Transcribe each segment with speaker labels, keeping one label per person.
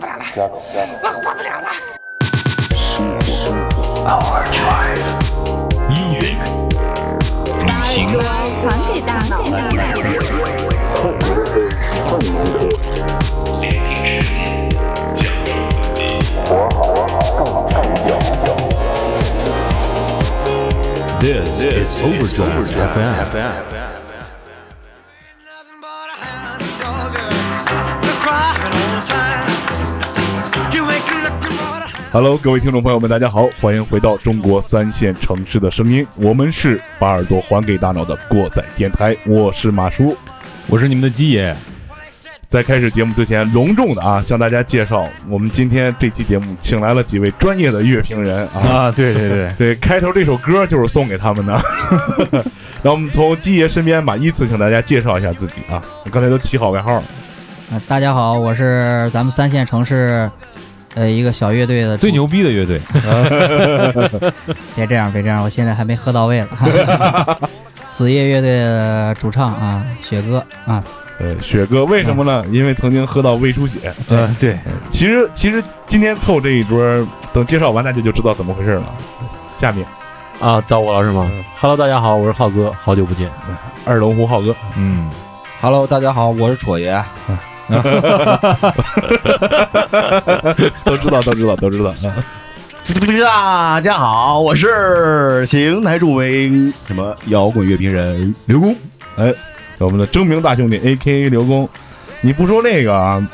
Speaker 1: 加狗，加狗，
Speaker 2: 我活不了了。
Speaker 3: 音乐、旅行、
Speaker 2: 传给大脑，
Speaker 3: This is Overdrive FM.
Speaker 4: Nothing but a hound dog. You're crying all the time. You ain't looking for a hound.
Speaker 5: Hello，各位听众朋友们，大家好，欢迎回到中国三线城市的声音，我们是把耳朵还给大脑的过载电台，我是马叔。
Speaker 6: 我是你们的鸡爷，
Speaker 5: 在开始节目之前，隆重的啊，向大家介绍，我们今天这期节目请来了几位专业的乐评人啊。
Speaker 6: 啊，对对对，
Speaker 5: 对，开头这首歌就是送给他们的。 让我们从基爷身边吧，依次请大家介绍一下自己啊。刚才都起好外号了，
Speaker 7: 啊，大家好，我是咱们三线城市，呃，一个小乐队的主
Speaker 6: 最，牛逼的乐队，
Speaker 7: 别这样，别这样，我现在还没喝到位了。子夜乐队的主唱啊，雪哥啊，
Speaker 5: 呃，雪哥为什么呢？因为曾经喝到胃出血。哎
Speaker 6: 呃，啊对，
Speaker 5: 其实，其实今天凑这一桌儿，等介绍完大家就知道怎么回事了。下面
Speaker 8: 啊，到我了是吗、
Speaker 5: 嗯
Speaker 8: h e l l o 大家好，我是浩哥，好久不见。
Speaker 5: 二龙湖浩哥，
Speaker 6: 嗯，
Speaker 9: Hello，大家好，我是楚爷。
Speaker 6: 啊
Speaker 5: 都知道，都知道，都知道。嗯
Speaker 10: 大家好，我是邢台著名什么摇滚乐评人刘 工。
Speaker 5: 我们的征明大兄弟 A K A 刘工，你不说那个啊，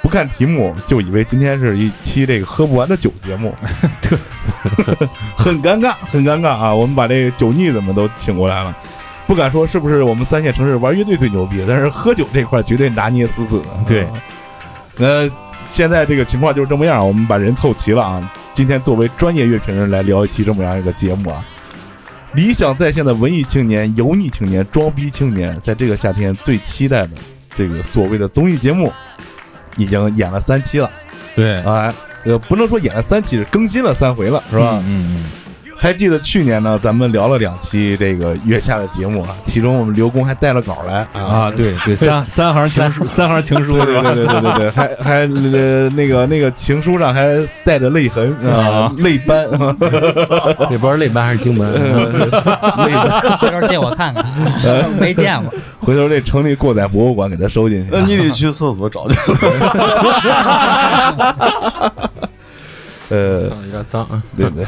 Speaker 5: 不看题目就以为今天是一期这个喝不完的酒节目，对， 很尴尬，很尴尬啊！我们把这个酒腻子们都请过来了，不敢说是不是我们三线城市玩乐队最牛逼，但是喝酒这块绝对拿捏死死的。
Speaker 6: 对
Speaker 5: 啊，那、现在这个情况就是这么样，我们把人凑齐了啊。今天作为专业乐评人来聊一期这么样一个节目啊，理想在线的文艺青年、油腻青年、装逼青年，在这个夏天最期待的这个所谓的综艺节目，已经演了三期了，
Speaker 6: 对，
Speaker 8: 啊
Speaker 5: 哎，呃，不能说演了三期，是更新了三回了，是吧？
Speaker 6: 嗯嗯
Speaker 5: 还记得去年呢，咱们聊了两期这个月下的节目啊，其中我们刘工还带了稿来
Speaker 6: 嗯，啊，对 对，三三行情书，三行情书
Speaker 5: 对
Speaker 6: 是
Speaker 5: 对
Speaker 6: 吧？
Speaker 5: 对对对对， 还还呃那个那个情书上还带着泪痕啊
Speaker 6: 啊，
Speaker 5: 泪斑，
Speaker 8: 也不知道泪斑还是荆 门，
Speaker 5: 泪斑。
Speaker 7: 回头借我看看，没见过。
Speaker 5: 回头这城里过载博物馆给他收进去
Speaker 10: 那。你得去厕所找去。
Speaker 5: 呃，
Speaker 8: 有点脏啊。
Speaker 5: 对对，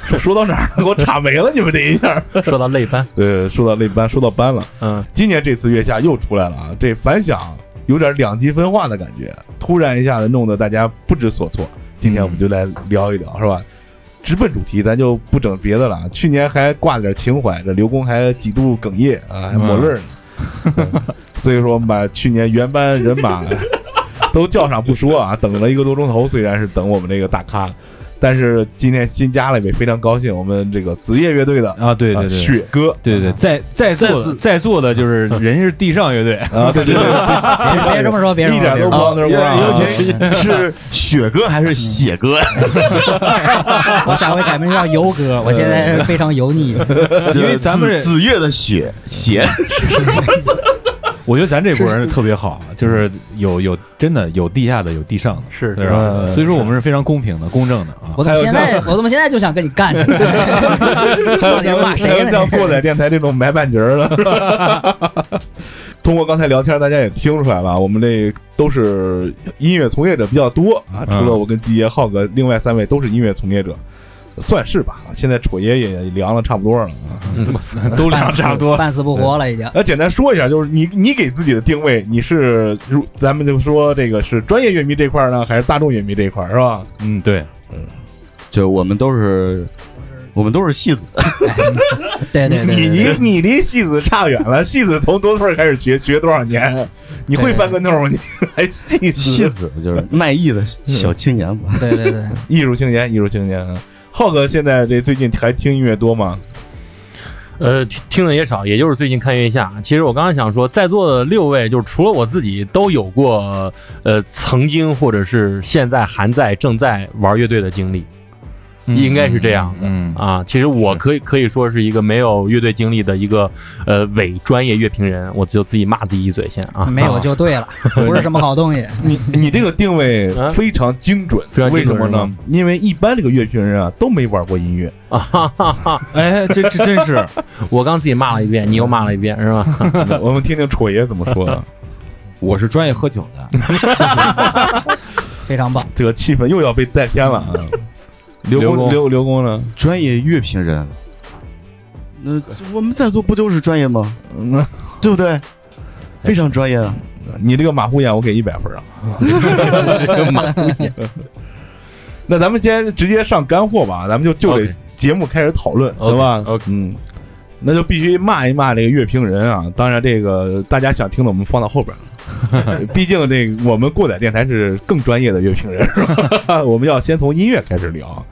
Speaker 5: 说 说到哪儿了？给我岔没了，你们这一下。
Speaker 8: 说到泪斑，
Speaker 5: 呃，说到泪斑，说到斑了。
Speaker 8: 嗯，
Speaker 5: 今年这次月下又出来了啊，这反响有点两极分化的感觉，突然一下子弄得大家不知所措。今天我们就来聊一聊，是吧？直奔主题，咱就不整别的了啊。去年还挂着点情怀，这刘工还几度哽咽啊，还抹泪儿呢。 嗯所以说，我们把去年原班人马都叫上不说啊，等了一个多钟头，虽然是等我们这个大咖，但是今天新加了一位，非常高兴，我们这个子夜乐队的
Speaker 6: 啊，对对
Speaker 5: 啊
Speaker 6: 对。
Speaker 5: 雪哥
Speaker 6: 对对，在在座的在座的就是人家是地上乐队，
Speaker 5: 啊，对对对，
Speaker 7: 别别这么说，别这
Speaker 5: 一
Speaker 7: 么说，
Speaker 5: 点
Speaker 7: 别
Speaker 5: 都
Speaker 7: 这
Speaker 5: 不
Speaker 7: 么
Speaker 5: 往那儿
Speaker 10: 啊
Speaker 5: 啊
Speaker 10: 尤其是雪哥还是血哥？
Speaker 7: 说我下回改名叫油哥，我现在是非常油腻。
Speaker 6: 因为咱们这
Speaker 10: 紫紫月的雪血，
Speaker 6: 我觉得咱这波人特别好，啊就是有有真的有地下的，有地上的，
Speaker 8: 是呃
Speaker 6: 对吧
Speaker 5: 嗯？
Speaker 6: 所以说我们是非常公平的、公正的啊
Speaker 7: 我。怎么现在，我怎么现在就想跟你干起来？
Speaker 5: 还有
Speaker 7: 到底
Speaker 5: 像
Speaker 7: 骂
Speaker 5: 还
Speaker 7: 谁
Speaker 5: 有像
Speaker 7: 呢？
Speaker 5: 过载电台这种买半截儿的，是吧 通过刚才聊天，大家也听出来了，我们这都是音乐从业者比较多啊，除
Speaker 6: 嗯
Speaker 5: 了我跟季爷、浩哥，另外三位都是音乐从业者，算是吧。现在楚爷也凉了差不多了啊。
Speaker 6: 都量差不多，
Speaker 7: 半死不活了已经。
Speaker 5: 那简单说一下，就是你你给自己的定位，你是如咱们就说这个是专业乐迷这块儿呢，还是大众乐迷这块儿是吧？
Speaker 6: 嗯，对，
Speaker 10: 就我们都是，我们都是戏子。
Speaker 7: 对对对，
Speaker 5: 你
Speaker 7: 对
Speaker 5: 你你离戏子差远了，戏子从多岁开始学学多少年？你会翻跟头吗？你还戏
Speaker 10: 戏
Speaker 5: 子？
Speaker 10: 子就是卖艺的小青年嘛。
Speaker 7: 对对对，
Speaker 5: 艺术青年，艺术青年。浩哥现在这最近还听音乐多吗？
Speaker 8: 呃，听听的也少，也就是最近看月下。其实我刚刚想说，在座的六位，就是除了我自己，都有过呃曾经或者是现在还在正在玩乐队的经历。应该是这样的。
Speaker 6: 嗯
Speaker 8: 啊，其实我可以可以说是一个没有乐队经历的一个呃伪专业乐评人，我就自己骂自己一嘴先啊，
Speaker 7: 没有就对了，不是什么好东西。
Speaker 5: 你你这个定位非常精准，
Speaker 8: 非常精
Speaker 5: 为什
Speaker 8: 准
Speaker 5: 么
Speaker 8: 是
Speaker 5: 呢
Speaker 8: 吗？
Speaker 5: 因为一般这个乐评人啊都没玩过音乐，
Speaker 6: 哎，这这真是，
Speaker 8: 我刚自己骂了一遍，你又骂了一遍，是吧？
Speaker 5: 我们听听楚爷怎么说的，
Speaker 9: 我是专业喝酒的，
Speaker 7: 非常棒。
Speaker 5: 这个气氛又要被带偏了啊！刘
Speaker 6: 工
Speaker 5: 工刘刘工呢？
Speaker 10: 专业乐评人。那我们在座不就是专业吗？
Speaker 5: 嗯，
Speaker 10: 对不对？非常专业啊！
Speaker 5: 你这个马虎眼我给一百分啊！
Speaker 8: 骂
Speaker 5: 那咱们先直接上干货吧，咱们就就这
Speaker 8: OK
Speaker 5: 节目开始讨论，
Speaker 8: OK，
Speaker 5: 好吧
Speaker 8: OK
Speaker 5: 嗯，那就必须骂一骂这个乐评人啊！当然，这个大家想听的我们放到后边儿，毕竟这个我们过载电台是更专业的乐评人，是吧？ 我们要先从音乐开始聊。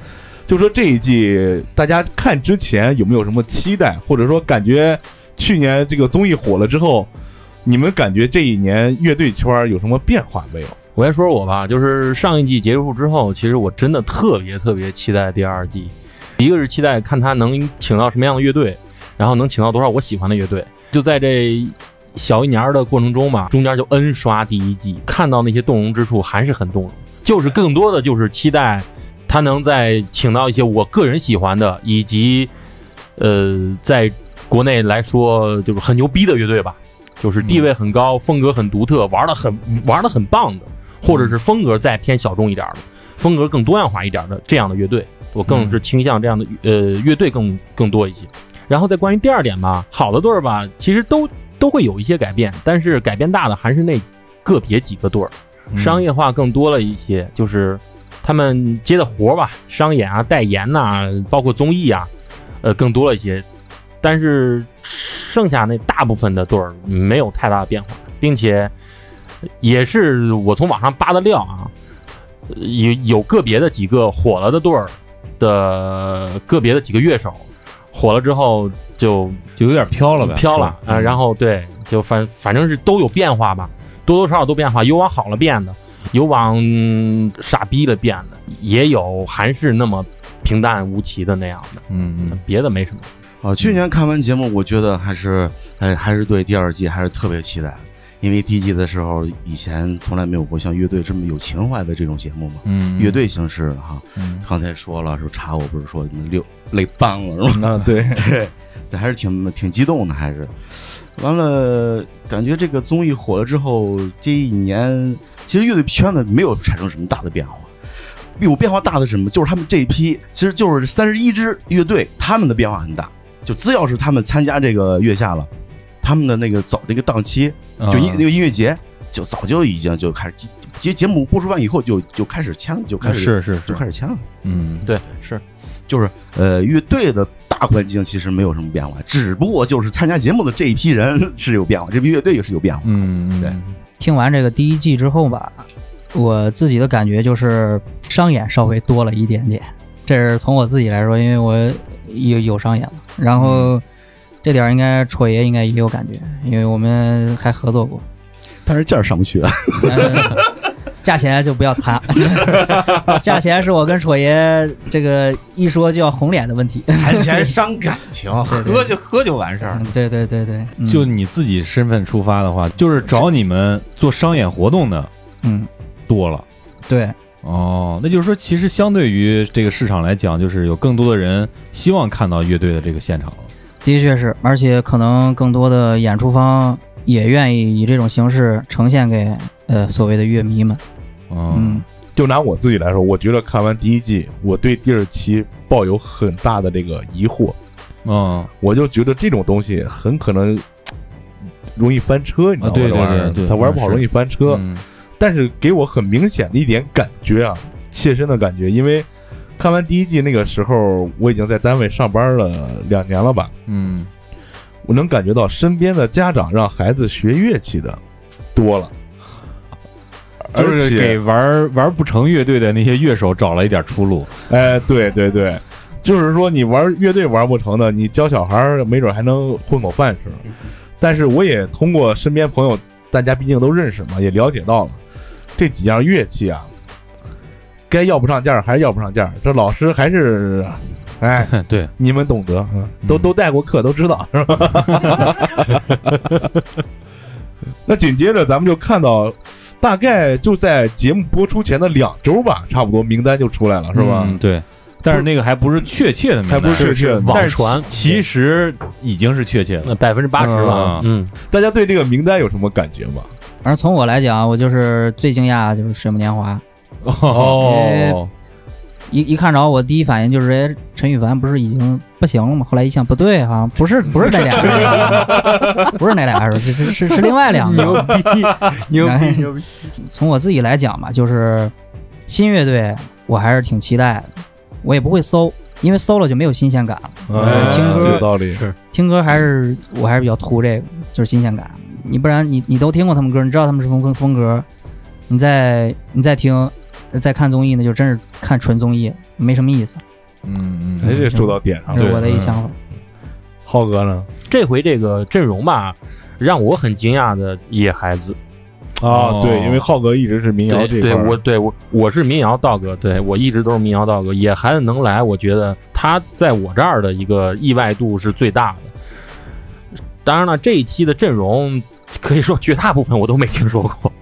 Speaker 5: 就说这一季大家看之前有没有什么期待，或者说感觉去年这个综艺火了之后，你们感觉这一年乐队圈儿有什么变化没有？
Speaker 8: 我先说说我吧，就是上一季结束之后，其实我真的特别特别期待第二季，一个是期待看他能请到什么样的乐队，然后能请到多少我喜欢的乐队。就在这小一年儿的过程中吧，中间就 N 刷第一季，看到那些动容之处还是很动容，就是更多的就是期待他能再请到一些我个人喜欢的，以及呃，在国内来说就是很牛逼的乐队吧。就是地位很高，风格很独特，玩的很玩的很棒的，或者是风格再偏小众一点儿的，风格更多样化一点儿的这样的乐队，我更是倾向这样的呃乐队更更多一些。然后再关于第二点吧，好的队儿吧，其实都都会有一些改变，但是改变大的还是那个别几个队儿，商业化更多了一些，就是他们接的活儿吧，商演啊、代言呐、包括综艺啊，呃，更多了一些。但是剩下那大部分的队儿没有太大的变化，并且也是我从网上扒的料啊，呃有有个别的几个火了的队儿的个别的几个乐手火了之后就
Speaker 6: 就有点飘了呗，
Speaker 8: 飘了
Speaker 6: 是吧嗯
Speaker 8: 啊，然后对，就反反正是都有变化吧，多多少少都变化，有往好了变的，有往、嗯傻逼了变的，也有还是那么平淡无奇的那样的，
Speaker 6: 嗯嗯，
Speaker 8: 别的没什么。
Speaker 10: 啊，去年看完节目，我觉得还是，哎，还是对第二季还是特别期待，因为第一季的时候，以前从来没有过像乐队这么有情怀的这种节目嘛，
Speaker 6: 嗯
Speaker 10: 乐队形式的哈。
Speaker 6: 嗯
Speaker 10: 刚才说了，说查我不是说你们六累崩了是吗？
Speaker 5: 啊，对，
Speaker 10: 对，对，还是挺挺激动的，还是。完了，感觉这个综艺火了之后，这一年其实乐队圈子没有产生什么大的变化。有变化大的是什么？就是他们这一批，其实就是三十一支乐队，他们的变化很大。就只要是他们参加这个月下了，他们的那个早那个档期，
Speaker 9: 啊
Speaker 10: 就音、那个音乐节，就早就已经就开始节节目播出完以后就就开始签了，就开
Speaker 6: 啊
Speaker 10: 始
Speaker 6: 是是，
Speaker 10: 就是开始签了。
Speaker 6: 嗯
Speaker 8: 对，是
Speaker 10: 就是呃，乐队的大环境其实没有什么变化，只不过就是参加节目的这一批人是有变化，这批乐队也是有变化。
Speaker 6: 嗯嗯
Speaker 10: 对
Speaker 7: 听完这个第一季之后吧，我自己的感觉就是商演稍微多了一点点，这是从我自己来说，因为我有有商演了，然后这点儿应该戳爷应该也有感觉，因为我们还合作过，
Speaker 10: 但是价儿上不去啊，
Speaker 7: 呃价钱就不要谈，价钱是我跟戳爷这个一说就要红脸的问题，
Speaker 9: 谈钱伤感情，
Speaker 7: 对对
Speaker 9: 喝就喝就完事儿。
Speaker 7: 嗯对对对对，嗯
Speaker 6: 就你自己身份出发的话，就是找你们做商演活动的
Speaker 7: 嗯
Speaker 6: 多了。
Speaker 7: 对
Speaker 6: 哦，那就是说，其实相对于这个市场来讲，就是有更多的人希望看到乐队的这个现场了。
Speaker 7: 的确是，而且可能更多的演出方也愿意以这种形式呈现给呃所谓的乐迷们。
Speaker 6: 嗯
Speaker 7: 嗯，
Speaker 5: 就拿我自己来说，我觉得看完第一季，我对第二期抱有很大的这个疑惑，
Speaker 6: 嗯
Speaker 5: 我就觉得这种东西很可能嘖容易翻车，你知道吗？
Speaker 6: 啊对
Speaker 5: 这玩意儿
Speaker 6: 对对对
Speaker 5: 它玩不好
Speaker 6: 是
Speaker 5: 容易翻车。
Speaker 6: 嗯
Speaker 5: 但是给我很明显的一点感觉啊，切身的感觉，因为看完第一季那个时候，我已经在单位上班了两年了吧，
Speaker 6: 嗯
Speaker 5: 我能感觉到身边的家长让孩子学乐器的多了，
Speaker 6: 就
Speaker 5: 而
Speaker 6: 是
Speaker 5: 且
Speaker 6: 给玩玩不成乐队的那些乐手找了一点出路。
Speaker 5: 哎，对对对，就是说你玩乐队玩不成的，你教小孩儿没准还能混口饭吃。但是我也通过身边朋友，大家毕竟都认识嘛，也了解到了这几样乐器啊，该要不上价儿还是要不上价儿，这老师还是，哎，
Speaker 6: 对，
Speaker 5: 你们懂得，嗯都
Speaker 6: 嗯
Speaker 5: 都带过课，都知道，是吧？ 那紧接着咱们就看到，大概就在节目播出前的两周吧，差不多名单就出来了，是吧？
Speaker 6: 嗯对，但是那个还不是确切的名单，
Speaker 5: 还不是确切的
Speaker 8: 网传
Speaker 6: 其实已经是确切了。
Speaker 8: 那百分之八十吧
Speaker 6: 啊，
Speaker 8: 嗯，
Speaker 5: 大家对这个名单有什么感觉吗？
Speaker 7: 反正从我来讲，我就是最惊讶的就是《水木年华》，
Speaker 6: 哦，
Speaker 7: 一一看着我第一反应就是，哎，陈羽凡不是已经不行了吗？后来一想不对哈、不是不是那俩人，不是那俩人，是是是是另外两个。
Speaker 9: 牛
Speaker 7: 然后
Speaker 9: 逼牛逼！
Speaker 7: 从我自己来讲吧，就是新乐队，我还是挺期待的。我也不会搜，因为搜了就没有新鲜感了。
Speaker 5: 哎
Speaker 7: 听歌
Speaker 5: 有道理，
Speaker 7: 听歌还是我还是比较图这个，就是新鲜感。你不然你你都听过他们歌，你知道他们是风风风格，你再你再听呃再看综艺呢，就真是看纯综艺，没什么意思。
Speaker 6: 嗯
Speaker 5: 哎，这说到点上
Speaker 7: 这是
Speaker 5: 了。
Speaker 7: 我的一想法。
Speaker 5: 浩哥呢？
Speaker 8: 这回这个阵容吧，让我很惊讶的野孩子，
Speaker 5: 啊，
Speaker 6: 哦
Speaker 5: 对，因为浩哥一直是民谣
Speaker 8: 对
Speaker 5: 这一
Speaker 8: 对
Speaker 5: 块儿，
Speaker 8: 我对我我是民谣道哥，对我一直都是民谣道哥。野孩子能来，我觉得他在我这儿的一个意外度是最大的。当然了，这一期的阵容可以说绝大部分我都没听说过，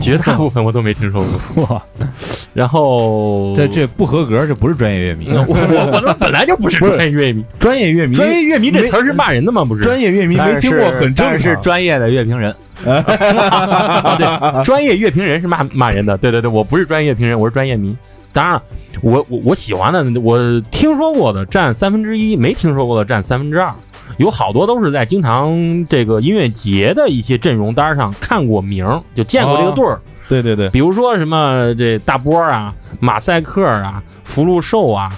Speaker 8: 绝大部分我都没听说过。哇！ 然后
Speaker 6: 这这不合格，这不是专业乐迷。
Speaker 8: 我我我他妈本来就不是
Speaker 5: 不是
Speaker 8: 专业乐迷，
Speaker 5: 专业乐迷，
Speaker 8: 专业乐迷这词儿是骂人的吗？不是，
Speaker 5: 专业乐迷没听过很正
Speaker 6: 但是
Speaker 5: 常。
Speaker 6: 专业的乐评人，
Speaker 8: 啊，对，专业乐评人是骂骂人的，对对对，我不是专业乐评人，我是专业迷。当然了，我我我喜欢的，我听说过的占三分之一，没听说过的占三分之二，有好多都是在经常这个音乐节的一些阵容单上看过名儿，就见过这
Speaker 5: 哦
Speaker 8: 个队儿，
Speaker 5: 对对对，
Speaker 8: 比如说什么这大波儿啊、马赛克啊、福禄寿啊，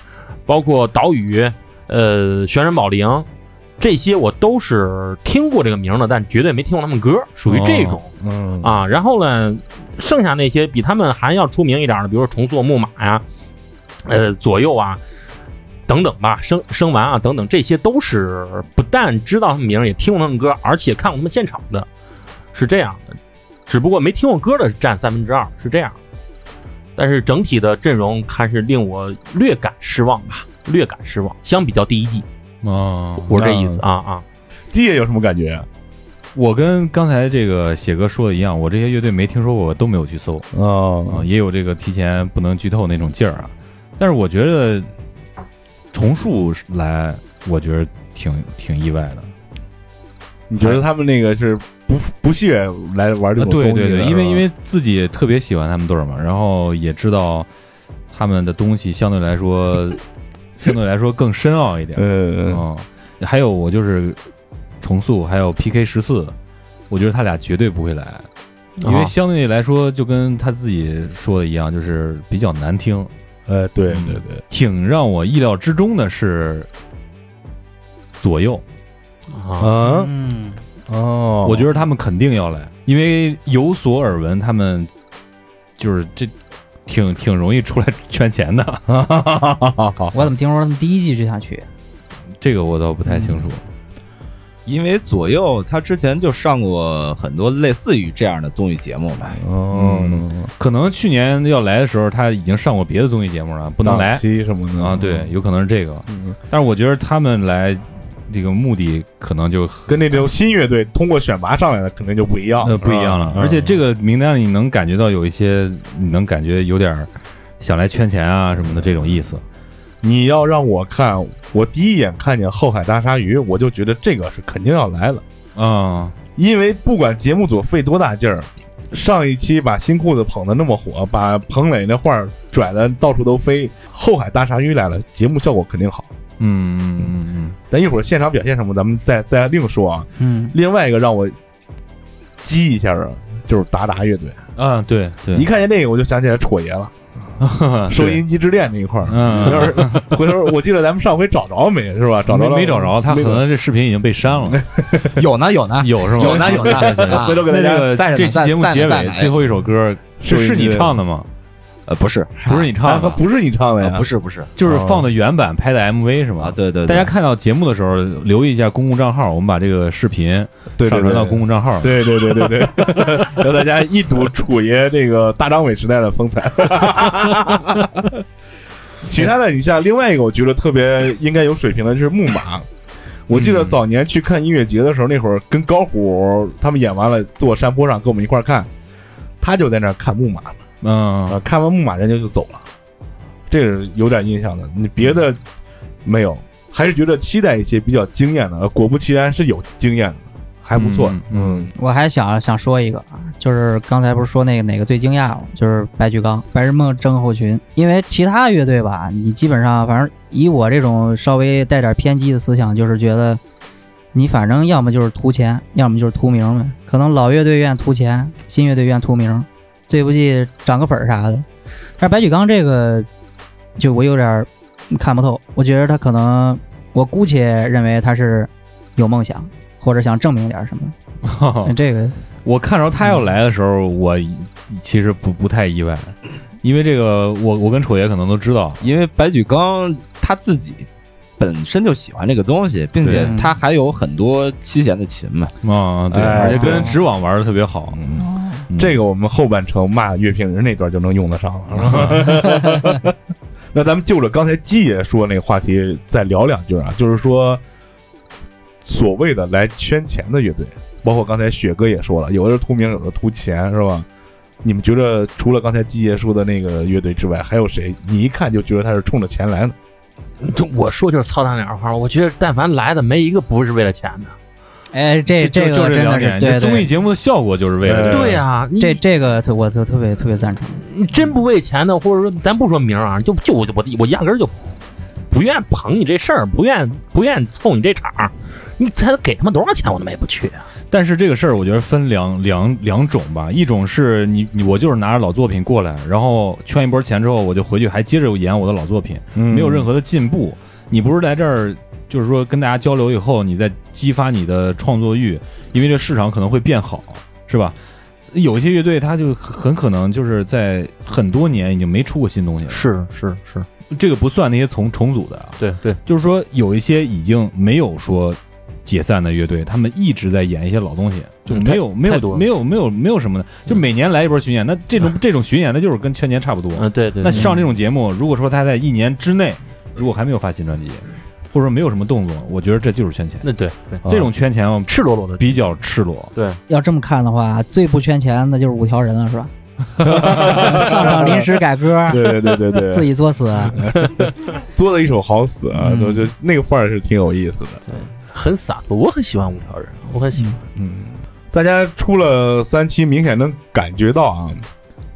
Speaker 8: 包括岛屿、呃旋转宝铃。这些我都是听过这个名儿的，但绝对没听过他们歌儿，属于这种。
Speaker 5: 嗯
Speaker 8: 啊，然后呢，剩下那些比他们还要出名一点的，比如说重塑木马呀、呃左右啊等等吧，生生完啊等等，这些都是不但知道他们名儿，也听过他们歌，而且看过他们现场的，是这样的。只不过没听过歌的占三分之二，是这样。但是整体的阵容还是令我略感失望吧，略感失望。相比较第一季，
Speaker 6: 哦，
Speaker 8: 我是这意思啊啊。
Speaker 5: 季爷有什么感觉？
Speaker 6: 我跟刚才这个写哥说的一样，我这些乐队没听说过，我都没有去搜啊、
Speaker 5: 哦，
Speaker 6: 也有这个提前不能剧透那种劲儿啊。但是我觉得重塑来，我觉得挺挺意外的。
Speaker 5: 你觉得他们那个是不不屑来玩这
Speaker 6: 啊，
Speaker 5: 种东西的？
Speaker 6: 对对对，因为因
Speaker 5: 是吧
Speaker 6: 为自己特别喜欢他们队儿嘛，然后也知道他们的东西相对来说相对来说更深奥 一点。
Speaker 5: 呃，
Speaker 6: 嗯，还有我就是重塑，还有 PK 十四，我觉得他俩绝对不会来，
Speaker 8: 嗯
Speaker 6: 因
Speaker 8: 哦
Speaker 6: 为相对来说就跟他自己说的一样，就是比较难听。
Speaker 5: 呃，对对对，
Speaker 6: 挺让我意料之中的是左右，
Speaker 8: 啊，
Speaker 5: 啊
Speaker 7: 嗯，
Speaker 5: 哦，
Speaker 6: 我觉得他们肯定要来，因为有所耳闻，他们就是这挺挺容易出来圈钱的，
Speaker 7: 我怎么听说他们第一季这下去？
Speaker 6: 这个我倒不太清楚。
Speaker 9: 因为左右他之前就上过很多类似于这样的综艺节目嘛，
Speaker 5: 哦，
Speaker 6: 嗯可能去年要来的时候，他已经上过别的综艺节目了，不能来
Speaker 5: 档期什么的
Speaker 6: 啊。对，，有可能是这个
Speaker 5: 嗯，
Speaker 6: 但是我觉得他们来这个目的可能就
Speaker 5: 跟那种新乐队通过选拔上来的肯定就不一样，嗯
Speaker 6: 呃不一样了，而且这个名单里能感觉到有一些，你能感觉有点儿想来圈钱啊什么的这种意思。
Speaker 5: 你要让我看，我第一眼看见后海大鲨鱼，我就觉得这个是肯定要来了。
Speaker 6: 啊，
Speaker 5: 因为不管节目组费多大劲儿，上一期把新裤子捧得那么火，把彭磊那画儿拽得到处都飞，后海大鲨鱼来了，节目效果肯定好。
Speaker 6: 嗯嗯嗯嗯。
Speaker 5: 咱一会儿现场表现什么，咱们再再另说啊。
Speaker 7: 嗯，
Speaker 5: 另外一个让我激一下啊，就是达达乐队，
Speaker 6: 啊，对对，
Speaker 5: 一看见这个我就想起来戳爷了，
Speaker 6: 个
Speaker 5: 收音机之恋那一块儿。
Speaker 6: 嗯，
Speaker 5: 要是回头，我记得咱们上回找着没是吧？找着了
Speaker 6: 没没找着，他
Speaker 5: 没
Speaker 6: 可能这视频已经被删了，
Speaker 9: 有呢有呢
Speaker 6: 有是吗？
Speaker 9: 有呢有呢
Speaker 6: 行行行
Speaker 9: 啊
Speaker 5: 回头给
Speaker 6: 那
Speaker 5: 大
Speaker 6: 这
Speaker 5: 家
Speaker 6: 个
Speaker 9: 在着呢
Speaker 6: 这期
Speaker 9: 在
Speaker 6: 节目
Speaker 9: 在呢
Speaker 6: 结
Speaker 9: 在
Speaker 6: 尾
Speaker 9: 呢
Speaker 6: 最后一首歌
Speaker 5: 收
Speaker 6: 是
Speaker 5: 音
Speaker 6: 是
Speaker 5: 机
Speaker 6: 你唱的吗？ 哎
Speaker 9: 呃，不是，
Speaker 6: 不哦是你唱
Speaker 5: 啊
Speaker 6: 的，
Speaker 5: 不是你唱的
Speaker 10: 呃
Speaker 5: 呀？
Speaker 9: 啊不是不是
Speaker 6: 就是放的原版拍的 MV 是
Speaker 9: 啊，
Speaker 6: 吗？
Speaker 9: 对对，
Speaker 6: 大
Speaker 9: 对
Speaker 6: 家看到节目的时候，留意一下公共账号，我们把这个视频
Speaker 5: 对，对
Speaker 6: 上传到公。共账号。
Speaker 5: 对对对对对对，让大家一睹楚爷这个大张伟时代的风采。 其他的，你像另外一个，我觉得特别应该有水平的就是木马。我记
Speaker 6: 嗯
Speaker 5: 得早年去看音乐节的时候，那会儿跟高虎他们演完了，坐山坡上跟我们一块儿看，他就在那儿看木马。
Speaker 6: 嗯，
Speaker 5: 啊，看完木马人家就走了，这是有点印象的。你别的没有，还是觉得期待一些比较惊艳的。呃果不其然是有惊艳的，还不错。
Speaker 6: 嗯，
Speaker 7: 我还想想说一个啊，就是刚才不是说那个哪个最惊讶吗？就是白举纲《白日梦症候群》，因为其他乐队吧，你基本上反正以我这种稍微带点偏激的思想，就是觉得你反正要么就是图钱，要么就是图名呗。可能老乐队愿图钱，新乐队愿图名，最不济涨个粉儿啥的。但是白举纲这个，就我有点儿看不透。我觉得他可能，我姑且认为他是有梦想，或者想证明点儿什么。
Speaker 5: 啊
Speaker 7: 这个
Speaker 6: 我看着他要来的时候，我其实不不太意外，因为这个我我跟丑爷可能都知道，
Speaker 9: 因为白举纲他自己本身就喜欢这个东西，并且
Speaker 7: 对
Speaker 9: 他还有很多七弦的琴嘛，
Speaker 6: 啊，对，
Speaker 5: 哎
Speaker 6: 而且跟直网玩的特别好，嗯
Speaker 5: 这个我们后半程骂乐评人那段就能用得上了。是吧那咱们就着刚才季爷说那个话题再聊两句啊，就是说所谓的来圈钱的乐队，包括刚才雪哥也说了，有的是图名，有的图钱，是吧？你们觉得除了刚才季爷说的那个乐队之外，还有谁你一看就觉得他是冲着钱来的？
Speaker 8: 就我说就是操他俩话，我觉得但凡来的没一个不是为了钱的。
Speaker 7: 哎，这
Speaker 6: 就
Speaker 7: 这
Speaker 6: 就
Speaker 7: 个
Speaker 6: 这
Speaker 7: 真
Speaker 6: 两
Speaker 7: 的
Speaker 6: 点，
Speaker 7: 是
Speaker 6: 这
Speaker 7: 对
Speaker 6: 综艺
Speaker 7: 对，
Speaker 6: 节目的效果就是为了
Speaker 5: 对
Speaker 6: 这个
Speaker 8: 对呀、你
Speaker 7: 这这个特我特特别特别赞成。
Speaker 8: 你真不为钱的，或者说咱不说名儿啊，就就我我我压根儿就不愿捧你这事儿，不愿不愿凑你这场儿，你才给他们多少钱我他妈也不去啊！
Speaker 6: 但是这个事儿，我觉得分两两两种吧，一种是你你我就是拿着老作品过来，然后圈一波钱之后，我就回去还接着演我的老作品，没有
Speaker 8: 嗯
Speaker 6: 任何的进步。你不是来这儿，就是说跟大家交流以后，你再激发你的创作欲，因为这市场可能会变好，是吧？有一些乐队，他就很可能就是在很多年已经没出过新东西了，
Speaker 8: 是是是，
Speaker 6: 这个不算那些重重组的啊，
Speaker 8: 对对，
Speaker 6: 就是说有一些已经没有说解散的乐队，他们一直在演一些老东西，就
Speaker 8: 嗯
Speaker 6: 没有没
Speaker 8: 太多
Speaker 6: 有
Speaker 8: 了
Speaker 6: 没有没有没有什么的，就每年来一波巡演。那 这种这种巡演，那就是跟圈钱差不多。
Speaker 8: 嗯对对，
Speaker 6: 那上这种节目，如果说他在一年之内，如果还没有发新专辑，或者说没有什么动作，我觉得这就是圈钱。
Speaker 8: 那对对
Speaker 6: 这种圈钱啊
Speaker 8: 赤裸裸的，
Speaker 6: 比较赤裸，
Speaker 7: 要这么看的话，最不圈钱的就是五条人了，是吧？ 上场临时改歌，
Speaker 5: 对对对对对，
Speaker 7: 自 己作死。
Speaker 5: 作的一手好死啊，
Speaker 7: 嗯
Speaker 5: 就就那个范儿是挺有意思的。
Speaker 8: 很洒脱，我很喜欢五条人，我很喜欢。
Speaker 5: 嗯，大家出了三期，明显能感觉到啊，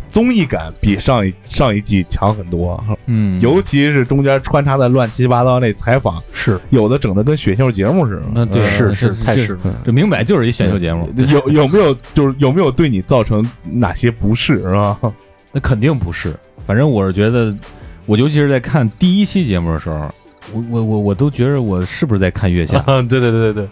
Speaker 5: 综艺感比上一上一季强很多，啊
Speaker 6: 嗯
Speaker 5: 尤其是中间穿插的乱七八糟那采访，
Speaker 8: 是，
Speaker 5: 有的整的跟选秀节目似的。呃
Speaker 6: 嗯对
Speaker 8: 是
Speaker 6: 这
Speaker 8: 是
Speaker 6: 这
Speaker 8: 太
Speaker 6: 这
Speaker 8: 是了，
Speaker 6: 这明摆就是一选秀节目，
Speaker 5: 有有没有就是有没有对你造成哪些不适是吧？
Speaker 6: 啊那肯定不是。反正我是觉得，我尤其是在看第一期节目的时候，我我我我都觉得我是不是在看月下，
Speaker 8: 啊对对对对对，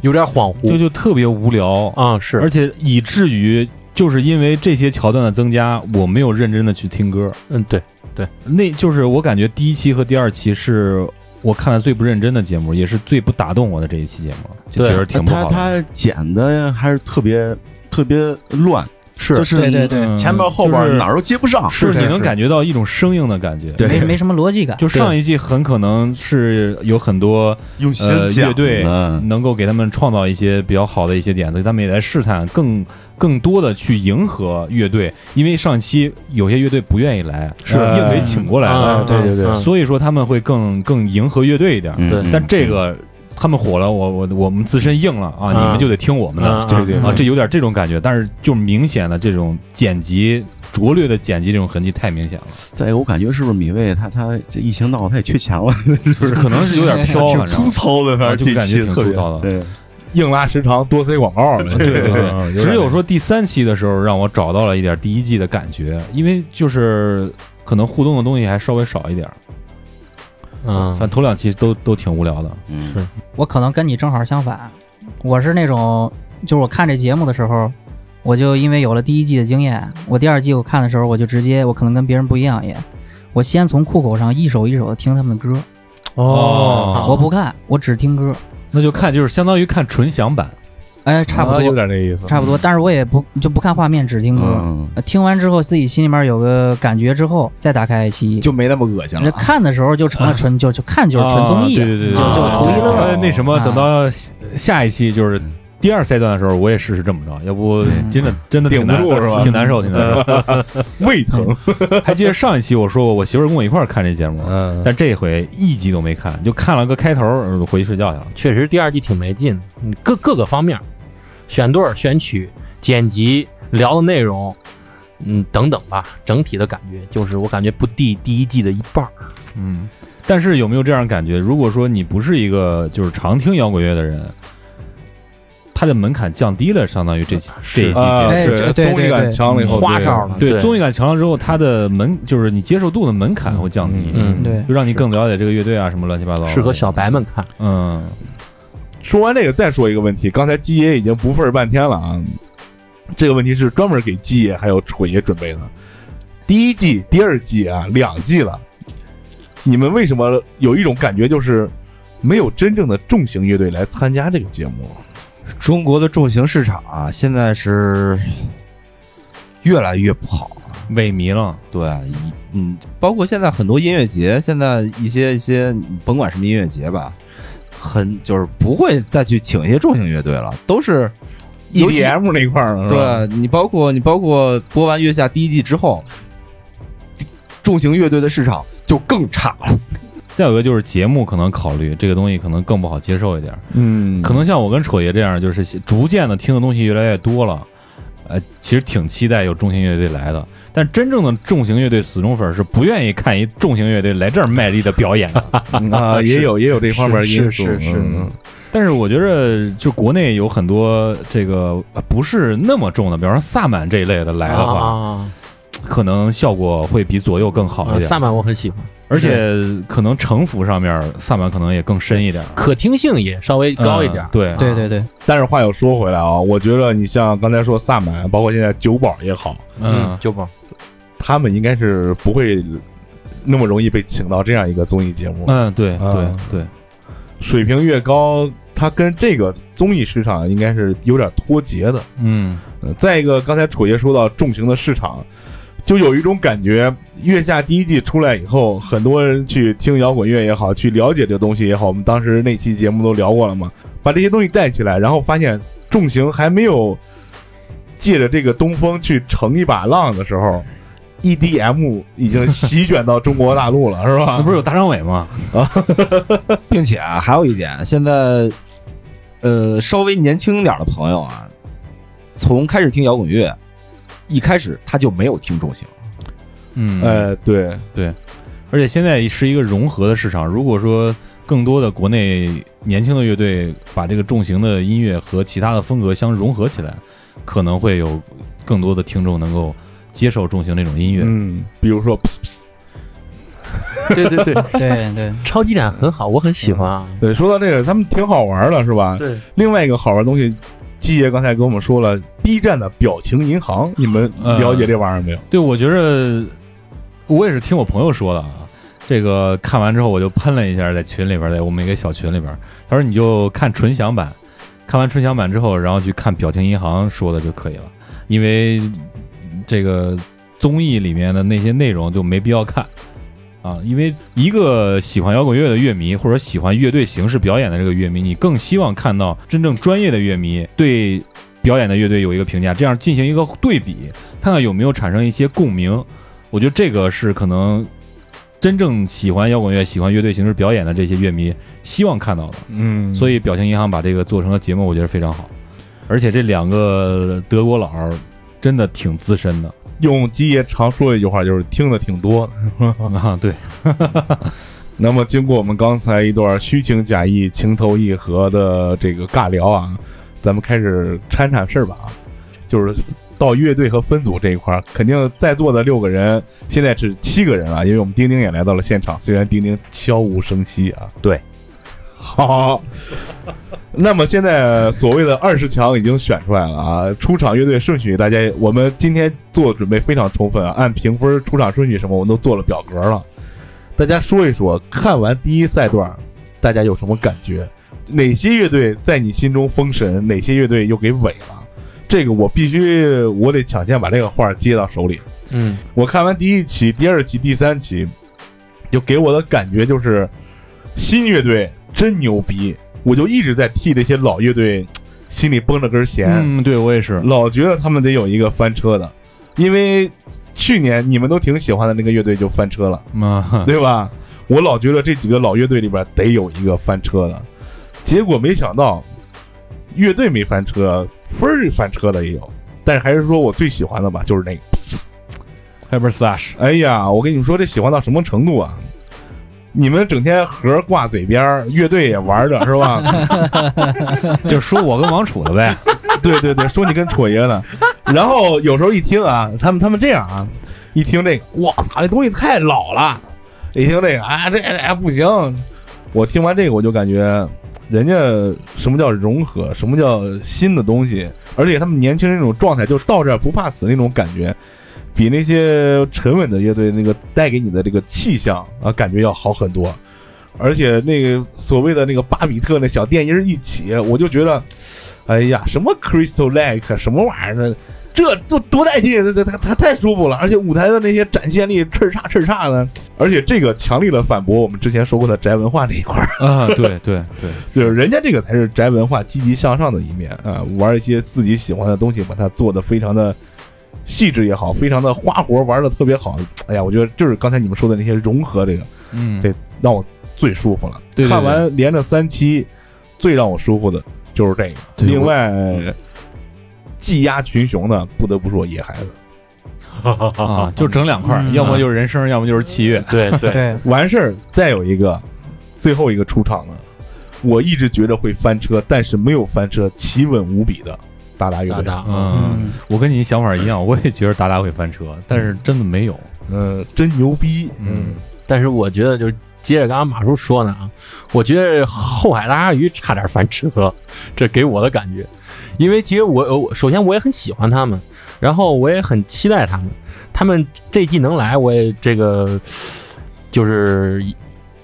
Speaker 8: 有点恍
Speaker 6: 就
Speaker 8: 惚
Speaker 6: 就特别无聊，
Speaker 8: 啊，是
Speaker 6: 而且以至于就是因为这些桥段的增加，我没有认真的去听歌。
Speaker 8: 嗯对，
Speaker 6: 那就是我感觉第一期和第二期是我看的最不认真的节目，也是最不打动我的这一期节目，就
Speaker 8: 对
Speaker 6: 觉得挺不
Speaker 10: 他
Speaker 6: 好的。
Speaker 10: 他剪的还是特别特别乱，
Speaker 8: 是
Speaker 10: 就是
Speaker 7: 对对对
Speaker 6: 嗯
Speaker 10: 前面后
Speaker 6: 就是
Speaker 10: 边哪儿都接不上，
Speaker 6: 就是你能感觉到一种生硬的感觉。
Speaker 9: 对
Speaker 7: 没没什么逻辑感。
Speaker 6: 就上一季很可能是有很多
Speaker 10: 用心
Speaker 6: 呃
Speaker 10: 讲
Speaker 6: 乐队
Speaker 10: 嗯
Speaker 6: 能够给他们创造一些比较好的一些点子，他们也在试探更更多的去迎合乐队，因为上期有些乐队不愿意来，是
Speaker 5: 呃
Speaker 6: 硬给请过来
Speaker 8: 啊
Speaker 6: 的，
Speaker 5: 对对对
Speaker 8: 啊
Speaker 6: 所以说他们会更更迎合乐队一点。
Speaker 10: 嗯
Speaker 8: 对
Speaker 10: 嗯
Speaker 6: 但这个他们火了，我我我们自身硬了啊，
Speaker 8: 嗯
Speaker 6: 你们就得听我们的，
Speaker 8: 啊对对
Speaker 6: 啊，
Speaker 10: 嗯
Speaker 8: 对
Speaker 6: 这有点这种感觉，但是就明显的这种剪辑拙劣的剪辑这种痕迹太明显了，
Speaker 10: 再一个，我感觉是不是米未他他这疫情闹，他也缺钱了，
Speaker 6: 就是可能是有点 飘，
Speaker 10: 挺
Speaker 6: 反正
Speaker 10: 粗糙的，
Speaker 6: 啊
Speaker 10: 反
Speaker 6: 就
Speaker 10: 正这
Speaker 6: 感觉
Speaker 10: 期
Speaker 6: 挺
Speaker 10: 特别
Speaker 6: 粗糙的
Speaker 10: 对，
Speaker 5: 硬拉时长，多塞广告了。对
Speaker 6: 对 对对，只有说第三期的时候，让我找到了一点第一季的感觉，因为就是可能互动的东西还稍微少一点儿，
Speaker 8: 嗯
Speaker 6: 反正头两期都都挺无聊的。
Speaker 10: 嗯
Speaker 7: 我可能跟你正好相反，我是那种就是我看这节目的时候，我就因为有了第一季的经验，我第二季我看的时候，我就直接我可能跟别人不一样也，我先从酷狗上一首一首的听他们的歌，
Speaker 6: 哦
Speaker 7: 我不看，我只听歌，
Speaker 6: 那就看就是相当于看纯享版，
Speaker 7: 哎，差不
Speaker 6: 哦
Speaker 5: 啊有
Speaker 7: 多
Speaker 5: 点那意思。
Speaker 7: 差不多，但是我也不就不看画面，只听歌。
Speaker 10: 嗯，
Speaker 7: 呃听完之后自己心里面有个感觉之后，再打开爱奇艺，
Speaker 9: 就没那么恶心
Speaker 7: 那
Speaker 9: 了。
Speaker 7: 看的时候就成了纯、就就看就是纯综艺，
Speaker 6: 啊对对对，对
Speaker 7: 就就
Speaker 6: 对
Speaker 7: 图一乐。
Speaker 6: 呃那什么，
Speaker 7: 啊
Speaker 6: 等到下下一期就是第二赛段的时候，我也试试这么着，要不真的真的挺难
Speaker 5: 顶不住是吧
Speaker 6: 挺难受，挺难受。
Speaker 5: 胃
Speaker 6: 嗯
Speaker 5: 疼，
Speaker 6: 还记得上一期我说过，我媳妇儿跟我一块儿看这节目，
Speaker 5: 嗯，
Speaker 6: 但这回一集都没看，就看了个开头，呃回去睡觉去了。
Speaker 8: 确实第二季挺没劲，嗯各各个方面，选对儿、选曲、剪辑、聊的内容，嗯，等等吧，整体的感觉就是我感觉不第第一季的一半儿。
Speaker 6: 嗯，但是有没有这样的感觉？如果说你不是一个就是常听摇滚乐的人，它的门槛降低了，相当于这这一季节嗯
Speaker 5: 啊，
Speaker 6: 目。
Speaker 7: 哎
Speaker 5: 是
Speaker 7: 对
Speaker 5: 综艺
Speaker 7: 对
Speaker 5: 感
Speaker 7: 对
Speaker 5: 强了以后，
Speaker 8: 花
Speaker 5: 对
Speaker 8: 哨了，
Speaker 6: 啊对，综艺感强了之后，它的门就是你接受度的门槛会降低，
Speaker 8: 嗯嗯
Speaker 7: 对
Speaker 6: 就让你更了解这个乐队啊，什么乱七八糟的，
Speaker 8: 适合小白们看。
Speaker 6: 嗯，
Speaker 5: 说完这个，再说一个问题。刚才鸡爷已经不忿儿半天了啊，这个问题是专门给鸡爷还有蠢爷准备的。第一季、第二季啊，两季了，你们为什么有一种感觉，就是没有真正的重型乐队来参加这个节目？
Speaker 9: 中国的重型市场啊，现在是越来越不好。
Speaker 6: 萎靡了，
Speaker 9: 对，一嗯，包括现在很多音乐节，现在一些一些，甭管什么音乐节吧，很就是不会再去请一些重型乐队了，都是尤其
Speaker 5: EDM E 那一块儿呢，啊是吧，
Speaker 9: 对你包括你包括播完《月下》第一季之后，重型乐队的市场就更差了。
Speaker 6: 再有一个就是节目可能考虑这个东西可能更不好接受一点，
Speaker 5: 嗯，
Speaker 6: 可能像我跟楚爷这样，就是逐渐的听的东西越来越多了，呃，其实挺期待有重型乐队来的。但真正的重型乐队死忠粉是不愿意看一重型乐队来这儿卖力的表演 的。
Speaker 5: 能啊，也有也有这方面的因素，
Speaker 10: 是是是
Speaker 5: 嗯
Speaker 6: 但是我觉着，就国内有很多这个呃不是那么重的，比方说萨满这一类的来的话，
Speaker 8: 啊，
Speaker 6: 可能效果会比左右更好一
Speaker 8: 呃
Speaker 6: 点。
Speaker 8: 萨满我很喜欢，
Speaker 6: 而且可能城府上面萨满可能也更深一点，
Speaker 8: 可听性也稍微高一点
Speaker 6: 嗯。对，
Speaker 7: 对对对，
Speaker 5: 但是话又说回来啊，我觉得你像刚才说萨满，包括现在九宝也好，
Speaker 6: 嗯，
Speaker 8: 九宝，
Speaker 5: 他们应该是不会那么容易被请到这样一个综艺节目。
Speaker 6: 嗯，对对
Speaker 5: 嗯
Speaker 6: 对，
Speaker 5: 水平越高，它跟这个综艺市场应该是有点脱节的。
Speaker 6: 嗯，
Speaker 5: 嗯，再一个，刚才楚爷说到重型的市场，就有一种感觉，《月下》第一季出来以后，很多人去听摇滚乐也好，去了解这个东西也好，我们当时那期节目都聊过了嘛，把这些东西带起来，然后发现重型还没有借着这个东风去乘一把浪的时候。EDM 已经席卷到中国大陆了，是吧？
Speaker 6: 那不是有大张伟吗？
Speaker 9: 并且啊，还有一点，现在呃稍微年轻一点的朋友啊，从开始听摇滚乐，一开始他就没有听重型，
Speaker 6: 嗯，
Speaker 5: 呃，对，
Speaker 6: 而且现在是一个融合的市场。如果说更多的国内年轻的乐队把这个重型的音乐和其他的风格相融合起来，可能会有更多的听众能够接受重型这种音乐。
Speaker 5: 嗯，比如说，噗噗
Speaker 8: 对对 对，
Speaker 7: 对对，
Speaker 8: 超级展很好，我很喜欢啊。
Speaker 5: 对，说到这个，他们挺好玩的，是吧？
Speaker 8: 对，
Speaker 5: 另外一个好玩的东西，季爷刚才跟我们说了，B 站的表情银行，你们了解这玩意儿没有？
Speaker 6: 对，我觉着我也是听我朋友说的啊。这个看完之后，我就喷了一下，在群里边，在我们一个小群里边，他说你就看纯享版，看完纯享版之后，然后去看表情银行说的就可以了，因为这个综艺里面的那些内容就没必要看啊，因为一个喜欢摇滚乐的乐迷，或者喜欢乐队形式表演的这个乐迷，你更希望看到真正专业的乐迷对表演的乐队有一个评价，这样进行一个对比，看看有没有产生一些共鸣。我觉得这个是可能真正喜欢摇滚乐、喜欢乐队形式表演的这些乐迷希望看到的。
Speaker 5: 嗯
Speaker 6: 所以表情银行把这个做成了节目，我觉得非常好。而且这两个德国佬儿真的挺资深 的
Speaker 5: 用季爷常说一句话，就是听的挺多的。
Speaker 6: 啊，对，
Speaker 5: 那么经过我们刚才一段虚情假意、情投意合的这个尬聊啊，咱们开始掺掺事儿吧啊，就是。到乐队和分组这一块儿，肯定在座的六个人，现在是七个人啊，因为我们丁丁也来到了现场，虽然丁丁悄无声息啊，
Speaker 6: 对，
Speaker 5: 好，那么现在所谓的二十强已经选出来了啊，出场乐队顺序大家也我们今天做准备非常充分啊，按评分出场顺序什么我们都做了表格了，大家说一说，看完第一赛段大家有什么感觉？哪些乐队在你心中封神？哪些乐队又给萎了？这个我必须，我得抢先把这个话接到手里。
Speaker 8: 嗯，
Speaker 5: 我看完第一期、第二期、第三期，就给我的感觉就是新乐队真牛逼，我就一直在替这些老乐队心里绷着根弦，
Speaker 6: 嗯，对我也是，
Speaker 5: 老觉得他们得有一个翻车的，因为去年你们都挺喜欢的那个乐队就翻车了，
Speaker 6: 嗯，
Speaker 5: 对吧？我老觉得这几个老乐队里边得有一个翻车的，结果没想到乐队没翻车，分儿翻车的也有，但是还是说我最喜欢的吧，就是那个。
Speaker 6: Hyper Slash，
Speaker 5: 哎呀，我跟你们说，这喜欢到什么程度啊？你们整天盒挂嘴边儿，乐队也玩着是吧？
Speaker 6: 就说我跟王楚的呗，
Speaker 5: 对对对，说你跟戳爷呢。然后有时候一听啊，他们他们这样啊，一听这个，我操，这东西太老了。一听这个，啊，这这不行。我听完这个，我就感觉人家什么叫融合，什么叫新的东西，而且他们年轻人那种状态，就到这儿不怕死那种感觉，比那些沉稳的乐队那个带给你的这个气象啊，感觉要好很多。而且那个所谓的那个巴比特那小电音儿一起，我就觉得，哎呀，什么 Crystal Lake 啊什么玩意儿呢？这都多带劲！这这他他太舒服了，而且舞台的那些展现力，叱咤叱咤的，而且这个强力的反驳我们之前说过的宅文化这一块儿。
Speaker 6: 啊，对对对，
Speaker 5: 就是人家这个才是宅文化积极向上的一面啊，玩一些自己喜欢的东西，把它做的非常的细致也好，非常的花活，玩的特别好。哎呀，我觉得就是刚才你们说的那些融合，这个
Speaker 6: 嗯，
Speaker 5: 这让我最舒服了。
Speaker 6: 对对对
Speaker 5: 看完连着三期，最让我舒服的就是这个。
Speaker 6: 对
Speaker 5: 另外，技压群雄的，不得不说野孩子。
Speaker 6: 啊，就整两块儿，
Speaker 7: 嗯
Speaker 6: 要么就是人声，要么就是器乐，
Speaker 8: 对 对，
Speaker 7: 对，
Speaker 5: 完事儿，再有一个，最后一个出场的，我一直觉得会翻车，但是没有翻车，奇稳无比的达达乐
Speaker 8: 大
Speaker 5: 队。
Speaker 8: 大，啊
Speaker 6: 嗯，
Speaker 7: 嗯，
Speaker 6: 我跟你想法一样，我也觉得达达会翻车，但是真的没有，
Speaker 5: 嗯，真牛逼，
Speaker 6: 嗯，
Speaker 8: 但是我觉得就是接着刚刚马叔说呢啊，我觉得后海拉鱼差点翻车，这给我的感觉，因为其实我我首先我也很喜欢他们，然后我也很期待他们，他们这季能来，我也这个就是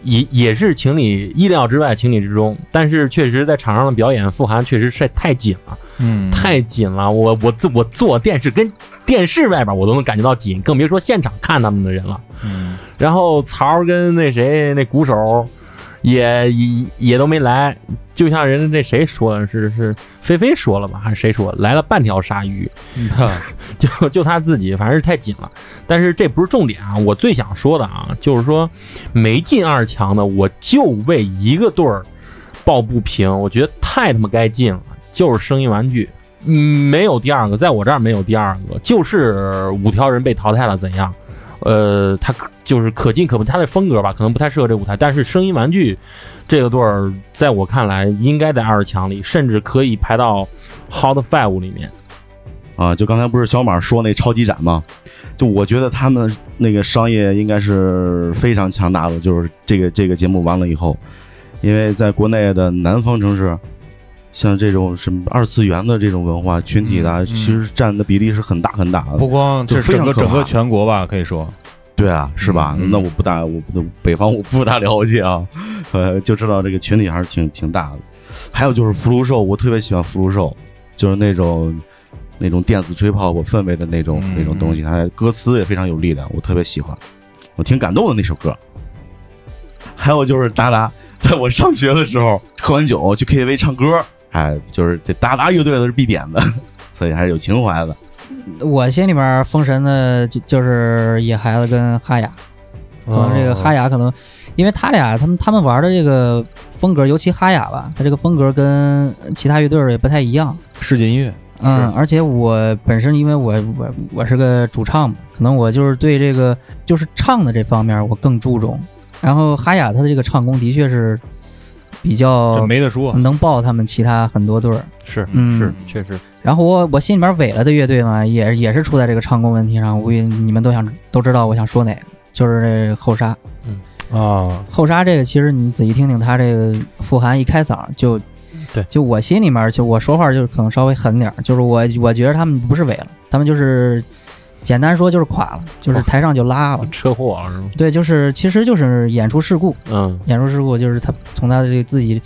Speaker 8: 也也是情理意料之外，情理之中，但是确实在场上的表演富含确实是太紧了。
Speaker 6: 嗯，
Speaker 8: 太紧了，我我坐我坐电视跟电视外边我都能感觉到紧，更别说现场看他们的人了。
Speaker 6: 嗯，
Speaker 8: 然后曹儿跟那谁那鼓手也也也都没来，就像人家那谁说的是是菲菲说了吧，还是谁说来了半条鲨鱼，
Speaker 6: 嗯
Speaker 8: 就就他自己，反正是太紧了。但是这不是重点啊，我最想说的啊，就是说没进二强的，我就为一个队儿抱不平，我觉得太他妈该进了，就是生意玩具。嗯，没有第二个，在我这儿没有第二个，就是五条人被淘汰了，怎样？呃，他可就是可进可不，他的风格吧，可能不太适合这舞台。但是声音玩具这个队儿，在我看来，应该在二十强里，甚至可以排到 Hot Five 里面。
Speaker 10: 啊，就刚才不是小马说那超级展吗？就我觉得他们那个商业应该是非常强大的，就是这个这个节目完了以后，因为在国内的南方城市，像这种什么二次元的这种文化群体的啊，
Speaker 6: 嗯嗯
Speaker 10: 其实占的比例是很大很大的
Speaker 6: 不。光
Speaker 10: 就
Speaker 6: 这
Speaker 10: 非
Speaker 6: 整
Speaker 10: 常
Speaker 6: 个
Speaker 10: 可怕
Speaker 6: 整个全国吧，可以说，
Speaker 10: 对啊，是吧？
Speaker 6: 嗯嗯
Speaker 10: 那我不大，我不北方 我不大了解啊，呃，就知道这个群体还是挺挺大的。还有就是福禄寿，我特别喜欢福禄寿，就是那种那种电子吹泡泡氛围的那种、
Speaker 6: 嗯
Speaker 10: 那种东西，它歌词也非常有力量，我特别喜欢，我挺感动的那首歌。还有就是达达，在我上学的时候喝完酒去 KTV 唱歌，哎，就是这达达乐队的是必点的， 所以还是有情怀的。
Speaker 7: 嗯我心里面封神的就就是野孩子跟哈雅，可能这个哈雅可能，因为他俩他们他们玩的这个风格，尤其哈雅吧，他这个风格跟其他乐队儿也不太一样。
Speaker 6: 世界音乐，
Speaker 7: 嗯，而且我本身因为我我我是个主唱嘛，可能我就是对这个就是唱的这方面我更注重。然后哈雅他的这个唱功的确是比
Speaker 6: 这
Speaker 7: 较
Speaker 6: 没得说，
Speaker 7: 能爆他们其他很多队儿。
Speaker 8: 是
Speaker 7: 嗯
Speaker 8: 是，确实，
Speaker 7: 然后我我心里面萎了的乐队嘛，也也是出在这个唱功问题上。我也你们都想都知道我想说哪个，就是这后沙。
Speaker 8: 嗯，
Speaker 6: 啊，
Speaker 7: 后沙这个，其实你仔细听听，他这个富含一开嗓就，
Speaker 8: 对，
Speaker 7: 就我心里面，就我说话就是可能稍微狠点儿，就是我我觉得他们不是萎了，他们就是简单说就是垮了，就是台上就拉了，
Speaker 8: 车祸啊是吗？
Speaker 7: 对，就是其实就是演出事故，
Speaker 8: 嗯，
Speaker 7: 演出事故就是他从他的这个自己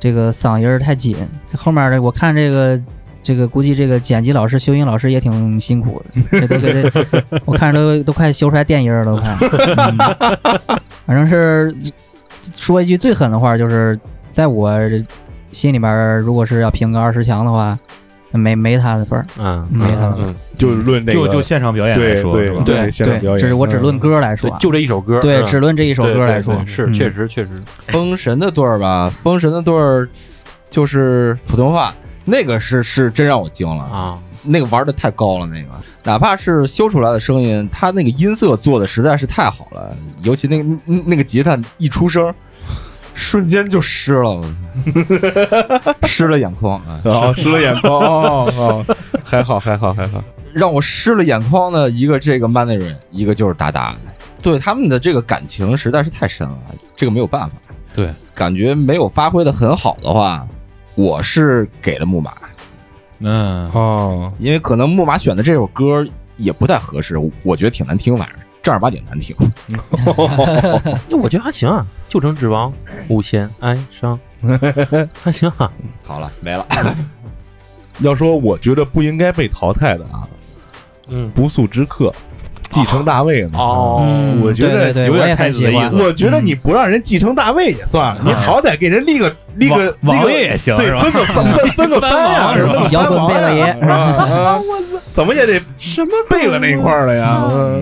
Speaker 7: 这个嗓音儿太紧，后面的我看这个这个估计这个剪辑老师、修音老师也挺辛苦的，这都给他我看着都都快修出来电音儿了，都快。嗯反正是说一句最狠的话，就是在我心里边儿，如果是要评个二十强的话，没没他的份儿，
Speaker 8: 嗯，
Speaker 7: 没他的份儿。
Speaker 8: 嗯，
Speaker 5: 就是论那
Speaker 6: 就
Speaker 5: 个
Speaker 6: 就现场表演来
Speaker 5: 对
Speaker 6: 说，是
Speaker 5: 对
Speaker 6: 吧？
Speaker 5: 对
Speaker 7: 对
Speaker 5: 现场表演，
Speaker 7: 只是我只论
Speaker 5: 嗯
Speaker 7: 歌来说
Speaker 8: 对
Speaker 7: 啊，，
Speaker 8: 就这一首歌，
Speaker 7: 对，
Speaker 8: 嗯
Speaker 7: 只论这一首
Speaker 8: 对
Speaker 7: 歌
Speaker 8: 对
Speaker 7: 来说
Speaker 8: 对，是
Speaker 7: 嗯
Speaker 8: 确实确实，
Speaker 9: 封神的对儿吧，封神的对儿就是普通话，那个是是真让我惊了！
Speaker 8: 啊，
Speaker 9: 那个玩的太高了，那个哪怕是修出来的声音，它那个音色做的实在是太好了，尤其那个那那个吉他一出声，瞬间就湿了，我操湿了眼眶啊！
Speaker 5: 哦，湿了眼眶哦哦，还好还好还好，
Speaker 9: 让我湿了眼眶的一个这个 Mandarin，一个就是达达，对他们的这个感情实在是太深了，这个没有办法。
Speaker 8: 对，
Speaker 9: 感觉没有发挥的很好的话，我是给了木马，
Speaker 6: 嗯，
Speaker 5: 哦，
Speaker 9: 因为可能木马选的这首歌也不太合适，我觉得挺难听，反正正儿八经难听。
Speaker 8: 那我觉得还行啊，旧城之王，无限哀伤， 还行啊，
Speaker 9: 好了，没了。
Speaker 5: 要说我觉得不应该被淘汰的啊，
Speaker 8: 嗯，
Speaker 5: 不速之客，继承大卫嘛，
Speaker 8: 哦，
Speaker 7: 嗯，
Speaker 5: 我觉得
Speaker 7: 对对对，
Speaker 6: 有点
Speaker 7: 我也
Speaker 6: 太
Speaker 7: 很
Speaker 6: 子
Speaker 7: 喜
Speaker 6: 的意
Speaker 7: 欢
Speaker 6: 思。
Speaker 5: 我觉得你不让人继承大卫也算了，你好歹给人立个立个
Speaker 6: 王
Speaker 5: 立
Speaker 6: 王
Speaker 5: 个
Speaker 6: 爷也行
Speaker 5: 对
Speaker 6: 是，吧？
Speaker 5: 分个分分分 个班呀，是吧？
Speaker 7: 摇滚贝勒爷
Speaker 5: 是吧？啊怎么也得什么贝勒那一块儿了呀？嗯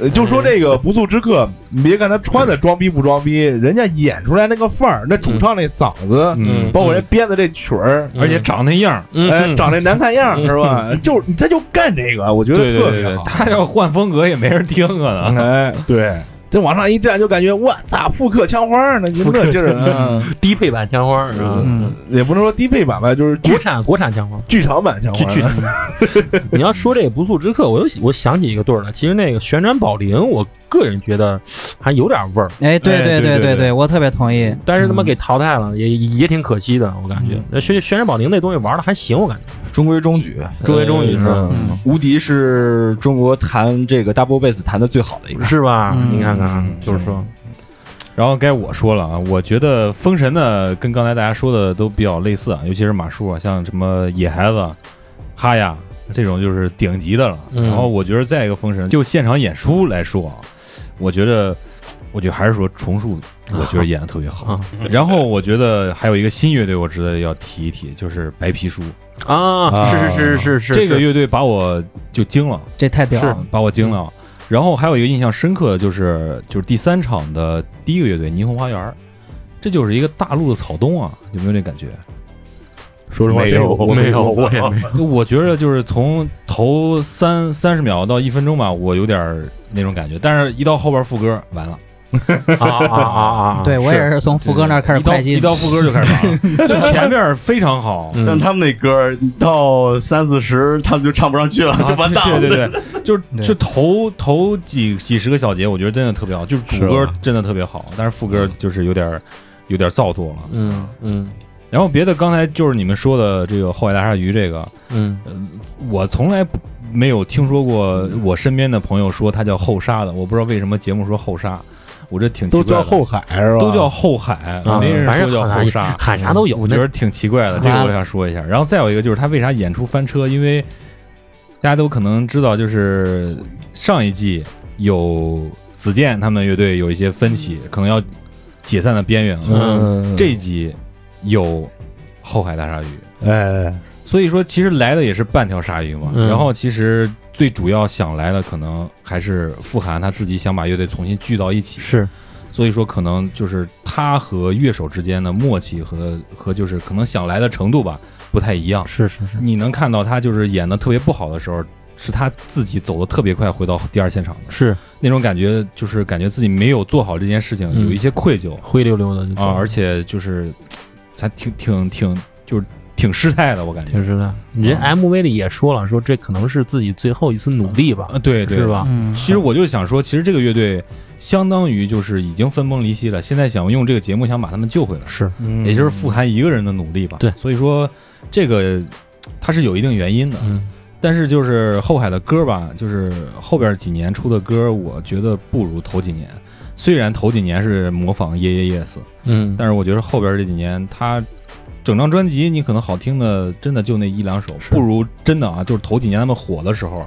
Speaker 5: 呃就说这个不速之客，你别看他穿的装逼不装逼，人家演出来那个范儿，那
Speaker 7: 嗯
Speaker 5: 主唱那嗓子，
Speaker 6: 嗯，
Speaker 5: 包括人编的这曲儿，
Speaker 8: 嗯
Speaker 6: 而且长那样儿，
Speaker 5: 哎，
Speaker 8: 嗯，
Speaker 5: 长得难看样儿是吧？就是他就干这个，我觉得
Speaker 6: 对
Speaker 5: 特
Speaker 6: 对对
Speaker 5: 别
Speaker 6: 对
Speaker 5: 好，。
Speaker 6: 他要换风格也没人听啊可 能。
Speaker 5: 哎，对，这往上一站就感觉我操，复刻枪花儿呢，就那劲儿，嗯
Speaker 8: 低配版枪花是吧？
Speaker 5: 嗯， 也不能说低配版吧，就是剧
Speaker 8: 国产国产枪花，
Speaker 5: 剧场版枪花
Speaker 8: 剧
Speaker 5: 儿，
Speaker 8: 剧场。你要说这个不速之客，我又我想起一个对儿来，其实那个旋转宝铃，我个人觉得还有点味儿，
Speaker 7: 哎，对
Speaker 6: 哎
Speaker 7: 对
Speaker 6: 对对对
Speaker 7: 对对，我特别同意。嗯
Speaker 8: 但是他妈给淘汰了，也也挺可惜的，我感觉。那旋旋转宝铃那东西玩的还行，我感觉。
Speaker 9: 中规中矩，
Speaker 8: 中规
Speaker 10: 呃
Speaker 8: 中矩是吧？
Speaker 7: 嗯，
Speaker 9: 无敌是中国弹这个 double bass 弹的最好的一个。
Speaker 8: 是吧？
Speaker 7: 嗯
Speaker 8: 你看看啊
Speaker 6: 嗯，
Speaker 8: 就是说，
Speaker 6: 然后该我说了啊，我觉得封神呢跟刚才大家说的都比较类似啊，尤其是马叔啊，像什么野孩子、哈呀这种就是顶级的了。
Speaker 8: 嗯
Speaker 6: 然后我觉得再一个封神，就现场演出来说啊，我觉得，我觉得还是说重塑，我觉得演的特别好。
Speaker 8: 啊
Speaker 6: 然后我觉得还有一个新乐队，我值得要提一提，就是白皮书。
Speaker 8: 啊，是是是是是，
Speaker 6: 这个
Speaker 8: 是
Speaker 6: 乐队把我就惊了，
Speaker 7: 这太屌
Speaker 6: 啊
Speaker 7: 了。
Speaker 6: 把我惊了。然后还有一个印象深刻的就是，就是第三场的第一个乐队霓虹花园，这就是一个大陆的草东啊，有没有这感觉？
Speaker 5: 说实话，
Speaker 10: 没
Speaker 5: 这个
Speaker 10: 有
Speaker 5: 我
Speaker 8: 没有，我也没 有。
Speaker 6: 我觉得就是从头三三十秒到一分钟吧，我有点儿那种感觉，但是一到后边副歌完了，
Speaker 8: 啊啊啊啊！
Speaker 7: 对我也是从福哥那儿开始
Speaker 6: 一到
Speaker 7: 快进，
Speaker 6: 一到副歌就开始 完了，前面非常好，啊
Speaker 8: 嗯
Speaker 10: 像他们那歌儿到三四十，他们就唱不上去了，就完蛋了。
Speaker 6: 对 对对，就是
Speaker 7: 对
Speaker 6: 就头头几几十个小节，我觉得真的特别好，就是主歌
Speaker 5: 是
Speaker 6: 真的特别好，但是副
Speaker 7: 嗯
Speaker 6: 歌就是有点儿有点儿造作了。
Speaker 8: 嗯嗯
Speaker 6: 然后别的刚才就是你们说的这个后海大鲨鱼这个，呃
Speaker 8: 嗯
Speaker 6: 我从来不没有听说过我身边的朋友说它叫后沙的，我不知道为什么节目说后沙，我这挺奇
Speaker 5: 都
Speaker 6: 怪
Speaker 5: 叫
Speaker 6: 的。
Speaker 5: 后海是吧？
Speaker 6: 都叫后海，
Speaker 8: 啊
Speaker 6: 没人
Speaker 8: 反
Speaker 6: 说
Speaker 8: 正
Speaker 6: 叫后
Speaker 8: 喊
Speaker 6: 沙
Speaker 8: 啥，喊啥都有
Speaker 6: 我觉得挺 奇怪的，这个我想说一下。然后再有一个就是他为啥演出翻车，因为大家都可能知道，就是上一季有子健他们乐队有一些分歧，可能要解散的边缘了。
Speaker 5: 嗯，
Speaker 6: 这一集有后海大鲨鱼，
Speaker 5: 哎，
Speaker 6: 所以说其实来的也是半条鲨鱼嘛。
Speaker 8: 嗯
Speaker 6: 然后其实最主要想来的可能还是富含他自己想把乐队重新聚到一起，
Speaker 8: 是
Speaker 6: 所以说可能就是他和乐手之间的默契和和就是可能想来的程度吧不太一样。
Speaker 8: 是是是，
Speaker 6: 你能看到他就是演的特别不好的时候，是他自己走的特别快回到第二现场的
Speaker 8: 是
Speaker 6: 那种感觉，就是感觉自己没有做好这件事情，
Speaker 8: 嗯
Speaker 6: 有一些愧疚
Speaker 8: 灰溜溜的就
Speaker 6: 啊，而且就是还挺挺挺就是挺失态的，我感觉
Speaker 8: 挺。实在。你这 MV 里也说了，说这可能是自己最后一次努力吧，
Speaker 6: 啊，对对
Speaker 8: 是？吧？
Speaker 7: 嗯，
Speaker 6: 其实我就想说，其实这个乐队相当于就是已经分崩离析了，现在想用这个节目想把他们救回来，
Speaker 8: 是
Speaker 5: 嗯
Speaker 6: 也就是富含一个人的努力吧。
Speaker 8: 对
Speaker 6: 所以说这个它是有一定原因的。
Speaker 8: 嗯
Speaker 6: 但是就是后海的歌吧，就是后边几年出的歌，我觉得不如头几年。虽然头几年是模仿 Ye Ye Yes，
Speaker 8: 嗯，
Speaker 6: 但是我觉得后边这几年他整张专辑，你可能好听的真的就那一两首，不如真的啊，就是头几年他们火的时候，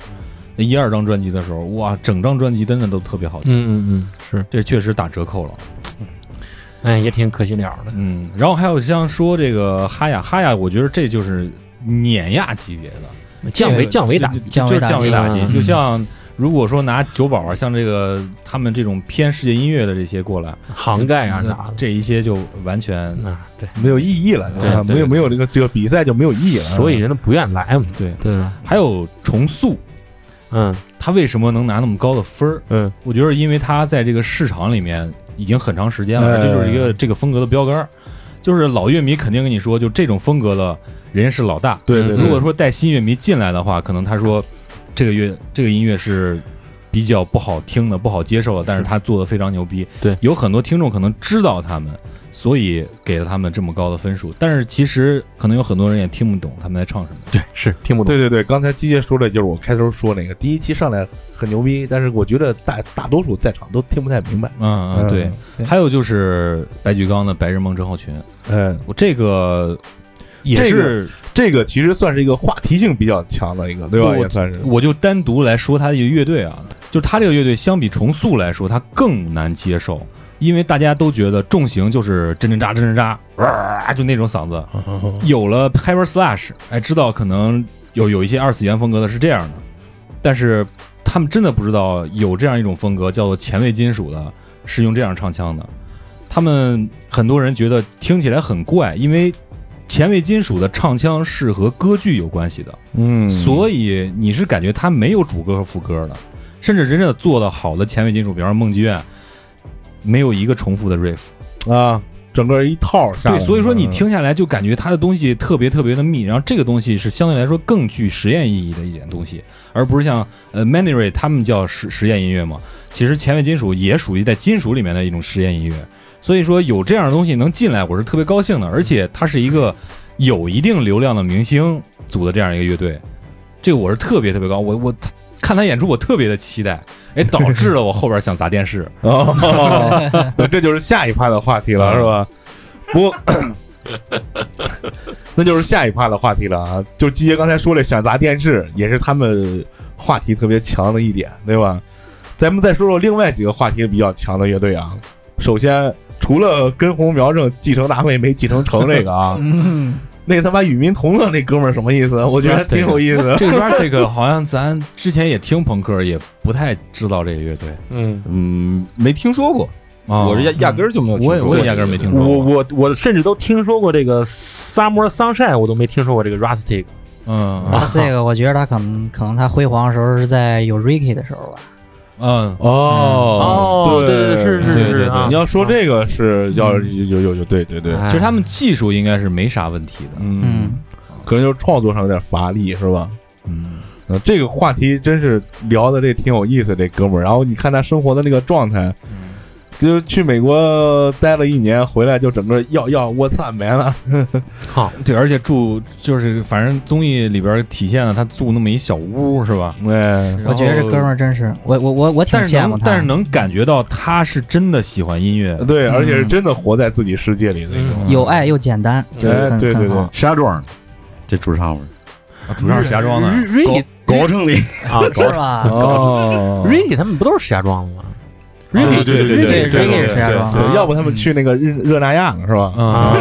Speaker 6: 那一二张专辑的时候，哇，整张专辑真的都特别好听，
Speaker 8: 嗯嗯嗯是，
Speaker 6: 这确实打折扣了。
Speaker 8: 哎也挺可惜了的，
Speaker 6: 嗯，然后还有像说这个哈雅哈雅，我觉得这就是碾压级别的。
Speaker 8: 降维降维打
Speaker 6: 就
Speaker 8: 击
Speaker 6: 就，
Speaker 7: 降维
Speaker 6: 就是
Speaker 7: 打击
Speaker 6: 降维打击。
Speaker 8: 嗯
Speaker 6: 就像如果说拿九宝啊，像这个他们这种偏世界音乐的这些过来，
Speaker 8: 涵盖啊
Speaker 6: 那
Speaker 8: 啥的，
Speaker 6: 这一些就完全
Speaker 8: 那对，
Speaker 5: 没有意义了，
Speaker 8: 对
Speaker 5: 啊
Speaker 8: 对
Speaker 5: 没有没有这个这个比赛就没有意义了。啊
Speaker 8: 所以人都不愿来嘛，
Speaker 6: 对。
Speaker 8: 对吧？
Speaker 6: 还有重塑，
Speaker 8: 嗯
Speaker 6: 他为什么能拿那么高的分儿？
Speaker 8: 嗯，
Speaker 6: 我觉得因为他在这个市场里面已经很长时间了，
Speaker 5: 哎
Speaker 6: 这就是一个这个风格的标杆儿。就是老乐迷肯定跟你说，就这种风格的人是老大。
Speaker 5: 对对
Speaker 8: 嗯
Speaker 5: 对
Speaker 6: 如果说带新乐迷进来的话，可能他说这个乐这个音乐是比较不好听的、不好接受的，但是他做的非常牛逼。
Speaker 8: 对
Speaker 6: 有很多听众可能知道他们，所以给了他们这么高的分数。但是其实可能有很多人也听不懂他们在唱什么。
Speaker 8: 对，是听不懂，
Speaker 5: 对对对，刚才机械说的就是我开头说那个，第一期上来很牛逼，但是我觉得大大多数在场都听不太明白。
Speaker 6: 嗯嗯，对。
Speaker 7: 对，
Speaker 6: 还有就是白举纲的《白日梦症候群》，
Speaker 5: 嗯，
Speaker 6: 我这个也
Speaker 5: 这个
Speaker 6: 是，
Speaker 5: 这个其实算是一个话题性比较强的一个，对吧？
Speaker 6: 不
Speaker 5: 也算是。
Speaker 6: 我就单独来说他这个乐队啊，就他这个乐队相比重塑来说，他更难接受，因为大家都觉得重型就是真真扎真真扎，哇就那种嗓子。有了 Hyper Slash，哎，知道可能有有一些二次元风格的是这样的，但是他们真的不知道有这样一种风格叫做前卫金属的，是用这样唱腔的。他们很多人觉得听起来很怪，因为前卫金属的唱腔是和歌剧有关系的，
Speaker 5: 嗯
Speaker 6: 所以你是感觉他没有主歌和副歌的，甚至真正做的好的前卫金属，比方说梦剧院，没有一个重复的 riff。
Speaker 5: 啊，整个一套下来。
Speaker 6: 对，所以说你
Speaker 5: 嗯，
Speaker 6: 听下来就感觉它的东西特别特别的密，然后这个东西是相对来说更具实验意义的一点东西，而不是像呃 m a n y r a y 他们叫实实验音乐嘛，其实前卫金属也属于在金属里面的一种实验音乐，所以说有这样的东西能进来，我是特别高兴的，而且它是一个有一定流量的明星组的这样一个乐队，这个我是特别特别高，我我看他演出我特别的期待，哎，导致了我后边想砸电视，
Speaker 5: 哦，这就是下一趴的话题了，是吧？不过，那就是下一趴的话题了啊！就季杰刚才说了，想砸电视也是他们话题特别强的一点，对吧？咱们再说说另外几个话题比较强的乐队啊。首先，除了根红苗正继承大会没继承成这个啊
Speaker 7: 嗯，
Speaker 5: 那他妈与民同乐那哥们儿什么意思？我觉得挺有意 思。
Speaker 6: 这个 Rastic 好像咱之前也听朋克，也不太知道这个乐队。
Speaker 8: 嗯，
Speaker 9: 嗯，没听说过，
Speaker 6: 啊
Speaker 5: 哦
Speaker 9: 我是压压根儿就没有听
Speaker 6: 我
Speaker 9: 说
Speaker 6: 也
Speaker 9: 过，
Speaker 6: 我也压根儿没听说
Speaker 8: 我
Speaker 6: 过。
Speaker 8: 我我甚至都听说过这个 Summer Sunshine，我都没听说过这个 Rustic，
Speaker 6: 嗯
Speaker 7: 啊，这个我觉得他可能可能他辉煌的时候是在有 Ricky 的时候吧，
Speaker 6: 嗯
Speaker 8: 哦
Speaker 5: 对
Speaker 8: 对对是是
Speaker 6: 对
Speaker 8: 是
Speaker 6: 对对
Speaker 8: 啊，
Speaker 5: 你要说这个是要有有有对对对，
Speaker 8: 哎，
Speaker 6: 其实他们技术应该是没啥问题的。
Speaker 5: 嗯
Speaker 7: 嗯，
Speaker 5: 可能就是创作上有点乏力，是吧？
Speaker 6: 嗯，
Speaker 5: 嗯，这个话题真是聊的这挺有意思，这哥们儿。然后你看他生活的那个状态，就是去美国待了一年，回来就整个要要我操没了。
Speaker 6: 对，而且住就是反正综艺里边体现了他住那么一小屋是吧？
Speaker 5: 哎，
Speaker 7: 嗯我觉得这哥们儿真是，我我我我挺
Speaker 6: 但是
Speaker 7: 羡慕
Speaker 6: 能
Speaker 7: 他，
Speaker 6: 但是能感觉到他是真的喜欢音乐。
Speaker 5: 对，而且是真的活在自己世界里的那种。
Speaker 7: 有爱又简单，就是
Speaker 5: 哎
Speaker 7: 很
Speaker 5: 对对
Speaker 7: 很
Speaker 5: 对
Speaker 7: 好。
Speaker 10: 石家庄的，这主唱味儿，
Speaker 6: 啊主唱是石家庄的，
Speaker 8: Ricky
Speaker 10: 高城里
Speaker 8: 啊
Speaker 7: 是吧？
Speaker 5: 哦，
Speaker 8: ，Ricky 他们不都是石家庄的吗？
Speaker 6: Ricky 啊对对
Speaker 7: 对
Speaker 6: 对
Speaker 7: ，Ricky 是石家庄
Speaker 6: 对
Speaker 5: 对，要不他们去那个热热那亚呢，是吧？
Speaker 6: 啊，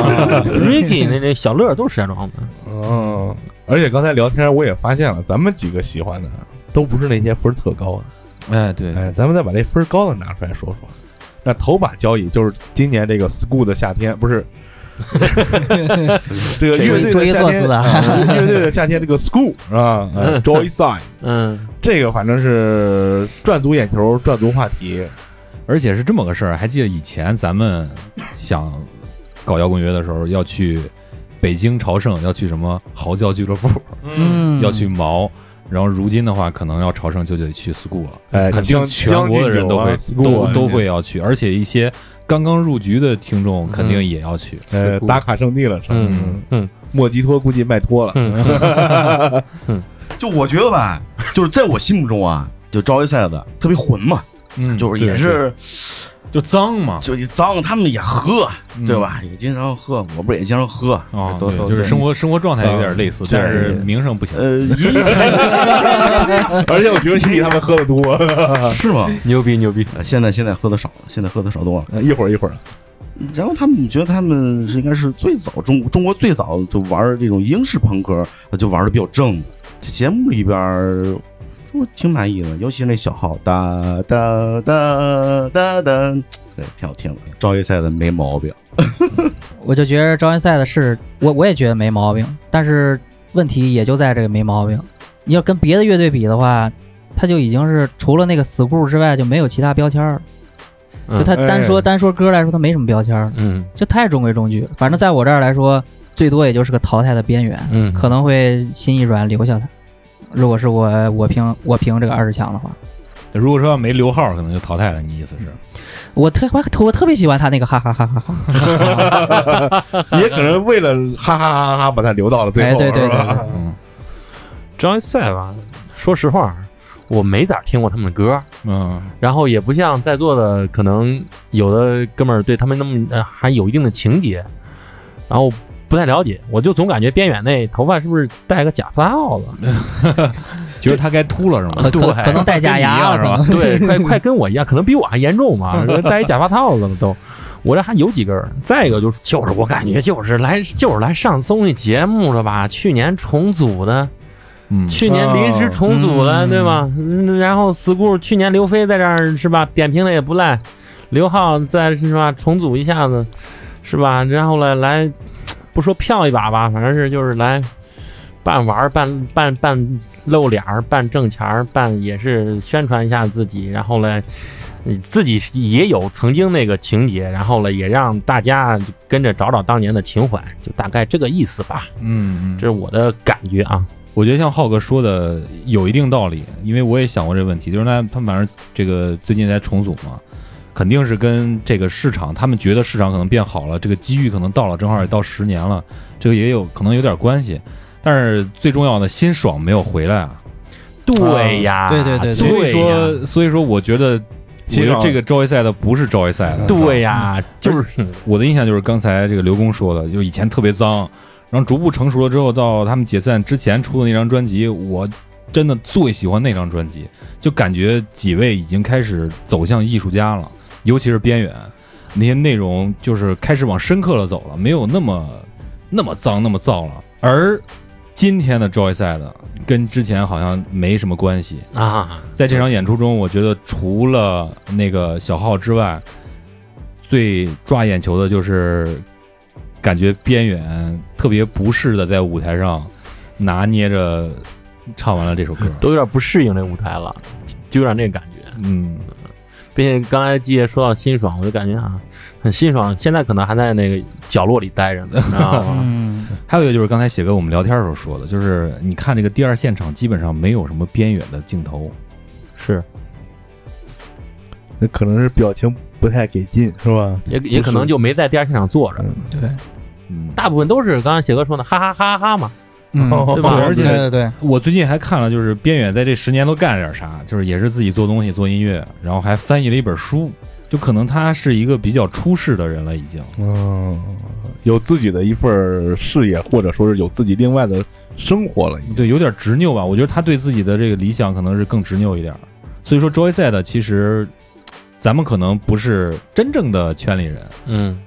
Speaker 8: ，Ricky 那那小乐都是石家庄的，
Speaker 5: 嗯，而且刚才聊天我也发现了，咱们几个喜欢的都不是那些分儿特高的。
Speaker 6: 哎对，
Speaker 5: 哎，咱们再把这分儿高的拿出来说说。那头把交椅就是今年这个 school 的夏天， 不是这个乐队
Speaker 7: 注意
Speaker 5: 的夏
Speaker 7: 措辞
Speaker 5: 天，
Speaker 7: 啊
Speaker 5: 啊 乐队的夏天这个 school 啊、
Speaker 8: 嗯
Speaker 5: j o y Side
Speaker 8: 嗯
Speaker 5: 这个反正是赚足眼球，赚足话题。
Speaker 6: 而且是这么个事儿，还记得以前咱们想搞摇滚乐的时候，要去北京朝圣，要去什么嚎叫俱乐部，
Speaker 7: 嗯，
Speaker 6: 要去毛，然后如今的话，可能要朝圣就得去 school 了，
Speaker 5: 哎，
Speaker 6: 肯
Speaker 5: 将啊
Speaker 6: 定全国的人
Speaker 10: 啊
Speaker 6: 都会、都都。会要去，而且一些刚刚入局的听众肯
Speaker 10: 嗯
Speaker 6: 定也要去。
Speaker 5: 将进酒啊 school
Speaker 10: 哎
Speaker 5: 呃，打卡圣地了，是吧
Speaker 8: 嗯嗯
Speaker 5: 莫吉托估计卖脱了，
Speaker 8: 嗯，
Speaker 10: 就我觉得 吧，就是在我心目中啊，就招一赛的特别混嘛，
Speaker 6: 嗯
Speaker 10: 就是也
Speaker 6: 对
Speaker 10: 是
Speaker 6: 就脏嘛，
Speaker 10: 就一脏，他们也喝，
Speaker 6: 嗯
Speaker 10: 对？吧？也经常喝，我不是也经常喝，
Speaker 6: 啊，
Speaker 10: 都
Speaker 6: 对，
Speaker 10: 都
Speaker 6: 就是生活生活状态有点类似，但是
Speaker 10: 对
Speaker 6: 名声不行。
Speaker 10: 呃， 也也
Speaker 5: 而且我觉得你比他们喝的多。
Speaker 10: 是吗？
Speaker 8: 牛逼牛逼，
Speaker 10: 呃现在现在喝的少了，现在喝的少多了。
Speaker 5: 哎一会儿一啊会儿，
Speaker 10: 然后他们觉得他们是应该是最早中中国最早就玩这种英式朋克，就玩的比较正。这节目里边儿我挺满意的，尤其是那小号哒哒哒哒哒，对，挺好听的。赵一赛的没毛病，
Speaker 7: 我就觉得招人赛的是我我也觉得没毛病，但是问题也就在这个没毛病。你要跟别的乐队比的话，它就已经是除了那个 school 之外就没有其他标签儿。
Speaker 8: 嗯
Speaker 7: 就它单说、
Speaker 5: 哎
Speaker 7: 单说歌来说，它没什么标签儿，
Speaker 8: 嗯
Speaker 7: 就太中规中矩。反正在我这儿来说，最多也就是个淘汰的边缘，
Speaker 8: 嗯，
Speaker 7: 可能会心一软留下它。如果是我我评我评这个二十强的话，
Speaker 6: 如果说要没留号，可能就淘汰了。你意思是？
Speaker 7: 我特我特别喜欢他那个哈哈哈哈哈哈。
Speaker 5: 也可能为了哈哈哈哈哈把他留到了最
Speaker 7: 哎，
Speaker 5: 后，
Speaker 7: 对对对
Speaker 5: 是吧
Speaker 7: 对，
Speaker 6: 嗯
Speaker 8: Joy 赛吧，啊说实话，我没咋听过他们的歌，
Speaker 6: 嗯
Speaker 8: 然后也不像在座的可能有的哥们儿对他们那么、呃、还有一定的情节，然后不太了解，我就总感觉边远那头发是不是戴个假发帽子？
Speaker 6: 觉得他该秃了是吗？
Speaker 7: 可呃可可能戴假牙了
Speaker 6: 跟你一样是 吧？
Speaker 8: 对，快快跟我一样，可能比我还严重嘛，戴一假发套子了都。我这还有几根儿，再一个就是就是我感觉就是来就是来上综艺节目的吧，去年重组的，
Speaker 6: 嗯，
Speaker 8: 去年临时重组了，对吧？嗯然后 school 去年刘飞在这儿是吧，点评的也不赖，刘浩在是吧重组一下子，是吧？然后来来，不说票一把吧，反正是就是来半玩儿半半半露脸儿，半挣钱儿，半也是宣传一下自己，然后嘞。你自己也有曾经那个情节，然后嘞也让大家跟着找找当年的情怀，就大概这个意思吧。
Speaker 6: 嗯嗯
Speaker 8: 这，是我的感觉啊。
Speaker 6: 我觉得像浩哥说的有一定道理，因为我也想过这个问题，就是那他们反正这个最近在重组嘛，肯定是跟这个市场，他们觉得市场可能变好了，这个机遇可能到了，正好也到十年了，这个也有可能有点关系。但是最重要的，辛爽没有回来啊，
Speaker 8: 啊对呀，啊
Speaker 7: 对对对
Speaker 8: 所
Speaker 6: 所以
Speaker 8: 以说
Speaker 6: 说，所以说，我觉得，我觉
Speaker 5: 辛
Speaker 6: 得
Speaker 5: 爽
Speaker 6: 这个招一赛的不是招一赛的，
Speaker 8: 对呀，就是
Speaker 6: 我的印象就是刚才这个刘工说的，就是以前特别脏，然后逐步成熟了之后，到他们解散之前出的那张专辑，我真的最喜欢那张专辑，就感觉几位已经开始走向艺术家了，尤其是边缘那些内容，就是开始往深刻了走了，没有那么那么脏那么燥了。而今天的 Joy Side 跟之前好像没什么关系，
Speaker 8: 啊，
Speaker 6: 在这场演出中，我觉得除了那个小号之外，最抓眼球的就是感觉边缘特别不适的在舞台上拿捏着唱完了这首歌。
Speaker 8: 都有点不适应这舞台了，就有点那个感觉。
Speaker 6: 嗯，
Speaker 8: 并且刚才季爷说到辛爽，我就感觉啊，很辛爽。现在可能还在那个角落里待着呢，你知道吗？
Speaker 7: 嗯，
Speaker 6: 还有一个就是刚才写哥我们聊天的时候说的，就是你看这个第二现场基本上没有什么边缘的镜头，
Speaker 8: 是，
Speaker 5: 那可能是表情不太给劲，是吧？
Speaker 8: 也也可能就没在第二现场坐着，
Speaker 7: 对，
Speaker 6: 嗯，
Speaker 8: 大部分都是刚才写哥说的哈哈哈哈嘛，
Speaker 7: 嗯，
Speaker 8: 对吧？
Speaker 6: 而且
Speaker 7: 对对对，
Speaker 6: 我最近还看了，就是边远在这十年都干了点啥，就是也是自己做东西、做音乐，然后还翻译了一本书，就可能他是一个比较出世的人了，已经。
Speaker 5: 嗯，有自己的一份儿事业，或者说是有自己另外的生活 了。
Speaker 6: 对，有点执拗吧。我觉得他对自己的这个理想可能是更执拗一点儿。所以说，Joy Side 其实咱们可能不是真正的圈里人，
Speaker 8: 嗯，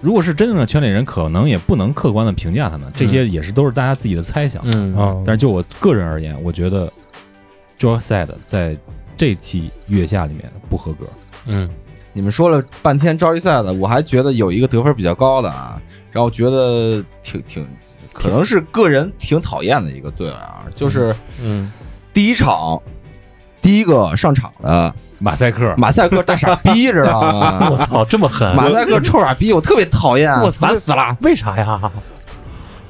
Speaker 6: 如果是真正的圈里人，可能也不能客观的评价他们，这些也是都是大家自己的猜想。
Speaker 8: 嗯
Speaker 5: 啊，
Speaker 6: 但是就我个人而言，我觉得 Joy Side 在这期月下里面不合格。
Speaker 8: 嗯
Speaker 9: 你们说了半天招一赛的，我还觉得有一个得分比较高的啊，然后觉得挺挺，可能是个人挺讨厌的一个队啊，就是
Speaker 8: 嗯
Speaker 9: 第一场。第一个上场的
Speaker 6: 马赛克，
Speaker 9: 马赛克大傻逼，知道
Speaker 8: 我
Speaker 9: 吗？
Speaker 8: 操，这么狠，
Speaker 9: 马赛克臭傻逼，我特别讨厌，
Speaker 8: 我烦死了，为啥呀？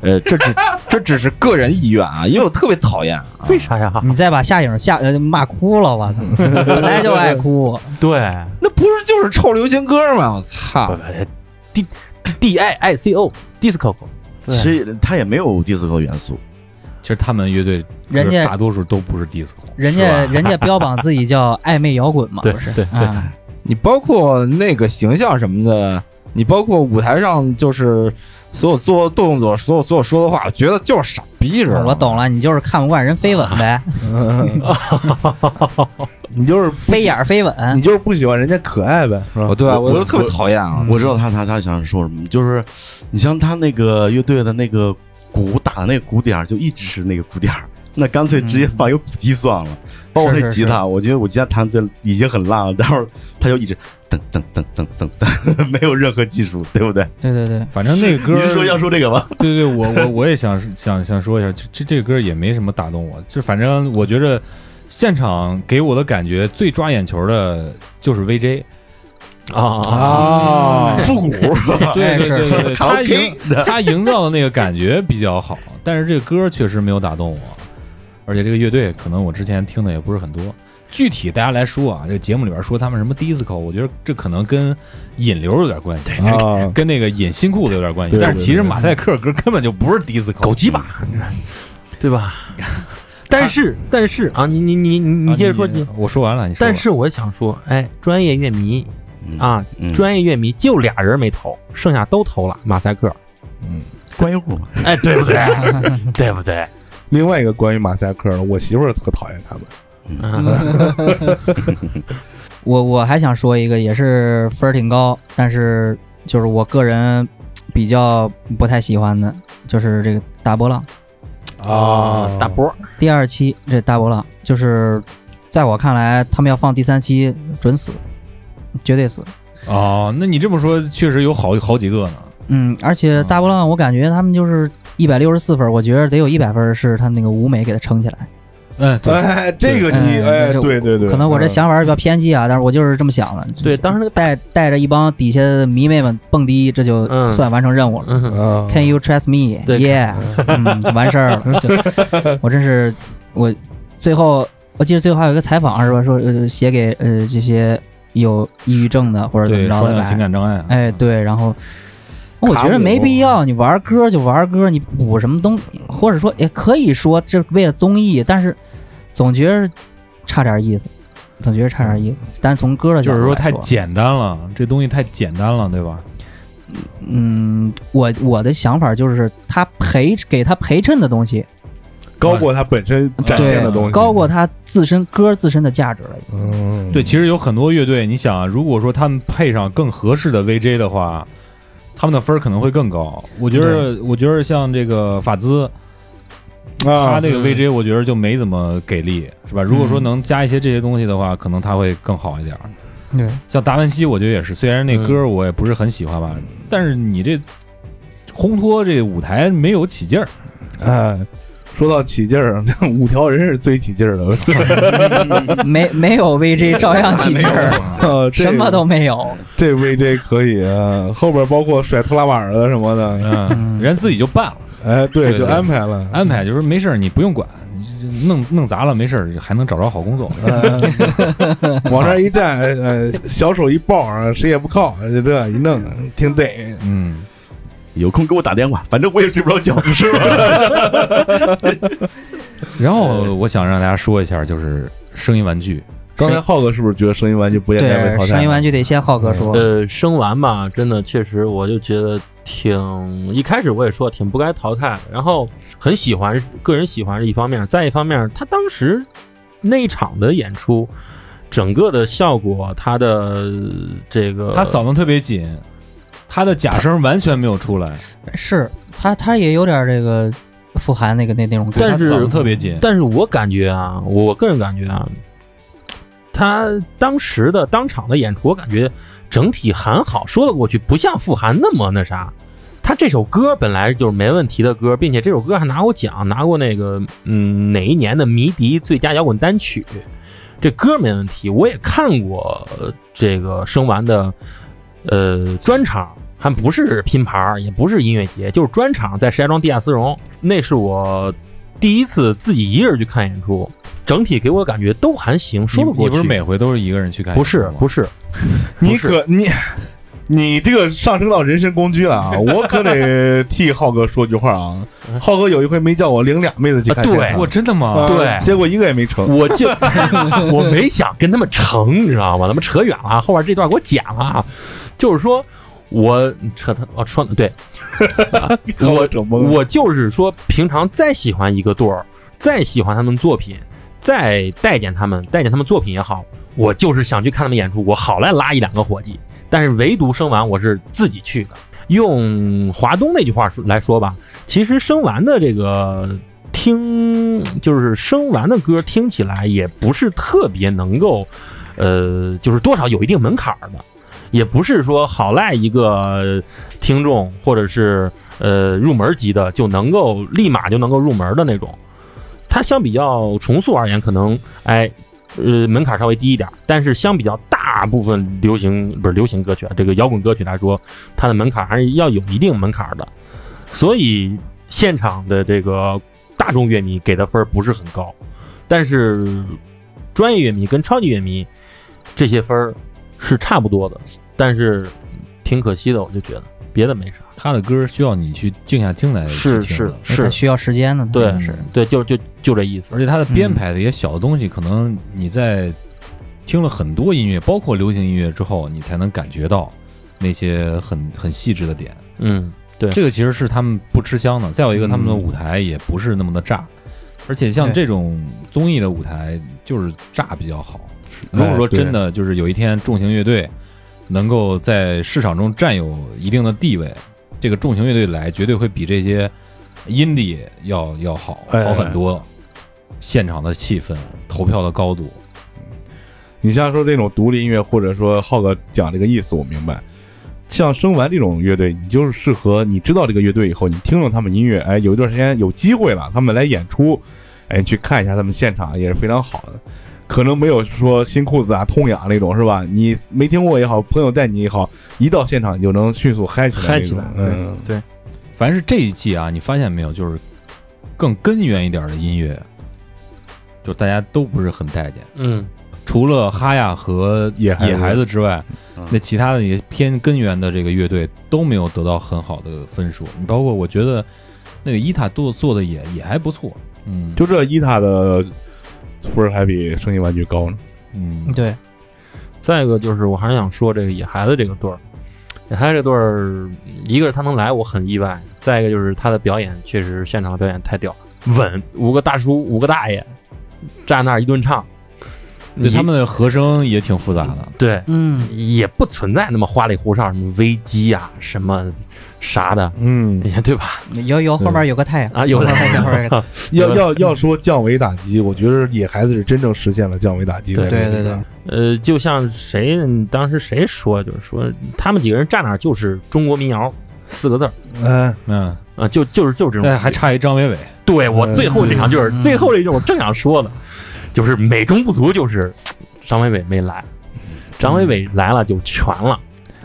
Speaker 9: 呃， 这只这只是个人意愿啊，因为我特别讨厌啊。
Speaker 8: 为啥呀？
Speaker 7: 你再把夏颖吓呃骂哭了，我操！本来就爱哭，
Speaker 8: 对
Speaker 9: 那不是就是臭流行歌吗？我操！
Speaker 8: ，D D I I C O disco，
Speaker 10: 其实他也没有 disco 元素，
Speaker 6: 其实他们乐队
Speaker 7: 人家
Speaker 6: 大多数都不是 disco，
Speaker 7: 人家人家标榜自己叫暧昧摇滚嘛，
Speaker 8: 对
Speaker 7: 不是？
Speaker 8: 对
Speaker 7: 啊，
Speaker 9: 你包括那个形象什么的，你包括舞台上就是所有做动作，所有所有说的话，我觉得就是啊傻逼，知道吗？
Speaker 7: 我懂了，你就是看不惯人飞吻呗，
Speaker 5: 你就是
Speaker 7: 飞眼儿飞吻。
Speaker 5: 你就是不喜欢人家可爱呗，是吧？
Speaker 9: 我对啊，
Speaker 10: 我
Speaker 9: 我就特别讨厌啊！
Speaker 10: 我知道他他他想说什么，就是你像他那个乐队的那个鼓打的那个鼓点儿，就一直是那个鼓点儿，那干脆直接放一个鼓机算了。包括那吉他，我觉得我吉他弹最已经很烂了，但是他就一直噔噔噔噔噔噔， 没有任何技术，对不对？
Speaker 7: 对对对，
Speaker 6: 反正那个歌
Speaker 10: 你是说要说这个吗？
Speaker 6: 对对，我我我也想想想说一下，这这这个歌也没什么打动我，就反正我觉着现场给我的感觉最抓眼球的就是 VJ，
Speaker 8: 啊啊
Speaker 5: 啊，
Speaker 10: 复古，
Speaker 6: 对对
Speaker 7: 是
Speaker 6: 对对对，
Speaker 10: 卡拉
Speaker 6: 他
Speaker 10: OK
Speaker 6: 营他营造的那个感觉比较好，但是这个歌确实没有打动我，而且这个乐队可能我之前听的也不是很多。具体大家来说啊，这个节目里边说他们什么 disco，我觉得这可能跟引流有点关系，
Speaker 5: 啊
Speaker 6: 跟那个引新裤子有点关系。
Speaker 5: 对对
Speaker 6: 但是其实马赛克歌根本就不是 disco，
Speaker 8: 狗鸡巴，对吧？但是但是啊，你你你你
Speaker 6: 啊！
Speaker 8: 你接着说你。
Speaker 6: 我说完了，你说吧。
Speaker 8: 但是我想说，哎，专业乐迷啊，
Speaker 10: 嗯
Speaker 8: 专业乐迷就俩人没投，剩下都投了马赛克，
Speaker 10: 关一户嘛，
Speaker 8: 哎，对不对？ 对不对？
Speaker 5: 另外一个关于马赛克的，我媳妇儿特讨厌他们。
Speaker 7: 我我还想说一个，也是分儿挺高，但是就是我个人比较不太喜欢的，就是这个大波浪
Speaker 5: 啊
Speaker 8: 大波，
Speaker 7: 第二期这大波浪，就是在我看来，他们要放第三期准死，绝对死。
Speaker 6: 哦，那你这么说，确实有好好几个呢。
Speaker 7: 嗯，而
Speaker 8: 啊
Speaker 7: 且大波浪，我感觉他们就是一百六十四分，我觉得得有一百分是他那个舞美给他撑起来。
Speaker 6: 嗯，对，
Speaker 5: 哎，这个你
Speaker 7: 嗯
Speaker 5: 哎，
Speaker 7: 就
Speaker 5: 对对对，
Speaker 7: 可能我这想法比较偏激啊，但是我就是这么想的。
Speaker 8: 对，当时那个
Speaker 7: 带带着一帮底下的迷妹们蹦迪，这就
Speaker 8: 嗯
Speaker 7: 算完成任务了。
Speaker 8: 嗯，
Speaker 5: 啊，
Speaker 7: Can you trust me?
Speaker 8: 对
Speaker 7: Yeah，嗯，就完事儿 了。就我真是，我最后我记得最后还有一个采访是吧？说呃写给呃这些有抑郁症的或者怎么
Speaker 6: 对，
Speaker 7: 着
Speaker 6: 双
Speaker 7: 的
Speaker 6: 向
Speaker 7: 吧
Speaker 6: 情。感障碍啊。
Speaker 7: 哎，对，然后我觉得没必要，你玩歌就玩歌，你补什么东西，或者说也可以说这是为了综艺，但是总觉得差点意思，总觉得差点意思。但从歌的角
Speaker 6: 就
Speaker 7: 度
Speaker 6: 是
Speaker 7: 来说
Speaker 6: 说太简单了，这东西太简单了，对吧？
Speaker 7: 嗯，我我的想法就是他陪给他陪衬的东西，
Speaker 5: 高过他本身展现的东西，
Speaker 7: 高过他自身歌自身的价值了。
Speaker 5: 嗯，
Speaker 6: 对，其实有很多乐队，你想，啊如果说他们配上更合适的 VJ 的话，他们的分儿可能会更高。我觉得，我觉得像这个法兹，他
Speaker 5: 啊，
Speaker 6: 那个 VJ，我觉得就没怎么给力，是吧？如果说能加一些这些东西的话，可能他会更好一点儿。
Speaker 7: 对，
Speaker 6: 像达文西，我觉得也是，虽
Speaker 8: 嗯
Speaker 6: 然那歌我也不是很喜欢吧，但是你这烘托这舞台没有起劲儿。
Speaker 5: 哎，说到起劲儿， 那五条人是最起劲儿的，
Speaker 7: 没没有 VJ 照样起劲儿，
Speaker 5: 呃这
Speaker 7: 什么都没有。
Speaker 5: 这 VJ 可以，啊，后边包括甩拖拉板儿的什么的，
Speaker 6: 嗯， 人家自己就办了，
Speaker 5: 哎，对，
Speaker 6: 对
Speaker 5: 就
Speaker 6: 对
Speaker 5: 安排
Speaker 8: 嗯
Speaker 5: 了，
Speaker 6: 安排就是没事儿，你不用管，你这这弄弄砸了没事儿，还能找着好工作。
Speaker 5: 哎呃往那儿一站，哎哎，小手一抱啊，谁也不靠，就这一弄，挺得。
Speaker 6: 嗯，
Speaker 10: 有空给我打电话，反正我也睡不着觉，是吧？
Speaker 6: 然后我想让大家说一下，就是声音玩具，
Speaker 5: 刚才浩哥是不是觉得声音玩具不应该被
Speaker 7: 对，
Speaker 5: 淘汰？
Speaker 7: 声音玩具得先浩哥说。
Speaker 8: 呃，生完吧，真的确实，我就觉得挺一开始我也说挺不该淘汰，然后很喜欢，个人喜欢是一方面，再一方面，他当时那一场的演出，整个的效果，他的这个
Speaker 6: 他嗓子特别紧，他的假声完全没有出来，
Speaker 7: 是他，他也有点这个富含那个那那种感觉。
Speaker 8: 但是
Speaker 6: 他嗓子特别紧。
Speaker 8: 但是我感觉啊，我个人感觉啊，他当时的当场的演出，我感觉整体还好，说得过去，不像傅函那么那啥。他这首歌本来就是没问题的歌，并且这首歌还拿过奖，拿过那个嗯哪一年的迷笛最佳摇滚单曲，这歌没问题。我也看过呃这个生完的呃专场，还不是拼盘儿，也不是音乐节，就是专场在石家庄地下丝绒，那是我第一次自己一个人去看演出，整体给我感觉都还行，说得
Speaker 6: 你
Speaker 8: 过
Speaker 6: 你
Speaker 8: 去。
Speaker 6: 不是每回都是一个人去看演
Speaker 8: 不
Speaker 6: 出吗？
Speaker 8: 是不是，
Speaker 5: 你
Speaker 8: 不是
Speaker 5: 可你你这个上升到人身攻击了啊！我可得替浩哥说句话啊！浩哥有一回没叫我领俩妹子去看
Speaker 8: 啊
Speaker 5: 现
Speaker 8: 对
Speaker 5: 场，
Speaker 6: 我真的
Speaker 5: 啊
Speaker 6: 吗？
Speaker 8: 对
Speaker 5: 结果一个也没成。
Speaker 8: 我 就我没想跟他们成，你知道吗？咱们扯远了啊，后边这段给我剪了啊。就是说我扯他，我说的对，
Speaker 5: 浩哥整懵了，
Speaker 8: 我就是说，平常再喜欢一个队儿，再喜欢他们作品，再待见他们，待见他们作品也好，我就是想去看他们演出，我好赖拉一两个伙计。但是唯独生完，我是自己去的。用华东那句话说来说吧，其实生完的这个听，就是生完的歌听起来也不是特别能够，呃，就是多少有一定门槛儿的，也不是说好赖一个听众或者是呃入门级的就能够立马就能够入门的那种。它相比较重塑而言，可能哎呃门槛稍微低一点，但是相比较大部分流行不是流行歌曲啊，这个摇滚歌曲来说，它的门槛还是要有一定门槛的。所以现场的这个大众乐迷给的分儿不是很高，但是专业乐迷跟超级乐迷这些分儿是差不多的，但是挺可惜的，我就觉得别的没啥。
Speaker 6: 他的歌需要你去静下心来去
Speaker 8: 是
Speaker 6: 听
Speaker 8: 是
Speaker 6: 的嗯
Speaker 7: 它
Speaker 8: 是，
Speaker 7: 需要时间的，它
Speaker 8: 对
Speaker 7: 也是。
Speaker 8: 对，就就就这意思。
Speaker 6: 而且他的编排的一些小的东西，可能你在听了很多音乐，包括流行音乐之后，你才能感觉到那些很很细致的点。
Speaker 8: 嗯，对
Speaker 6: 这个其实是他们不吃香的。再有一个，他们的
Speaker 5: 嗯
Speaker 6: 舞台也不是那么的炸，而且像
Speaker 7: 对
Speaker 6: 这种综艺的舞台就是炸比较好。如
Speaker 5: 哎
Speaker 6: 果说
Speaker 5: 对嗯
Speaker 6: 真的就是有一天重型乐队能够在市场中占有一定的地位，这个重型乐队来绝对会比这些 indie 要要好
Speaker 5: 哎
Speaker 6: 好很多。现场的气氛、投票的高度，
Speaker 5: 你像说这种独立音乐，或者说浩哥讲这个意思，我明白。像生完这种乐队，你就是适合你知道这个乐队以后，你听了他们音乐，哎，有一段时间有机会了，他们来演出，哎，你去看一下他们现场也是非常好的。可能没有说新裤子啊、痛痒那种是吧？你没听过也好，朋友带你也好，一到现场你就能迅速嗨起来那
Speaker 8: 嗨
Speaker 5: 种。
Speaker 8: 起来，
Speaker 5: 嗯，
Speaker 8: 对对，
Speaker 6: 凡是这一季啊，你发现没有，就是更根源一点的音乐，就大家都不是很待见。
Speaker 8: 嗯，
Speaker 6: 除了哈亚和
Speaker 5: 野
Speaker 6: 野
Speaker 5: 孩子
Speaker 6: 孩子之外
Speaker 10: 嗯，
Speaker 6: 那其他的也偏根源的这个乐队都没有得到很好的分数。你包括我觉得那个伊塔做做的也也还不错，嗯，
Speaker 5: 就这伊塔的分儿还比声音玩具高呢。
Speaker 6: 嗯，
Speaker 7: 对，
Speaker 8: 再一个就是我还是想说这个野孩子这个队儿，野孩子这队儿，一个是他能来我很意外，再一个就是他的表演确实现场的表演太屌了，稳，五个大叔五个大爷站那儿一顿唱，
Speaker 6: 对
Speaker 8: 也
Speaker 6: 他们的和声也挺复杂的，
Speaker 8: 对。
Speaker 7: 嗯，
Speaker 8: 也不存在那么花里胡哨，什么危机啊，什么啥的，
Speaker 5: 嗯，
Speaker 8: 你看对吧？
Speaker 7: 有有后面有个太阳
Speaker 8: 啊有
Speaker 7: 后
Speaker 8: 个
Speaker 7: 面
Speaker 8: 太阳
Speaker 7: 后面 有个太阳
Speaker 5: 要要要说降维打击，我觉得野孩子是真正实现了降维打击。
Speaker 8: 对
Speaker 7: 对对对，
Speaker 8: 呃，就像谁当时谁说，就是说他们几个人站那儿就是中国民谣四个字儿啊、
Speaker 5: 嗯，
Speaker 6: 嗯，
Speaker 8: 就就是就是这种感
Speaker 6: 哎，
Speaker 8: 觉，
Speaker 6: 还差一张伟伟，
Speaker 8: 对我最后这两句儿，
Speaker 7: 嗯
Speaker 8: 最后这一句儿我正想说的，就是美中不足，就是张伟伟没来，张伟伟来了就全了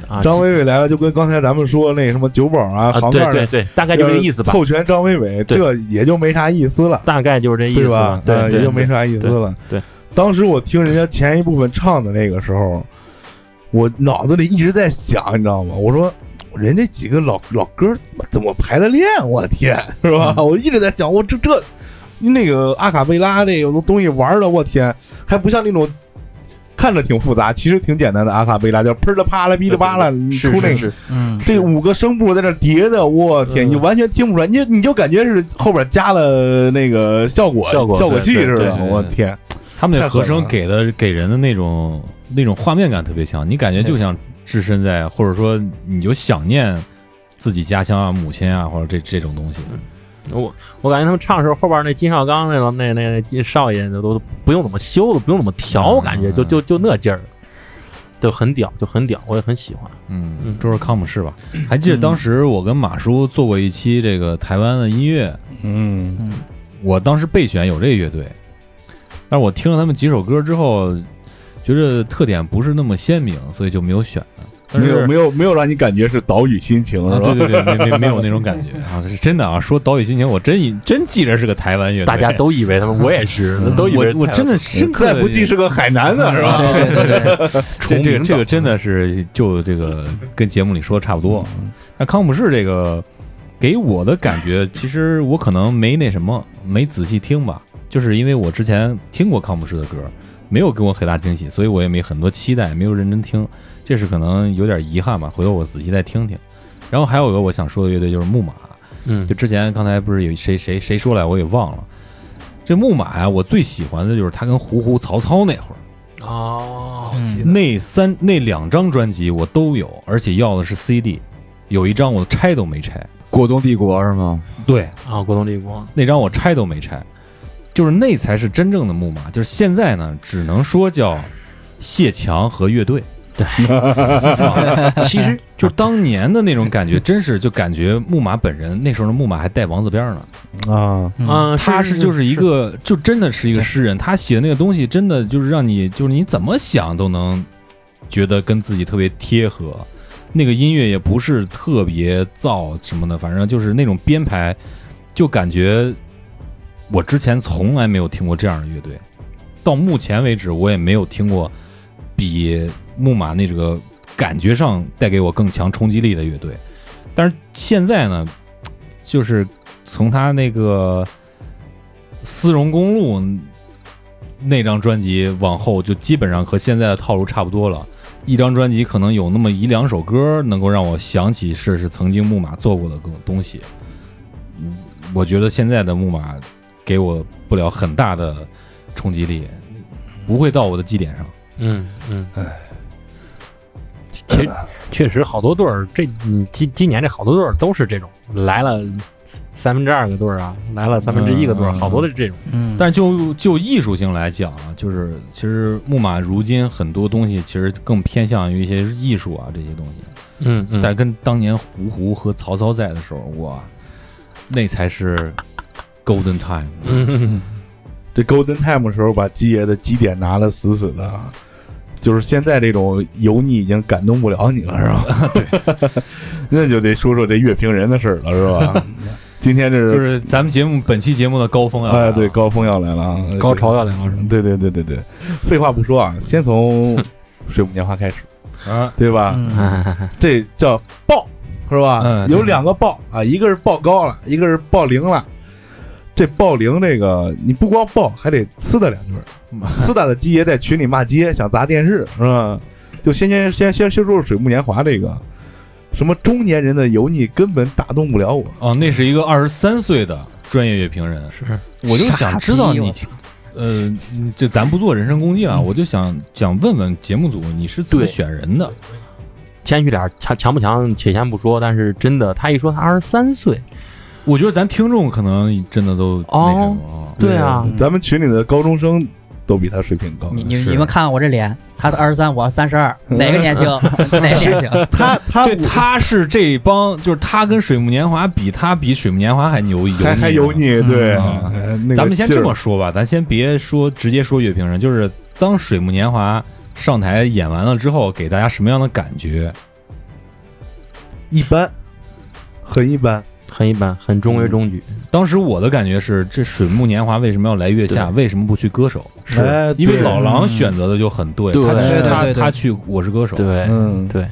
Speaker 8: 啊，
Speaker 5: 张伟伟来了，就跟刚才咱们说那什么酒保啊、
Speaker 8: 啊，
Speaker 5: 行
Speaker 8: 对
Speaker 5: 盖
Speaker 8: 对
Speaker 5: 的，
Speaker 8: 对，大概就这个意思吧，
Speaker 5: 凑全张伟伟，
Speaker 8: 对
Speaker 5: 这也就没啥意思了，
Speaker 8: 大概就是这意
Speaker 5: 对
Speaker 8: 思
Speaker 5: 吧
Speaker 8: 吧？，对
Speaker 5: 呃
Speaker 8: 对，
Speaker 5: 也就
Speaker 8: 对
Speaker 5: 没啥意思了。
Speaker 8: 对对
Speaker 5: 当时我听人家前一部分唱的那个时候，我脑子里一直在想，你知道吗？我说。人这几个老老哥儿怎么排的练？我的天，是吧？
Speaker 8: 嗯
Speaker 5: 我一直在想，我这这那个阿卡贝拉这个东西玩的，我天，还不像那种看着挺复杂，其实挺简单的阿卡贝拉，叫噼里啪啦、噼里啪啦，你出
Speaker 8: 是
Speaker 5: 那个
Speaker 8: 是是，
Speaker 7: 嗯，
Speaker 5: 这五个声部在这叠着，我天，
Speaker 8: 嗯
Speaker 5: 你完全听不出来，你你就感觉是后边加了那个效果
Speaker 6: 效果
Speaker 5: 器
Speaker 6: 对
Speaker 5: 似
Speaker 6: 对
Speaker 5: 的，
Speaker 6: 对对
Speaker 5: 我天，
Speaker 6: 他们的和
Speaker 5: 太狠
Speaker 6: 声
Speaker 5: 了
Speaker 6: 给的给人的那种那种画面感特别强，你感觉就像置身在，或者说你就想念自己家乡啊、母亲啊，或者这这种东西，
Speaker 8: 我我感觉他们唱的时候，后边那金少刚那老那那那金少爷都都不用怎么修了，不用怎么调，我感觉就就就那劲儿，就很屌，就很屌，我也很喜欢。
Speaker 6: 嗯
Speaker 8: 嗯，
Speaker 6: 说说康姆士吧。还记得当时我跟马叔做过一期这个台湾的音乐，
Speaker 5: 嗯，
Speaker 6: 我当时备选有这个乐队，但是我听了他们几首歌之后，觉得特点不是那么鲜明，所以就没有选。但
Speaker 5: 没有
Speaker 6: 是
Speaker 5: 没有没有让你感觉是岛屿心情
Speaker 6: 啊，
Speaker 5: 是
Speaker 6: 对
Speaker 5: 吧？
Speaker 6: 对对，没没没有那种感觉 啊，是真的啊。说岛屿心情，我真以真记着是个台湾乐队，嗯
Speaker 8: 大家都以为他们，我也是，都以为
Speaker 6: 我我真的深刻
Speaker 5: 再
Speaker 6: 地
Speaker 5: 不济是个海南 的是吧？
Speaker 7: 对对对 对，
Speaker 6: 这这
Speaker 8: 崇
Speaker 6: 个
Speaker 8: 明
Speaker 6: 这个
Speaker 8: 岛
Speaker 6: 真的是就这个跟节目里说的差不多。那康普士这个给我的感觉，其实我可能没那什么，没仔细听吧，就是因为我之前听过康普士的歌，没有给我很大惊喜，所以我也没很多期待，没有认真听，这是可能有点遗憾吧。回头我仔细再听听。然后还有一个我想说的乐队就是木马，
Speaker 8: 嗯
Speaker 6: 就之前刚才不是有谁谁谁说来，我给忘了。这木马呀、我最喜欢的就是他跟胡胡、曹操那会儿。
Speaker 8: 哦
Speaker 6: 那三那两张专辑我都有，而且要的是 CD，有一张我拆都没拆。
Speaker 9: 果冻帝国是吗？
Speaker 6: 对，
Speaker 8: 啊，国栋立光，
Speaker 6: 那张我拆都没拆，就是那才是真正的木马。就是现在呢，只能说叫谢强和乐队。
Speaker 8: 其实
Speaker 6: 就是当年的那种感觉，真是就感觉木马本人那时候的木马还带王字边呢。
Speaker 5: 啊，
Speaker 7: 嗯，
Speaker 8: 啊，
Speaker 6: 他是就是一个，就真的是一个诗人，他写的那个东西真的就是让你，就是你怎么想都能觉得跟自己特别贴合。那个音乐也不是特别燥什么的，反正就是那种编排，就感觉我之前从来没有听过这样的乐队，到目前为止我也没有听过比木马那个感觉上带给我更强冲击力的乐队。但是现在呢，就是从他那个《丝绒公路》那张专辑往后，就基本上和现在的套路差不多了。一张专辑可能有那么一两首歌能够让我想起是是曾经木马做过的东东西。嗯我觉得现在的木马给我不了很大的冲击力，不会到我的基点上。
Speaker 8: 嗯嗯，确确实好多队儿，这你今今年这好多队儿都是这种，来了三分之二个队儿啊，来了三分之一个队儿，
Speaker 6: 嗯
Speaker 8: 好多的这种，
Speaker 7: 嗯，
Speaker 6: 但就就艺术性来讲啊，就是其实木马如今很多东西其实更偏向于一些艺术啊这些东西，
Speaker 8: 嗯嗯
Speaker 6: 但是跟当年胡胡和曹操在的时候，哇，那才是 golden time。
Speaker 8: 嗯
Speaker 5: 这 Golden Time 的时候把基爷的基点拿的死死的啊，就是现在这种油腻已经感动不了你了，是
Speaker 6: 啊
Speaker 5: 吧？对， 那就得说说这乐评人的事儿了，是 吧？今天这是、
Speaker 6: 就是咱们节目本期节目的高峰啊，
Speaker 5: 哎，对，高峰要来了，啊，
Speaker 8: 高潮要来了是吗？
Speaker 5: 对对对对对，废话不说啊，先从水母年华开始，
Speaker 6: 啊，
Speaker 5: 对吧？
Speaker 7: 嗯
Speaker 5: 哎这叫爆，是吧？
Speaker 6: 嗯
Speaker 5: 有两个爆啊，一个是爆高了，一个是爆零了。这爆零这个，你不光爆，还得呲他两句儿，呲他的鸡爷在群里骂街，想砸电视，是吧？就先先先先先说说水木年华这个，什么中年人的油腻根本打动不了我。
Speaker 6: 哦，那是一个二十三岁的专业乐评人，
Speaker 8: 是，
Speaker 6: 我就想知道你
Speaker 7: 傻逼，
Speaker 6: 呃，这咱不做人身攻击了，我就想想问问节目组，你是怎么
Speaker 8: 对
Speaker 6: 选人的？
Speaker 8: 谦虚点儿，强强不强，且先不说，但是真的，他一说他二十三岁，
Speaker 6: 我觉得咱听众可能真的都那什么，
Speaker 8: 对啊，
Speaker 6: 嗯
Speaker 5: 咱们群里的高中生都比他水平高。
Speaker 7: 你你
Speaker 6: 是
Speaker 7: 你们看我这脸，他是二十三，我三十二，
Speaker 5: 嗯
Speaker 7: 哪 个年轻？哪个年轻？
Speaker 5: 他他
Speaker 6: 对，他是这帮，就是他跟水木年华比，他比水木年华还牛，
Speaker 5: 还还油腻，对。
Speaker 6: 嗯
Speaker 5: 哎那个
Speaker 6: 咱们先
Speaker 5: 劲儿
Speaker 6: 这么说吧，咱先别说直接说乐评人，就是当水木年华上台演完了之后，给大家什么样的感觉？
Speaker 5: 一般，很一般。
Speaker 8: 很一般，很中规中矩，
Speaker 6: 当时我的感觉是，这水木年华为什么要来月下？为什么不去歌手？
Speaker 5: 哎
Speaker 6: 因为
Speaker 5: 对
Speaker 6: 老狼选择的就很对，
Speaker 8: 对
Speaker 6: 他去
Speaker 7: 对
Speaker 6: 他
Speaker 7: 对对
Speaker 6: 他去我是歌手，
Speaker 8: 对，
Speaker 5: 嗯，
Speaker 8: 对，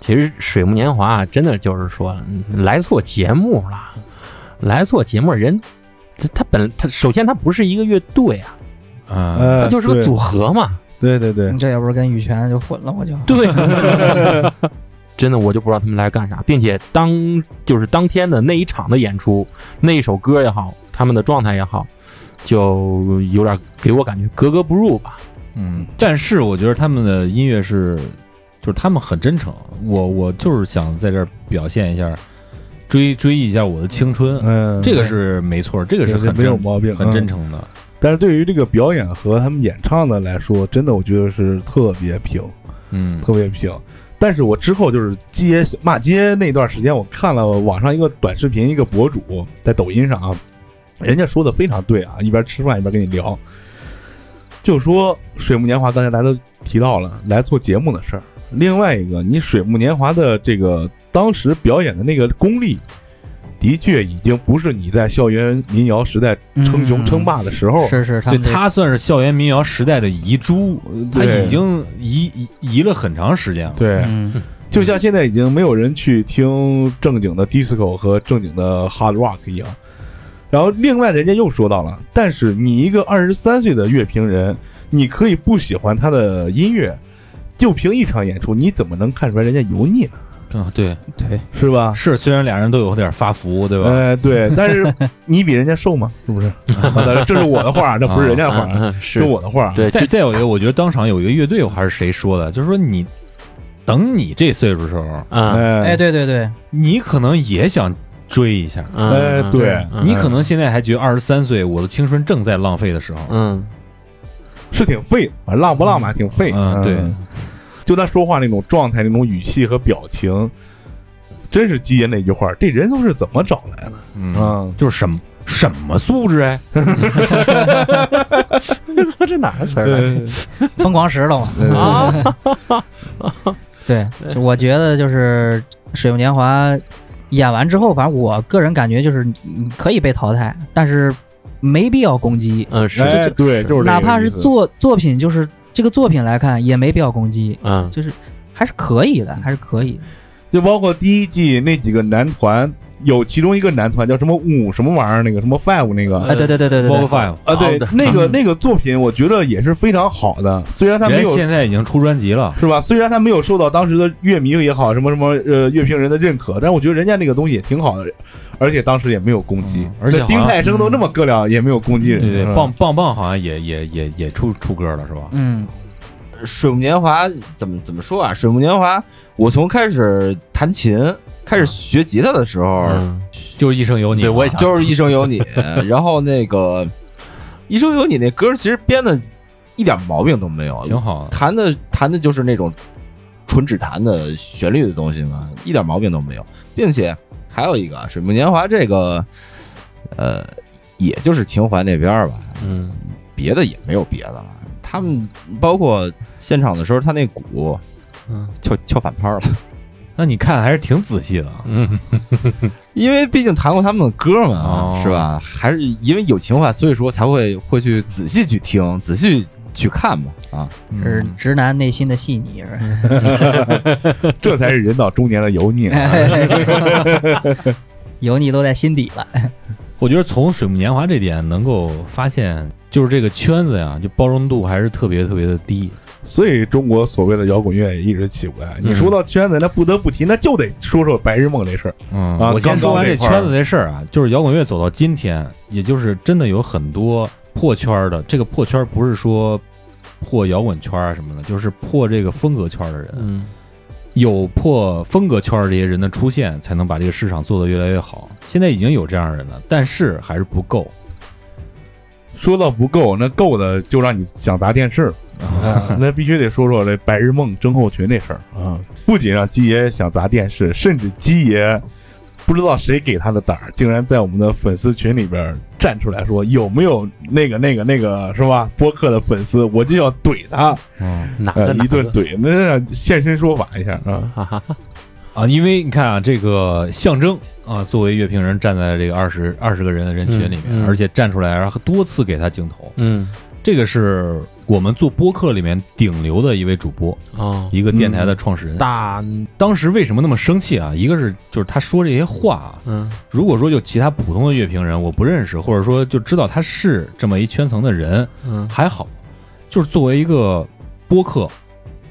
Speaker 8: 其实水木年华啊真的就是说了，嗯来错节目了，来错节目人，他他本他首先他不是一个乐队啊，
Speaker 6: 啊，
Speaker 5: 哎
Speaker 8: 他就是个组合嘛。
Speaker 5: 对对对
Speaker 7: 你这要不是跟羽泉就混了，我就
Speaker 8: 对， 真的我就不知道他们来干啥，并且当就是当天的那一场的演出，那一首歌也好，他们的状态也好，就有点给我感觉格格不入吧。
Speaker 6: 嗯，但是我觉得他们的音乐是，就是他们很真诚。我我就是想在这儿表现一下，追追忆一下我的青春，
Speaker 5: 嗯，
Speaker 6: 这个是没错，这个是
Speaker 5: 对
Speaker 6: 很
Speaker 5: 没有
Speaker 6: 真
Speaker 5: 毛病，嗯
Speaker 6: 很真
Speaker 5: 诚。
Speaker 6: 诚的。
Speaker 5: 但是对于这个表演和他们演唱的来说，真的我觉得是特别平，
Speaker 6: 嗯
Speaker 5: 特别平。但是我之后就是街骂街那段时间，我看了网上一个短视频，一个博主在抖音上啊，人家说的非常对啊，一边吃饭一边跟你聊，就说水木年华刚才大家都提到了来做节目的事儿，另外一个，你《水木年华》的这个当时表演的那个功力，的确已经不是你在校园民谣时代称雄
Speaker 7: 嗯
Speaker 5: 称霸的时候。
Speaker 7: 是是，他
Speaker 6: 对
Speaker 7: 们这
Speaker 6: 他算是校园民谣时代的遗珠，呃他
Speaker 5: 对
Speaker 6: 已经移移移了很长时间了。
Speaker 5: 对，
Speaker 7: 嗯
Speaker 5: 就像现在已经没有人去听正经的 disco 和正经的 hard rock 一样。然后另外人家又说到了，但是你一个二十三岁的乐评人，你可以不喜欢他的音乐，就凭一场演出，你怎么能看出来人家油腻呢？
Speaker 6: 嗯，对，
Speaker 7: 对，
Speaker 5: 是吧？
Speaker 6: 是虽然俩人都有点发福，对吧？
Speaker 5: 哎，对，但是你比人家瘦吗？是不是？啊当然这是我的话，这不是人家的话，
Speaker 8: 嗯，
Speaker 5: 这
Speaker 8: 是
Speaker 5: 是我的话。
Speaker 8: 对，
Speaker 6: 再
Speaker 8: 这
Speaker 6: 再有一个，我觉得当场有一个乐队还是谁说的，就是说你等你这岁数的时候，
Speaker 8: 嗯
Speaker 7: 哎
Speaker 5: 哎，
Speaker 7: 对对对，
Speaker 6: 你可能也想追一下，
Speaker 8: 嗯，
Speaker 5: 哎
Speaker 8: 嗯
Speaker 5: 对，
Speaker 8: 嗯
Speaker 6: 你可能现在还觉得二十三岁我的青春正在浪费的时候，
Speaker 8: 嗯
Speaker 5: 是挺废，啊浪不浪嘛，挺废。
Speaker 6: 嗯对，
Speaker 5: 就他说话那种状态、那种语气和表情，真是基因那句话，这人都是怎么找来的？
Speaker 6: 嗯，
Speaker 5: 嗯，
Speaker 6: 就是什么什么素质哎，
Speaker 8: 这 这哪个词儿
Speaker 5: 呃
Speaker 7: 疯狂石头嘛。
Speaker 8: 啊？
Speaker 7: 对，就我觉得就是《水木年华》演完之后，反正我个人感觉就是你可以被淘汰，但是没必要攻击，
Speaker 8: 嗯是，
Speaker 5: 哎，对，就是这个
Speaker 7: 哪怕
Speaker 5: 意
Speaker 7: 是
Speaker 5: 思
Speaker 7: 作作品，就是这个作品来看，也没必要攻击，
Speaker 8: 嗯
Speaker 7: 就是还是可以的，还是可以的。
Speaker 5: 就包括第一季那几个男团，有其中一个男团叫什么五什么玩意儿那个什么 five 那个。
Speaker 6: 呃
Speaker 8: 呃
Speaker 7: 哎，对对对对对
Speaker 6: 包括
Speaker 7: 对，
Speaker 6: Five，
Speaker 5: 啊，
Speaker 8: 好
Speaker 5: 对
Speaker 8: 的，
Speaker 5: 那个那个作品，我觉得也是非常好的。虽然他没
Speaker 6: 人家
Speaker 5: 有
Speaker 6: 现在已经出专辑了，
Speaker 5: 是吧？虽然他没有受到当时的乐迷也好，什么什么呃乐评人的认可，但是我觉得人家那个东西也挺好的，而且当时也没有攻击
Speaker 6: 嗯，而且
Speaker 5: 那
Speaker 6: 好
Speaker 5: 丁
Speaker 6: 像
Speaker 5: 太升都那么哥俩，也没有攻击
Speaker 6: 对
Speaker 5: 人，是，
Speaker 6: 对
Speaker 5: 吧
Speaker 6: 棒棒棒好像也也也也出出歌了是吧？
Speaker 7: 嗯，
Speaker 9: 水木年华怎么怎么说啊？水木年华，我从开始弹琴，开始学吉他的时候，
Speaker 8: 嗯
Speaker 6: 就是一生有你嘛，
Speaker 8: 对我也想
Speaker 9: 就是《一生有你》， 然后那个《一生有你》那歌其实编的一点毛病都没有
Speaker 6: 挺，好的。
Speaker 9: 弹的弹的就是那种纯指弹的旋律的东西嘛，一点毛病都没有，并且还有一个《水木年华》这个，呃，也就是情怀那边儿吧，
Speaker 8: 嗯
Speaker 9: 别的也没有别的了。他们包括现场的时候，他那鼓
Speaker 8: 嗯
Speaker 9: 翘翘反拍了，
Speaker 6: 那你看还是挺仔细的啊，
Speaker 8: 嗯
Speaker 9: 因为毕竟弹过他们的歌嘛，
Speaker 6: 哦
Speaker 9: 是吧？还是因为有情怀，所以说才会会去仔细去听，仔细去看嘛。啊，
Speaker 7: 是
Speaker 6: 嗯
Speaker 7: 直男内心的细腻，是吧？
Speaker 5: 这才是人到中年的油腻。
Speaker 6: 哎嗯
Speaker 7: 油腻都在心底了。
Speaker 6: 我觉得从《水木年华》这点能够发现，就是这个圈子呀，就包容度还是特别特别的低。
Speaker 5: 所以中国所谓的摇滚乐也一直起不来。你说到圈子，那不得不提，那就得说说白日梦这事儿。
Speaker 6: 嗯
Speaker 5: 啊
Speaker 6: 我先
Speaker 5: 刚
Speaker 6: 说
Speaker 5: 到
Speaker 6: 完
Speaker 5: 这
Speaker 6: 这
Speaker 5: 块儿
Speaker 6: 圈子这事儿啊，就是摇滚乐走到今天，也就是真的有很多破圈儿的。这个破圈儿不是说破摇滚圈儿啊什么的，就是破这个风格圈儿的人。
Speaker 8: 嗯
Speaker 6: 有破风格圈儿这些人的出现，才能把这个市场做得越来越好。现在已经有这样的人了，但是还是不够。
Speaker 5: 说到不够，那够的就让你想砸电视了。啊那必须得说说这白日梦症候群这事儿啊！不仅让鸡爷想砸电视，甚至鸡爷不知道谁给他的胆儿，竟然在我们的粉丝群里边儿站出来说有没有那个那个那个是吧？播客的粉丝，我就要怼他，
Speaker 6: 嗯
Speaker 8: 哪个
Speaker 5: 呃、
Speaker 8: 哪
Speaker 5: 一顿
Speaker 8: 个
Speaker 5: 怼，那那现身说法一下啊！
Speaker 8: 哈哈哈
Speaker 6: 啊，因为你看啊，这个象征啊，作为乐评人站在这个二十二十个人的人群里面，
Speaker 8: 嗯嗯
Speaker 6: 而且站出来，然后多次给他镜头，
Speaker 8: 嗯
Speaker 6: 这个是我们做播客里面顶流的一位主播，
Speaker 8: 哦
Speaker 6: 一个电台的创始人。
Speaker 8: 大
Speaker 6: 当时为什么那么生气啊？一个是就是他说这些话啊，
Speaker 8: 嗯
Speaker 6: 如果说就其他普通的乐评人我不认识，或者说就知道他是这么一圈层的人，
Speaker 8: 嗯
Speaker 6: 还好，就是作为一个播客，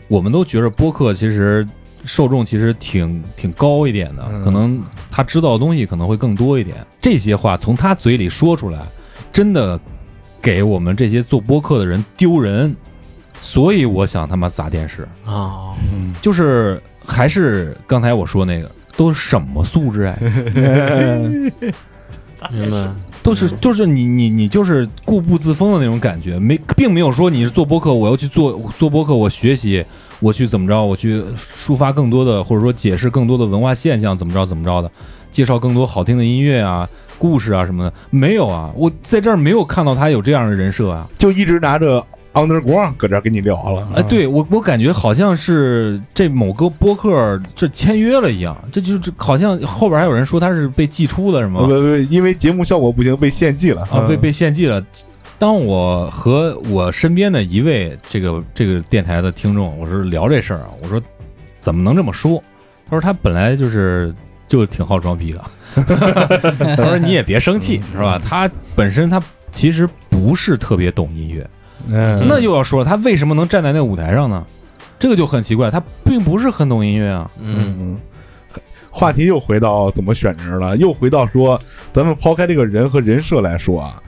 Speaker 6: 我们都觉着播客其实受众其实挺挺高一点的，
Speaker 5: 嗯
Speaker 6: 可能他知道的东西可能会更多一点。这些话从他嘴里说出来，真的给我们这些做播客的人丢人，所以我想他妈砸电视，
Speaker 8: 哦
Speaker 6: 就是还是刚才我说那个，都什么素质哎。
Speaker 8: 明白
Speaker 6: 都是就是你你你就是固步自封的那种感觉，没并没有说你是做播客，我要去做做播客，我学习，我去怎么着，我去抒发更多的或者说解释更多的文化现象，怎么着怎么着的，介绍更多好听的音乐啊、故事啊什么的，没有啊，我在这儿没有看到他有这样的人设啊，
Speaker 5: 就一直拿着。 underground 搁这儿跟你聊了。啊
Speaker 6: 哎，，对我我感觉好像是这某个播客这签约了一样，这就这好像后边还有人说他是被寄出的，是
Speaker 5: 不
Speaker 6: 吗？
Speaker 5: 不，呃因为节目效果不行，被献祭了
Speaker 6: 啊，被
Speaker 5: 嗯
Speaker 6: 被献祭了。当我和我身边的一位这个这个电台的听众，我是聊这事儿啊，我说怎么能这么说？他说他本来就是就挺好装逼的，他说你也别生气，是吧？他本身他其实不是特别懂音乐，
Speaker 5: 嗯
Speaker 6: 那又要说了，他为什么能站在那舞台上呢？这个就很奇怪，他并不是很懂音乐啊。
Speaker 8: 嗯，
Speaker 5: 嗯，话题又回到怎么选人了，又回到说，咱们抛开这个人和人设来说啊，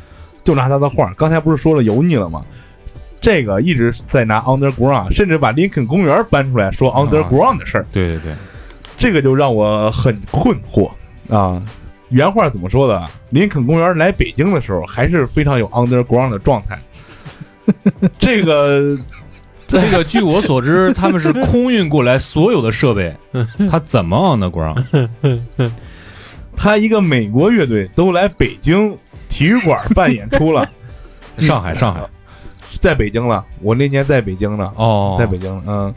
Speaker 5: 就拿他的画儿，刚才不是说了油腻了吗？这个一直在拿 underground，甚至把林肯公园搬出来说 underground 的事儿，
Speaker 6: 对 对对，
Speaker 5: 这个就让我很困惑啊。原话怎么说的？林肯公园来北京的时候，还是非常有 underground 的状态。 这个
Speaker 6: 这个据我所知，他们是空运过来所有的设 备，他怎么 on the ground？
Speaker 5: 他一个美国乐队都来北京体育馆办演出了，
Speaker 6: 上海，上海
Speaker 5: 在北京了。我那年在北京呢，
Speaker 6: 哦，
Speaker 5: 在北京呢。嗯，